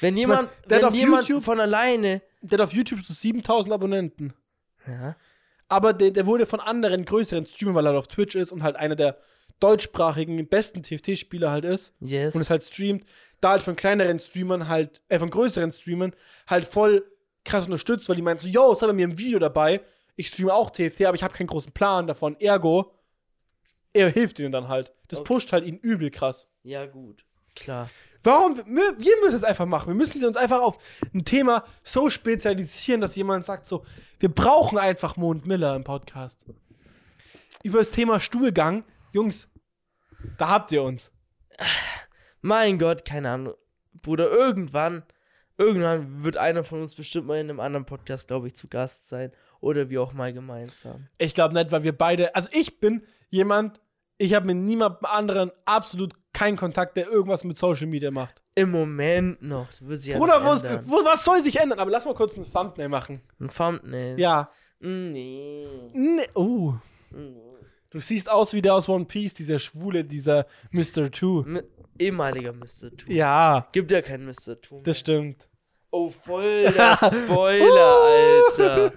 B: Wenn
A: mein,
B: jemand,
A: der hat
B: wenn
A: auf
B: jemand
A: YouTube-
B: von alleine.
A: Der hat auf YouTube so 7000 Abonnenten.
B: Ja.
A: Aber der, der wurde von anderen größeren Streamern, weil er halt auf Twitch ist und halt einer der deutschsprachigen besten TFT-Spieler halt ist
B: Yes.
A: und es halt streamt, da halt von kleineren Streamern halt, äh, von größeren Streamern halt voll krass unterstützt, weil die meinten so, yo, es hat bei mir im Video dabei, ich streame auch TFT, aber ich habe keinen großen Plan davon, ergo, er hilft ihnen dann halt. Das
B: Okay.
A: pusht halt ihn übel krass.
B: ja, gut. Klar.
A: Warum? Wir, wir müssen es einfach machen. Wir müssen uns einfach auf ein Thema so spezialisieren, dass jemand sagt so, wir brauchen einfach Mo und Miller im Podcast. Über das Thema Stuhlgang, Jungs, da habt ihr uns.
B: Mein Gott, keine Ahnung. Bruder, irgendwann, irgendwann wird einer von uns bestimmt mal in einem anderen Podcast, glaube ich, zu Gast sein. Oder wir auch mal gemeinsam.
A: Ich glaube nicht, weil wir beide, also ich bin jemand, ich habe mit niemandem anderen absolut keinen Kontakt, der irgendwas mit Social Media macht.
B: Im Moment noch. Das Wird sich ja
A: Bruder,
B: noch
A: wo,
B: ändern.
A: wo, was soll sich ändern? Aber lass mal kurz ein Thumbnail machen.
B: Ein Thumbnail.
A: Ja.
B: Nee.
A: Nee, oh. Du siehst aus wie der aus One Piece, dieser Schwule, dieser Mr. Two.
B: Mi- Ehemaliger Mr. Two.
A: Ja,
B: Gibt ja kein Mr. Two. mehr.
A: das stimmt.
B: Oh, voll der Spoiler, Alter.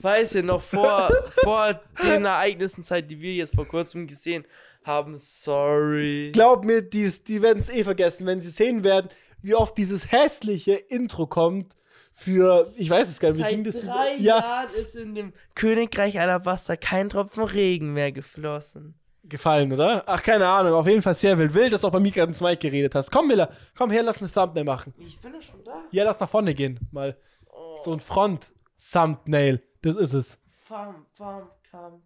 B: Weißt du, noch vor, vor den Ereignissen, Zeit, die wir jetzt vor kurzem gesehen haben, sorry.
A: Glaub mir, die, die werden es eh vergessen, wenn sie sehen werden, wie oft dieses hässliche Intro kommt für, ich weiß es gar nicht, wie
B: Seit
A: ging das?
B: drei
A: ja,
B: Jahren ist in dem Königreich Alabaster kein Tropfen Regen mehr geflossen.
A: gefallen, oder? Ach, keine Ahnung, auf jeden Fall sehr wild. Wild, dass du auch bei Mika und Mike geredet hast. Komm, Miller, komm her, lass ein Thumbnail machen.
B: Ich bin doch schon da.
A: Ja, lass nach vorne gehen, mal. So ein Front-Thumbnail, das ist es.
B: Fam, fam, kam.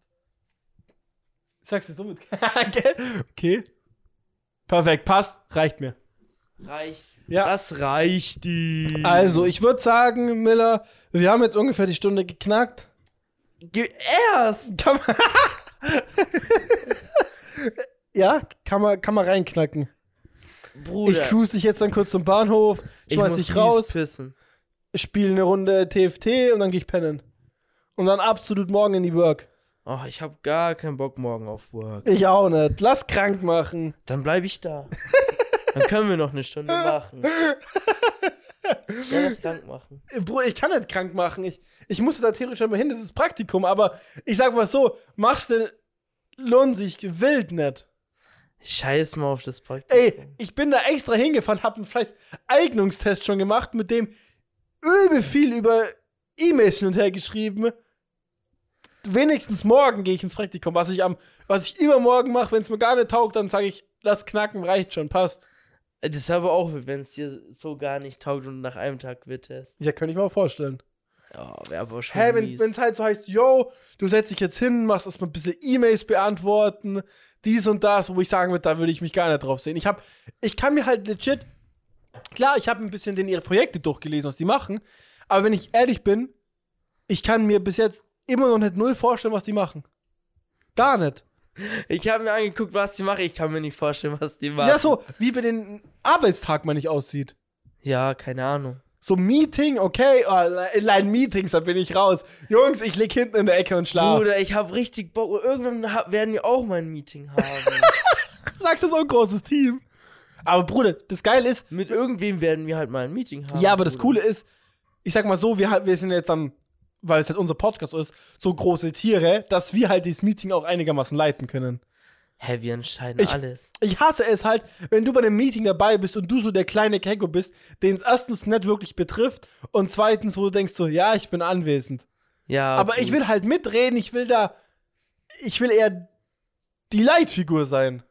A: Ich Sag's dir so mit. Gell? okay. Perfekt, passt, reicht mir.
B: Reicht.
A: Ja.
B: Das reicht die.
A: Also, ich würde sagen, Miller, wir haben jetzt ungefähr die Stunde geknackt.
B: Ge erst.
A: Kann man ja, kann man, kann man reinknacken.
B: Bruder.
A: Ich cruise dich jetzt dann kurz zum Bahnhof,
B: Ich
A: schmeiß
B: muss
A: dich
B: mies
A: raus,
B: Pissen.
A: spiele eine Runde TFT und dann geh ich pennen. Und dann absolut morgen in die Work.
B: Oh, ich hab gar keinen Bock morgen auf Work.
A: Ich auch nicht. Lass krank machen.
B: Dann bleibe ich da. Dann können wir noch eine Stunde machen. Ja, das krank machen.
A: Äh, Bruder, ich kann nicht krank machen. Ich, ich muss da theoretisch immer hin, das ist Praktikum, aber ich sag mal so, machst du lohnt sich wild nicht.
B: Scheiß mal auf das Praktikum.
A: Ey, ich bin da extra hingefahren, hab einen scheiß Eignungstest schon gemacht, mit dem übel viel über E-Mails hin und her geschrieben. Wenigstens morgen gehe ich ins Praktikum, was ich am, was ich immer morgen mache, wenn es mir gar nicht taugt, dann sage ich, lass knacken, reicht schon, passt.
B: Äh, Das ist aber auch, wenn es dir so gar nicht taugt und nach einem Tag witterst.
A: Ja, könnte ich mir auch vorstellen.
B: Ja, wäre aber schon
A: Hä, hey,
B: mies.
A: wenn es halt so heißt, yo, du setzt dich jetzt hin, machst erstmal ein bisschen E-Mails beantworten, dies und das, wo ich sagen würde, da würde ich mich gar nicht drauf sehen. Ich hab, ich kann mir halt legit, klar, ich habe ein bisschen denen ihre Projekte durchgelesen, was die machen, aber wenn ich ehrlich bin, ich kann mir bis jetzt immer noch nicht null vorstellen, was die machen. Gar nicht.
B: ich habe mir angeguckt, was die machen. Ich kann mir nicht vorstellen, was die machen.
A: Ja, so, wie bei den Arbeitstag man nicht aussieht.
B: Ja, keine Ahnung.
A: So Meeting, okay, oh, Line-Meetings, da bin ich raus. Jungs, ich lieg hinten in der Ecke und schlafe.
B: Bruder, ich habe richtig Bock. Und irgendwann ha- werden wir auch mal ein Meeting haben.
A: Sagst du so ein großes Team? Aber Bruder, das Geile ist,
B: Mit irgendwem werden wir halt mal ein Meeting haben.
A: ja, aber das
B: Bruder.
A: Coole ist, ich sag mal so, wir, ha- wir sind jetzt dann, weil es halt unser Podcast ist, so große Tiere, dass wir halt dieses Meeting auch einigermaßen leiten können.
B: Hä, wir entscheiden
A: Ich-
B: alles.
A: Ich hasse es halt, wenn du bei einem Meeting dabei bist und du so der kleine Keko bist, den es erstens nicht wirklich betrifft und zweitens, wo du denkst so, ja, ich bin anwesend.
B: Ja.
A: Aber ich
B: gut.
A: will halt mitreden, ich will da, ich will eher die Leitfigur sein.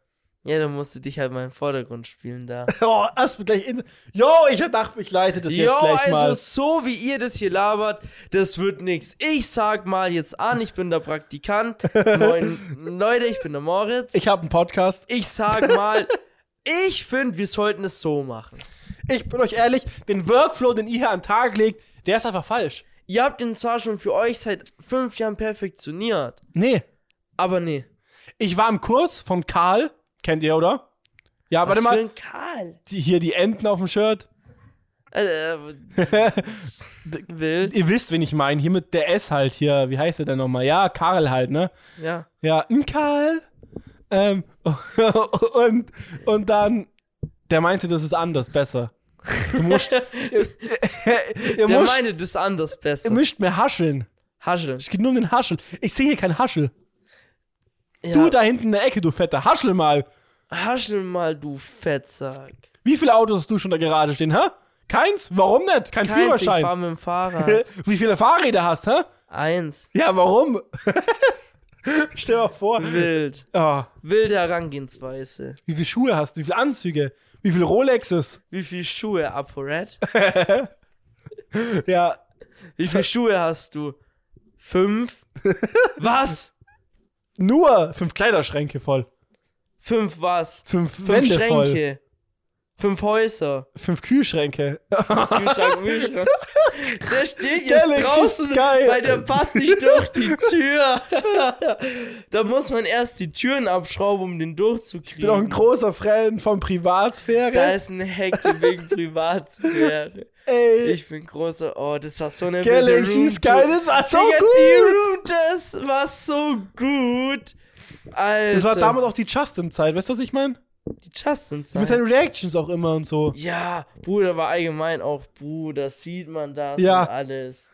B: Ja, dann musst du dich halt mal im Vordergrund spielen da.
A: Oh, erst gleich in. Yo, ich dachte, ich leite das jetzt gleich
B: also
A: mal.
B: so wie ihr das hier labert, das wird nix. Ich sag mal jetzt an, ich bin der Praktikant. Moin, Leute, ich bin der Moritz.
A: Ich habe einen Podcast.
B: ich sag mal, ich finde, wir sollten es so machen.
A: Ich bin euch ehrlich, den Workflow, den ihr hier an den Tag legt, der ist einfach falsch.
B: ihr habt ihn zwar schon für euch seit fünf Jahren perfektioniert,
A: Nee.
B: aber nee.
A: Ich war im Kurs von Karl. Kennt ihr, oder? Ja, warte
B: Was
A: mal.
B: für ein Karl.
A: Die, hier die Enten auf dem Shirt.
B: Äh, äh, wild.
A: Ihr wisst, wen ich meine. Hier mit der S halt hier. Wie heißt er denn nochmal? Ja, Karl halt, ne?
B: Ja.
A: Ja, ein Karl. Ähm, und, und dann, der meinte, das ist anders, besser. Du musst, ihr, ihr,
B: Der
A: musst,
B: meinte das anders
A: ihr
B: besser.
A: müsst mehr hascheln.
B: Hascheln.
A: Es geht nur um den Hascheln. Ich sehe hier kein Haschel.
B: Ja.
A: Du da hinten in der Ecke, du Fetter, haschel mal.
B: Haschel mal, du Fettsack.
A: Wie viele Autos hast du schon in der Garage stehen, hä? Keins? Warum nicht? Kein,
B: Kein Ich
A: Führerschein.
B: fahr mit dem Fahrrad.
A: Wie viele Fahrräder hast, hä?
B: Eins.
A: Ja, warum? Stell dir mal vor.
B: Wild.
A: Ah,
B: Wilde Herangehensweise.
A: wie viele Schuhe hast du? Wie viele Anzüge? Wie viele Rolexes?
B: Wie viel Schuhe, ApoRed?
A: Ja,
B: Wie viel Schuhe hast du? Fünf? Was?
A: nur fünf Kleiderschränke voll.
B: Fünf was?
A: Fünf,
B: Fünf
A: Wände voll.
B: Schränke. Fünf Häuser.
A: Fünf Kühlschränke.
B: Kühlschrank, Kühlschrank. Der steht jetzt
A: Galaxy
B: draußen,
A: Sky.
B: weil der passt nicht durch die Tür. da muss man erst die Türen abschrauben, um den
A: Ich bin auch ein
B: durchzukriegen.
A: großer Fan von
B: Da
A: Privatsphäre.
B: ist ein Hack wegen Privatsphäre.
A: Ey,
B: Ich bin großer. Oh, das war so eine
A: Galaxy Sky,
B: Room-Tour.
A: das war so
B: Digga,
A: gut.
B: Die Room, das war so gut. Alter.
A: Das war damals auch die Justin-Zeit, weißt du, was ich meine?
B: die Justin
A: Mit
B: Zeit.
A: seinen Reactions auch immer und so.
B: Ja, Bruder war allgemein auch Bruder. Sieht man das
A: Ja.
B: und alles.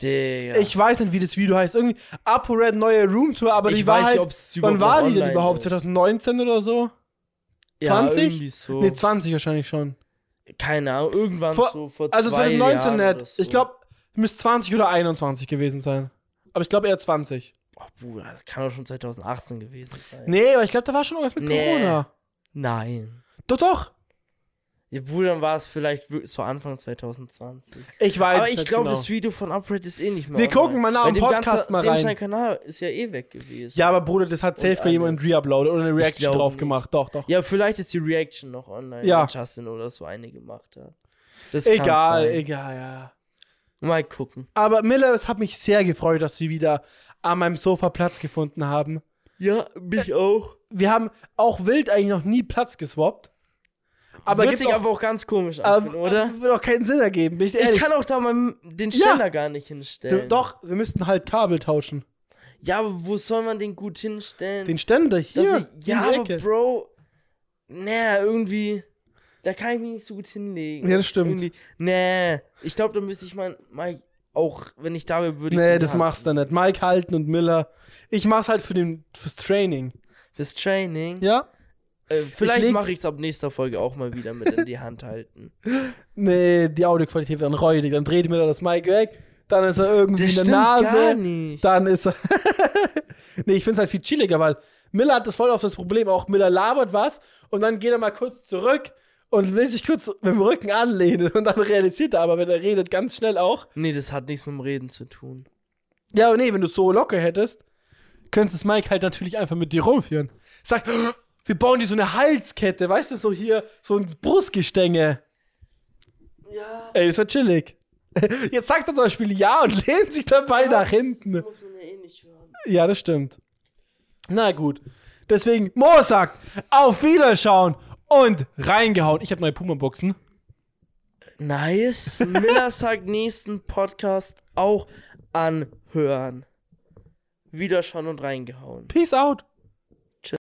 B: Digga.
A: Ich weiß nicht, wie das Video heißt. Irgendwie ApoRed neue Roomtour, aber
B: Ich
A: die war
B: weiß nicht,
A: halt,
B: ob's
A: Wann
B: überhaupt
A: war die denn
B: online
A: überhaupt?
B: ist.
A: 2019 oder so? 20?
B: Ja, irgendwie so.
A: Ne, 20 wahrscheinlich schon.
B: Keine Ahnung, irgendwann
A: Vor-
B: so vor
A: Also
B: zwei
A: 2019
B: Jahren
A: nicht.
B: Oder so.
A: Ich glaube, müsste 20 oder 21 gewesen sein. Aber ich glaube eher 20.
B: Oh, Bruder, das kann doch schon 2018 gewesen sein.
A: Nee, aber ich glaube, da war schon irgendwas mit
B: Nee.
A: Corona.
B: Nein.
A: Doch, doch.
B: Ja, Bruder, dann war es vielleicht wirklich so Anfang 2020.
A: Ich weiß
B: Aber
A: es
B: ich
A: nicht
B: glaube,
A: genau.
B: das Video von Upgrade ist eh nicht mehr
A: Wir
B: online.
A: gucken mal nach
B: Weil
A: dem
B: dem
A: Podcast
B: ganzen-
A: mal
B: dem
A: rein.
B: Sein Kanal ist ja eh weg gewesen.
A: Ja, aber Bruder, das hat safe
B: Und
A: bei jemandem
B: alles.
A: reuploaded oder eine Reaction
B: glaub
A: drauf
B: nicht.
A: gemacht. Doch, doch.
B: Ja, vielleicht ist die Reaction noch online,
A: Ja.
B: weil Justin oder so eine gemacht hat. Das
A: egal,
B: kann sein.
A: egal, ja.
B: Mal gucken.
A: Aber Miller, es hat mich sehr gefreut, dass sie wieder an meinem Sofa Platz gefunden haben.
B: Ja, mich auch.
A: Wir haben auch wild eigentlich noch nie Platz geswappt. Aber
B: Aber Wird
A: gibt's
B: sich
A: auch-
B: aber auch ganz komisch
A: Aber
B: an, oder?
A: Wird auch keinen Sinn ergeben, bin ich ehrlich.
B: Ich kann auch da mal den
A: Ja.
B: Ständer gar nicht hinstellen.
A: Du, doch, wir müssten halt Kabel tauschen.
B: Ja, aber wo soll man den gut hinstellen?
A: Den Ständer hier.
B: Dass ich, ja,
A: in die
B: aber
A: Ecke.
B: Bro, naja, irgendwie, da kann ich mich nicht so gut hinlegen.
A: Ja, das stimmt.
B: Irgendwie, nee, ich glaube, da müsste ich mal, mal auch, wenn ich da wäre, würde ich
A: Nee,
B: ihn
A: das
B: haben.
A: machst du nicht. Mike Halten und Miller. Ich mach's halt für den, fürs Training.
B: Fürs Training.
A: Ja?
B: Äh, vielleicht
A: leg's-
B: mache ich es ab nächster Folge auch mal wieder mit in die Hand halten.
A: Nee, die Audioqualität wird dann räudig. Dann dreht Miller das Mike weg. Dann ist er irgendwie
B: Das
A: in
B: stimmt
A: der Nase.
B: gar nicht.
A: Dann ist er. nee, ich find's halt viel chilliger, weil Miller hat das voll auf das Problem. Auch Miller labert was und dann geht er mal kurz zurück und will sich kurz mit dem Rücken anlehnen. Und dann realisiert er aber, wenn er redet, ganz schnell auch,
B: Nee, das hat nichts mit dem Reden zu tun.
A: Ja, aber nee, wenn du es so locker hättest, könntest du Mike halt natürlich einfach mit dir rumführen. Sag, wir bauen dir so eine Halskette, weißt du, so hier, so ein Brustgestänge.
B: Ja.
A: Ey, das war chillig. Jetzt sagt er zum Beispiel ja und lehnt sich dabei nach hinten.
B: muss man ja eh nicht hören.
A: Ja, das stimmt. Na gut. Deswegen, Mo sagt, auf Wiederschauen und reingehauen. Ich habe neue Puma-Boxen.
B: Nice. Miller sagt nächsten Podcast auch anhören. Wieder schon und reingehauen.
A: Peace out.